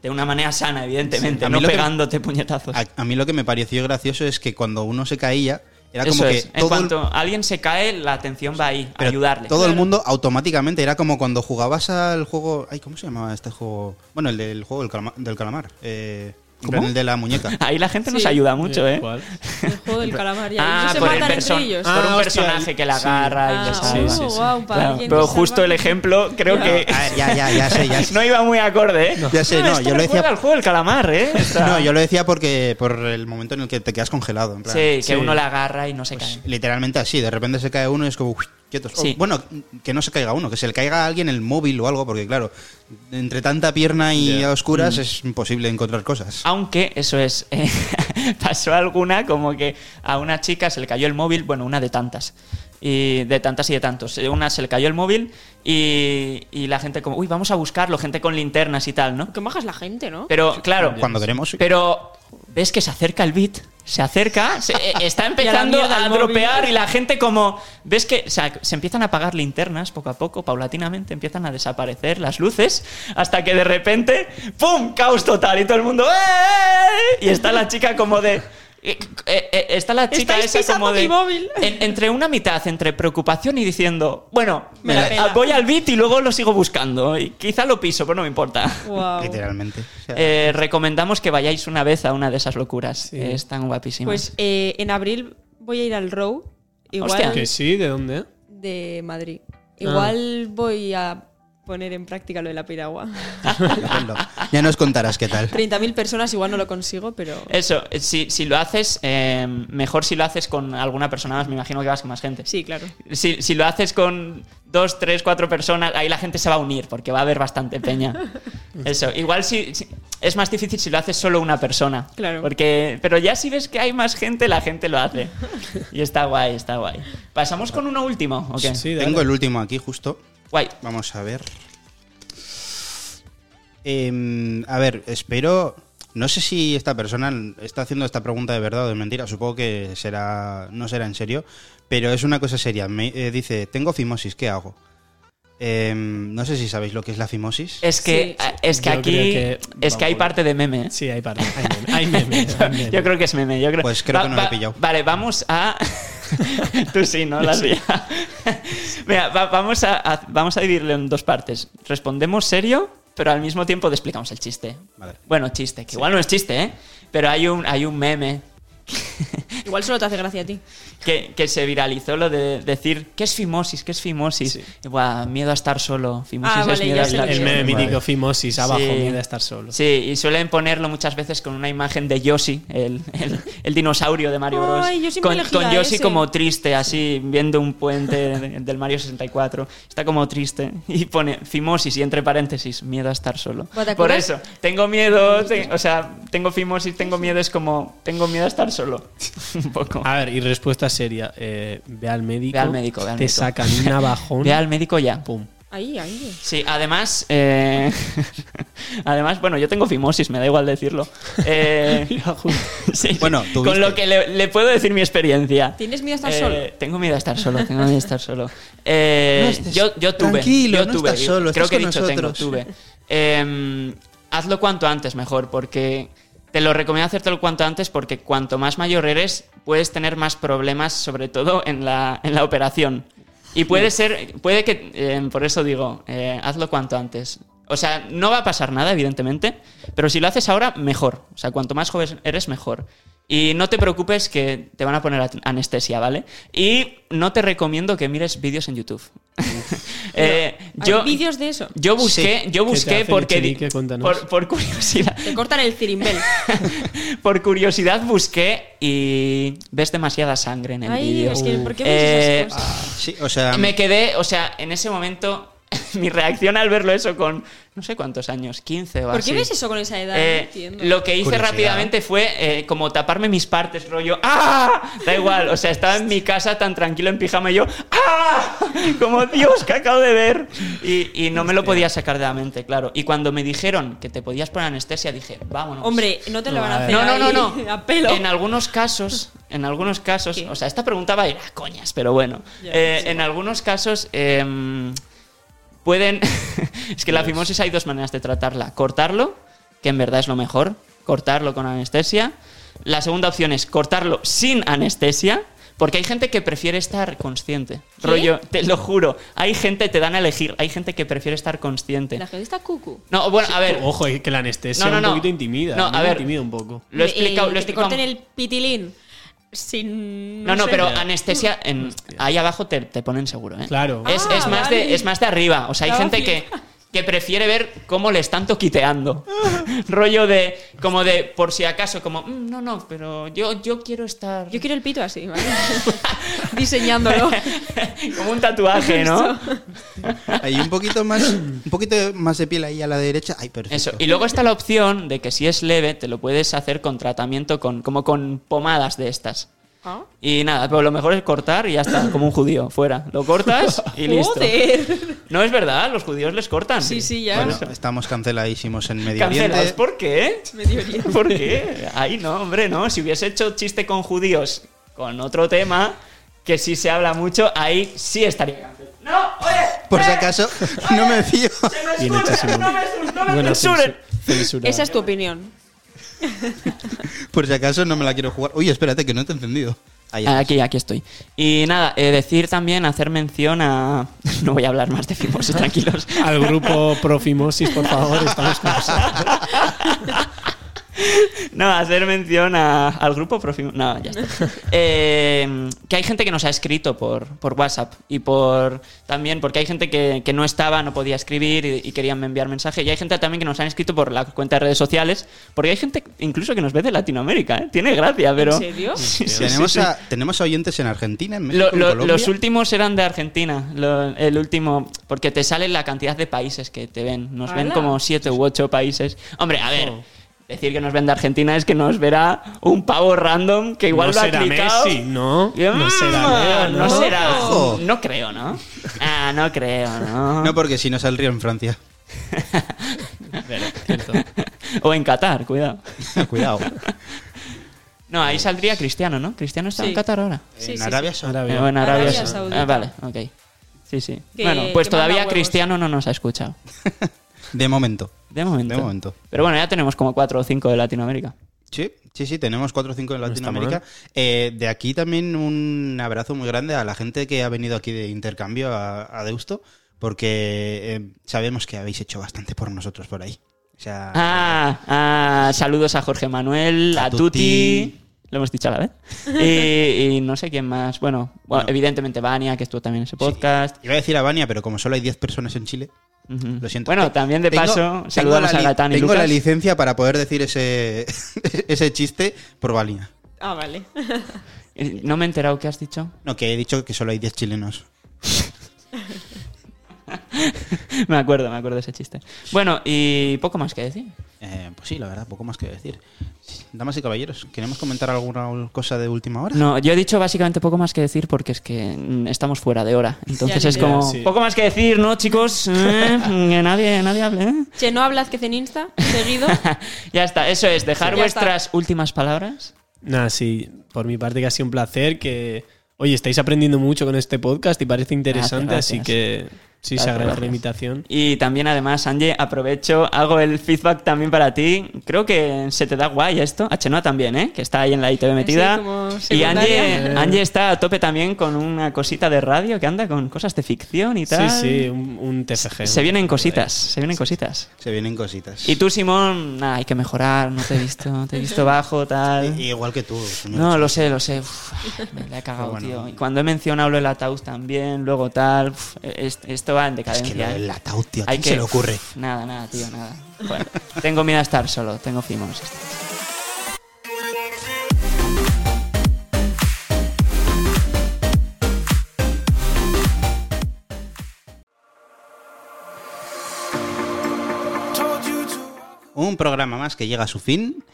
C: de una manera sana, evidentemente,
A: Sí, a mí
C: no
A: lo que-
C: pegándote puñetazos.
A: A, a mí lo que me pareció gracioso es que cuando uno se caía, era
C: Eso
A: como que
C: es. En
A: todo el-
C: cuanto alguien se cae, la atención va ahí, a
A: Pero
C: ayudarle.
A: Todo el mundo automáticamente era como cuando jugabas al juego. Ay, ¿cómo se llamaba este juego? Bueno, el del juego del, calama- del calamar. Eh, en plan, El de la muñeca.
C: Ahí la gente nos
E: Sí.
C: ayuda mucho, ¿eh?
D: ¿Cuál?
E: El juego del calamar. Ya.
C: Ah,
E: ellos se
C: por, el
E: matan
C: perso-
E: entre ellos.
C: por un
D: Ah, hostia,
C: personaje
D: el-
C: que la
D: sí.
C: agarra y le
E: Ah,
C: salva.
E: oh,
D: sí, sí.
E: guau, para
C: Claro,
E: alguien
C: pero
E: que
C: justo
E: salva.
C: el ejemplo creo
E: Ya.
C: que
A: Ah, ya, ya, ya sé, ya sé.
C: no iba muy acorde, ¿eh?
A: Ya sé, no,
C: esto
A: yo lo
C: recuerda
A: decía-
C: al juego del calamar, ¿eh? Esta-
A: No, yo lo decía porque por el momento en el que te quedas congelado. En plan,
C: Sí, que
D: Sí.
C: uno la agarra y no se
A: Pues
C: cae.
A: Literalmente así. De repente se cae uno y es como. "Uy, quietos. O,
C: Sí.
A: bueno, que no se caiga uno, que se le caiga a alguien el móvil o algo, porque claro, entre tanta pierna y a
C: Mm.
A: oscuras es imposible encontrar cosas.
C: Aunque, eso es, eh, pasó alguna como que a una chica se le cayó el móvil, bueno, una de tantas, y de tantas y de tantos. Eh, Una se le cayó el móvil y, y la gente como, uy, vamos a buscarlo, gente con linternas y tal, ¿no?
E: Que bajas la gente, ¿no?
C: Pero, claro,
A: Cuando queremos. sí.
C: Ah, pero ves que se acerca el beat, se acerca, se- eh, está empezando
E: mierda,
C: a
E: el móvil.
C: dropear y la gente como, ves que o sea, se empiezan a apagar linternas poco a poco, paulatinamente empiezan a desaparecer las luces hasta que de repente, ¡pum! caos total y todo el mundo ¡eh! y está la chica como de eh, eh, eh, está la chica
E: Estáis
C: esa como
E: pisando
C: de
E: mi móvil.
C: en- entre una mitad entre preocupación y diciendo bueno eh,
E: Me la pela.
C: voy al beat y luego lo sigo buscando y quizá lo piso pero no me importa
E: Guau.
A: Literalmente. O sea,
C: eh, recomendamos que vayáis una vez a una de esas locuras.
D: Sí.
C: Eh, están guapísimas.
E: Pues eh, en abril voy a ir al Row. Igual
C: Hostia. Ah.
D: ¿Que sí? ¿De
C: ¿Eh?
D: dónde?
E: de Madrid. Igual voy a poner en práctica lo de la piragua.
A: estupendo. ya nos contarás qué tal.
E: 30.000 personas igual no lo consigo, pero...
C: Eso, eh, si, si lo haces, eh, mejor si lo haces con alguna persona más, me imagino que vas con más gente.
E: Sí, claro.
C: Si, si lo haces con dos, tres, cuatro personas, ahí la gente se va a unir porque va a haber bastante peña. Eso, igual si, si- es más difícil si lo haces solo una persona.
E: Claro.
C: Porque, pero ya si ves que hay más gente, la gente lo hace. Y está guay, está guay. ¿Pasamos con uno último? ¿o qué?
D: Sí, dale.
A: Tengo el último aquí justo.
C: Guay.
A: Vamos a ver. Em, a ver, espero. No sé si esta persona está haciendo esta pregunta de verdad o de mentira. Supongo que será, no será en serio, pero es una cosa seria. Me eh, dice: Tengo fimosis, ¿qué hago? Em, no sé si sabéis lo que es la fimosis.
C: Es que,
E: Sí, sí.
C: es que
D: Yo
C: aquí
D: creo que-
C: es que hay
D: vamos.
C: parte de meme. ¿eh?
D: Sí, hay parte. Hay meme. Hay meme, hay meme.
C: Yo creo que es meme. Yo creo.
A: Pues creo que no lo he pillado.
C: Vale, vamos a. Tú sí, ¿no? Las Mira, va- vamos, a, a- vamos a dividirlo en dos partes. Respondemos serio, pero al mismo tiempo desplicamos el chiste.
A: Vale.
C: Bueno, chiste, que igual no es chiste, ¿eh? Pero hay un, hay un meme
E: Igual solo te hace gracia a ti.
C: que, que se viralizó lo de decir ¿qué es fimosis? ¿qué es fimosis? Y, "Buah, miedo a estar solo. Fimosis
E: Ah,
C: es
E: vale,
C: miedo
E: ya
C: a
E: sé
C: estar
E: lo que
D: El
C: solo.
E: es.
D: meme
A: Vale.
D: mítico Fimosis abajo,
C: Sí.
D: miedo a estar solo.
C: Sí, y suelen ponerlo muchas veces con una imagen de Yoshi, el, el- el dinosaurio de Mario Bros.
E: Ay, yo siempre
C: con,
E: elegía
C: con Yoshi
E: ese.
C: como triste, así, viendo un puente de- del Mario 64. Está como triste. Y pone fimosis y entre paréntesis, miedo a estar solo.
E: Buah, ¿te
C: Por
E: acuerdas?
C: eso, tengo miedo, te- o sea, tengo fimosis, tengo miedo, es como, tengo miedo a estar solo. un poco.
D: A ver, y respuesta seria. eh, ve al médico.
C: Ve al médico, ve al
D: Te
C: médico.
D: sacan un navajón.
C: Ve al médico ya.
D: Pum.
E: Ahí, ahí.
C: Sí, además, eh, además, bueno, yo tengo fimosis, me da igual decirlo. Eh, sí, sí.
A: Bueno, tuviste.
C: con lo que le, le puedo decir mi experiencia.
E: ¿Tienes miedo a estar
C: Eh,
E: solo?
C: Tengo miedo a estar solo, tengo miedo a estar solo. Eh,
A: No estés-
C: yo, yo tuve,
A: tranquilo,
C: yo
A: no
C: tuve,
A: estás
C: digo,
A: solo,
C: creo
A: estás
C: que he
A: con
C: dicho
A: nosotros.
C: tengo, tuve. Eh, hazlo cuanto antes mejor, porque te lo recomiendo hacértelo cuanto antes, porque cuanto más mayor eres, puedes tener más problemas, sobre todo en la, en la operación. Y puede ser, puede que, eh, por eso digo, eh, hazlo cuanto antes. O sea, no va a pasar nada, evidentemente, pero si lo haces ahora, mejor. O sea, cuanto más joven eres, mejor. Y no te preocupes que te van a poner at- anestesia, ¿vale? Y no te recomiendo que mires vídeos en YouTube. Eh,
E: ¿Hay vídeos de eso?
C: yo busqué, yo
D: te
C: busqué
D: hacen
C: porque di-
D: echenique, cuéntanos.
C: por, por curiosidad,
E: Te cortan el cirimbel.
C: por curiosidad busqué y ves demasiada sangre en el
E: Ay,
C: vídeo.
E: es que, ¿por qué ves
C: Eh,
E: esas cosas?
A: Sí, o sea,
C: me quedé, o sea, en ese momento mi reacción al verlo eso con no sé cuántos años, 15 o
E: ¿Por
C: así.
E: qué ves eso con esa edad?
C: Eh,
E: no entiendo.
C: lo que hice
A: Curiosidad.
C: rápidamente fue eh, como taparme mis partes, rollo ¡Ah! Da igual, o sea, estaba en mi casa tan tranquilo en pijama y yo ¡Ah! Como Dios, que acabo de ver. Y, y no me lo podía sacar de la mente, claro. Y cuando me dijeron que te podías poner anestesia, dije, vámonos.
E: Hombre, no te lo van a hacer.
C: No, no, no,
E: ahí
C: no.
E: A pelo.
C: En algunos casos, en algunos casos,
E: ¿Qué?
C: o sea, esta pregunta va a ir a coñas, pero bueno.
E: Ya,
C: Eh,
E: sí.
C: En algunos casos em, pueden... es que la fimosis hay dos maneras de tratarla. Cortarlo, que en verdad es lo mejor, cortarlo con anestesia. La segunda opción es cortarlo sin anestesia. Porque hay gente que prefiere estar consciente.
E: ¿Qué?
C: Rollo, te lo juro. Hay gente, te dan a elegir. Hay gente que prefiere estar consciente.
E: La gente está cucu.
C: No, bueno, a ver.
D: Ojo, eh, que la anestesia
C: No, no,
D: un
C: no.
D: poquito intimida.
C: No,
D: a mí
C: a
D: me
C: ver.
D: intimida un poco.
C: Lo he
E: Eh,
C: explicado- lo he
E: que te
C: explicado-
E: corten el pitilín sin...
C: No, no,
E: sé.
C: pero anestesia en, ahí abajo te, te ponen seguro, ¿eh?
D: Claro.
C: Es,
E: Ah,
C: es más
E: vale.
C: de, es más de arriba. O sea, hay
E: Estaba
C: gente que, que prefiere ver cómo le están toquiteando. Rollo de, como de, por si acaso, como, "Mm, no, no, pero yo, yo quiero estar.
E: Yo quiero el pito así, ¿vale? Diseñándolo.
C: como un tatuaje, ¿no?
A: hay un poquito más, un poquito más de piel ahí a la derecha. Ay, perfecto.
C: Eso. Y luego está la opción de que si es leve, te lo puedes hacer con tratamiento, con, como con pomadas de estas.
E: Ah.
C: Y nada, pero lo mejor es cortar y ya está, como un judío, fuera. Lo cortas y listo.
E: Joder.
C: No es verdad, los judíos les cortan.
E: Sí, sí, ya.
A: Bueno, estamos canceladísimos en Medio
C: Cancelados.
A: Oriente.
C: ¿Por qué?
E: Medio Oriente.
C: ¿Por qué? Ay, no, hombre, no. Si hubiese hecho chiste con judíos con otro tema, que sí se habla mucho, ahí sí estaría cancelado. ¡No! ¡Oye!
A: Por si
C: eh,
A: acaso, no me fío.
C: ¡Se me
D: Bien hecha,
C: escucha!
D: Simón.
C: ¡No me, censuren, no me
D: Buena
C: censuren!
D: censu- censura.
E: Esa es tu opinión.
A: Por si acaso no me la quiero jugar. Uy, espérate, que no te he entendido. Ahí está.
C: Aquí, aquí estoy. Y nada, eh, decir también, hacer mención a... No voy a hablar más de fimosis, tranquilos.
D: Al grupo Profimosis, por favor, estamos con vosotros.
C: No, hacer mención a- al grupo Profimo. No, ya está. Eh, que hay gente que nos ha escrito por, por WhatsApp y por. También porque hay gente que, que no estaba, no podía escribir y, y querían enviar mensaje. Y hay gente también que nos han escrito por la cuenta de redes sociales. Porque hay gente incluso que nos ve de Latinoamérica, ¿eh? Tiene gracia, pero.
E: ¿En serio?
C: Sí, sí,
A: tenemos,
C: sí, sí.
A: a, tenemos a oyentes en Argentina, en México,
C: Lo-
A: en
C: lo-
A: Colombia.
C: los últimos eran de Argentina, lo- el último, porque te sale la cantidad de países que te ven. Nos ven
E: ¡Hala! Oh.
C: como siete u ocho países. Hombre, a ver, Decir que nos ven de Argentina es que nos verá un pavo random que igual
D: no
C: lo ha
D: será
C: clicado.
D: Messi, ¿no?
C: Y,
D: No será
C: "Mm,
D: Leo,
C: No será.
A: Ojo.
C: No creo, ¿no? Ah, no creo, ¿no?
A: No, porque si no saldría en Francia.
D: Pero, cierto.
C: o en Qatar, cuidado.
A: Ah, Cuidado.
C: No, ahí saldría Cristiano, ¿no? Cristiano está en
E: Sí.
C: Qatar ahora.
E: Sí,
A: en
E: sí,
A: Arabia
E: sí.
A: Saudí.
D: Arabia.
C: Eh, bueno, Arabia,
E: Arabia
C: Saudí.
E: Saudita.
C: Ah, vale, ok. Sí, sí.
E: Que-
C: bueno, pues
E: que manda
C: todavía
E: huevos.
C: Cristiano no nos ha escuchado.
A: De momento.
C: De momento.
A: De momento.
C: Pero bueno, ya tenemos como cuatro o cinco de Latinoamérica.
A: Sí, sí, sí, tenemos 4 o 5 en
D: está
A: Latinoamérica. Eh, de aquí también un abrazo muy grande a la gente que ha venido aquí de intercambio a, a Deusto, porque eh, sabemos que habéis hecho bastante por nosotros por ahí. O sea,
C: Ah, ah, saludos a Jorge Manuel, a,
A: A
C: Tuti.
A: Tuti.
C: Lo hemos dicho a la vez. Y, y no sé quién más. Bueno, bueno,
A: No.
C: evidentemente Vania, que estuvo también en ese
A: sí.
C: podcast.
A: Iba a decir a Bania, pero como solo hay 10 personas en Chile,
C: Ujú.
A: lo siento.
C: Bueno, también de
A: Tengo-
C: paso,
A: tengo
C: saludamos
A: la
C: a
A: li-
C: Gatán y
A: Tengo la
C: Lucas.
A: licencia para poder decir ese, ese chiste por Bania.
E: Ah, vale.
C: Eh, No me he enterado qué has dicho.
A: No, que he dicho que solo hay 10 chilenos.
C: me acuerdo, me acuerdo de ese chiste. Bueno, y poco más que decir.
A: Eh, pues sí, la verdad, poco más que decir. Damas y caballeros, ¿queremos comentar alguna cosa de última hora?
C: No, yo he dicho básicamente poco más que decir porque es que mm, estamos fuera de hora. Entonces
E: Ya,
C: es
E: literal.
C: como
D: Sí.
C: poco más que decir, ¿no, chicos? Eh, que nadie, nadie hable. ¿eh?
E: Che, no hablas que en Insta, seguido.
C: ya está, eso es, dejar
E: Sí, ya está.
C: vuestras últimas palabras.
D: Nada, sí, por mi parte que ha sido un placer, que oye, estáis aprendiendo mucho con este podcast y parece interesante,
C: Gracias,
D: así que sí,
C: Gracias,
D: se agradece la
C: gracias.
D: invitación.
C: Y también, además, Anje, aprovecho, hago el feedback también para ti. Creo que se te da guay esto. A Chenoa también, ¿eh? Que está ahí en la ITV metida.
E: como
C: y
E: secundaria.
C: Anje, Anje está a tope también con una cosita de radio que anda con cosas de ficción y
D: Sí,
C: tal.
D: sí, un, un TFG.
C: Se vienen cositas, se vienen cositas.
A: Se vienen cositas.
C: Y tú, Simón, nah, hay que mejorar, no te he visto, no te he visto bajo, tal.
A: I- Igual que tú. señor.
C: No, lo sé, lo sé. Uf, me la he cagado,
A: Pero bueno.
C: tío. Y cuando he mencionado lo del ataúd también, luego tal. uf, es- esto va en
A: es que lo
C: decadencia. ¿eh?
A: del ataúd, tío, ¿a
C: Hay
A: quién
C: que-
A: se le ocurre?
C: uf, Nada, nada, tío, nada. Joder, tengo miedo a estar solo, tengo fimos.
A: Un programa más que llega a su fin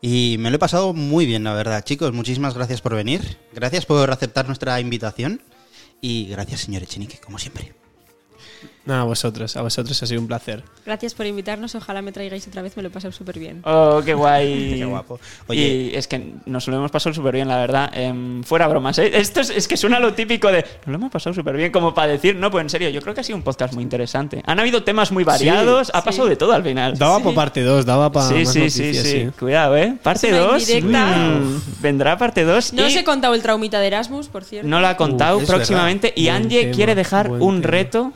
A: y me lo he pasado muy bien, la verdad. Chicos, muchísimas gracias por venir. Gracias por aceptar nuestra invitación. Y gracias, señor Echenique, como siempre.
D: Nada, a vosotros, a vosotros ha sido un placer.
E: Gracias por invitarnos, ojalá me traigáis otra vez, me lo he pasado súper bien.
C: Oh, qué guay.
A: Qué guapo. Oye.
C: Y es que nos lo hemos pasado súper bien, la verdad. Em, fuera bromas. ¿eh? Esto es, es que suena lo típico de nos lo hemos pasado súper bien, como para decir, no, pues en serio, yo creo que ha sido un podcast muy interesante. Han habido temas muy variados, ha
E: Sí.
C: pasado de todo al final.
D: Daba por parte 2, daba para
C: sí,
D: más
C: sí,
D: noticias,
C: sí, sí,
D: sí.
C: Cuidado, ¿eh? Parte
E: Es una
C: 2.
E: indirecta.
C: vendrá parte 2.
E: No os he contado el traumita de Erasmus, por cierto.
C: No la ha contado
A: Uh, es
C: próximamente. Y
D: Buen
C: Angie
D: tema,
C: quiere dejar
D: buen
C: un
D: tema.
C: reto.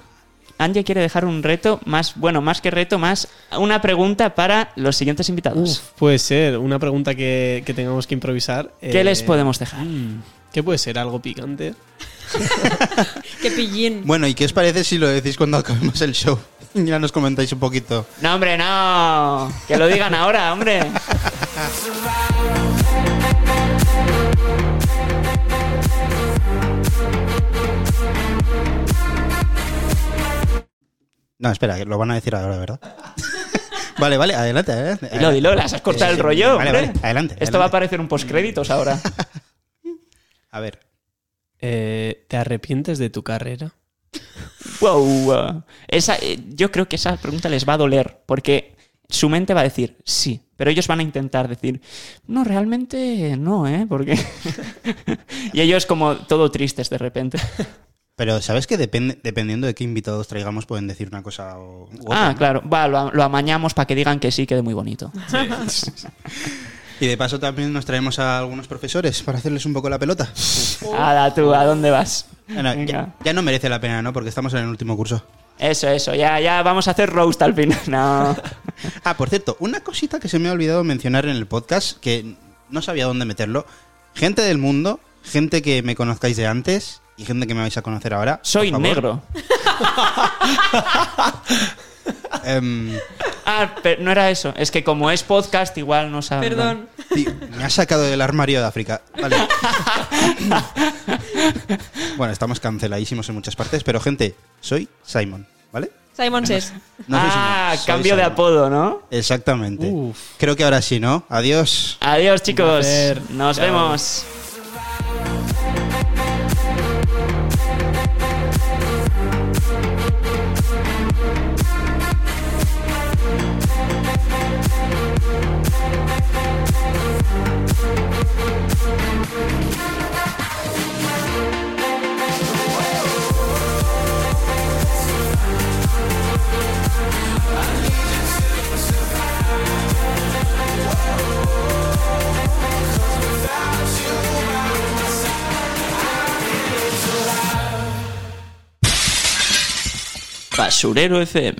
C: Angie quiere dejar un reto más, bueno, más que reto, más una pregunta para los siguientes invitados.
D: Uf, puede ser, una pregunta que, que tengamos que improvisar.
C: ¿Qué
D: eh, mm.
C: les podemos dejar?
D: ¿Qué puede ser? ¿Algo picante?
E: Qué pillín.
A: Bueno, ¿y qué os parece si lo decís cuando acabemos el show? ya nos comentáis un poquito.
C: No, hombre, no. Que lo digan ahora, hombre.
A: No, espera, que lo van a decir ahora, ¿verdad? vale, vale, adelante, adelante.
C: Dilo, dilo, las has cortado
A: Sí,
D: Eh,
C: el
A: sí,
C: rollo.
A: Vale,
C: hombre.
A: vale, adelante.
C: Esto va a
A: adelante.
C: parecer un postcréditos ahora.
A: A ver,
D: Eh, ¿Te arrepientes de tu carrera?
C: wow. uh, Esa, eh, yo creo que esa pregunta les va a doler, porque su mente va a decir sí, pero ellos van a intentar decir, no, realmente no, ¿eh? Porque... y ellos como todo tristes de repente.
A: pero ¿sabes que depende, dependiendo de qué invitados traigamos pueden decir una cosa o u otra?
C: ah,
A: ¿no?
C: claro, va, lo, a- lo amañamos para que digan que sí, quede muy bonito.
A: Y de paso también nos traemos a algunos profesores para hacerles un poco la pelota.
C: Ada, tú, ¿a dónde vas?
A: Bueno,
C: Venga.
A: ya, ya no merece la pena, ¿no? Porque estamos en el último curso.
C: Eso, eso, ya, ya vamos a hacer roast al final. No.
A: Ah, por cierto, una cosita que se me ha olvidado mencionar en el podcast, que no sabía dónde meterlo. Gente del mundo, gente que me conozcáis de antes y gente que me vais a conocer ahora. por
C: Soy
A: favor.
C: negro.
A: Em,
C: Ah, pero no era eso. Es que como es podcast, igual no saben.
E: Perdón.
A: tío, me has sacado del armario de África. Vale. bueno, estamos canceladísimos en muchas partes, pero gente, soy Simon, ¿vale?
E: Simon Says.
A: No soy
C: ah,
A: Simón, soy
C: cambio de
A: Simón.
C: apodo, ¿no?
A: Exactamente.
D: Uf.
A: Creo que ahora sí, ¿no? Adiós.
C: Adiós, chicos.
D: placer.
C: Nos
D: Chao.
C: vemos. Basurero FM.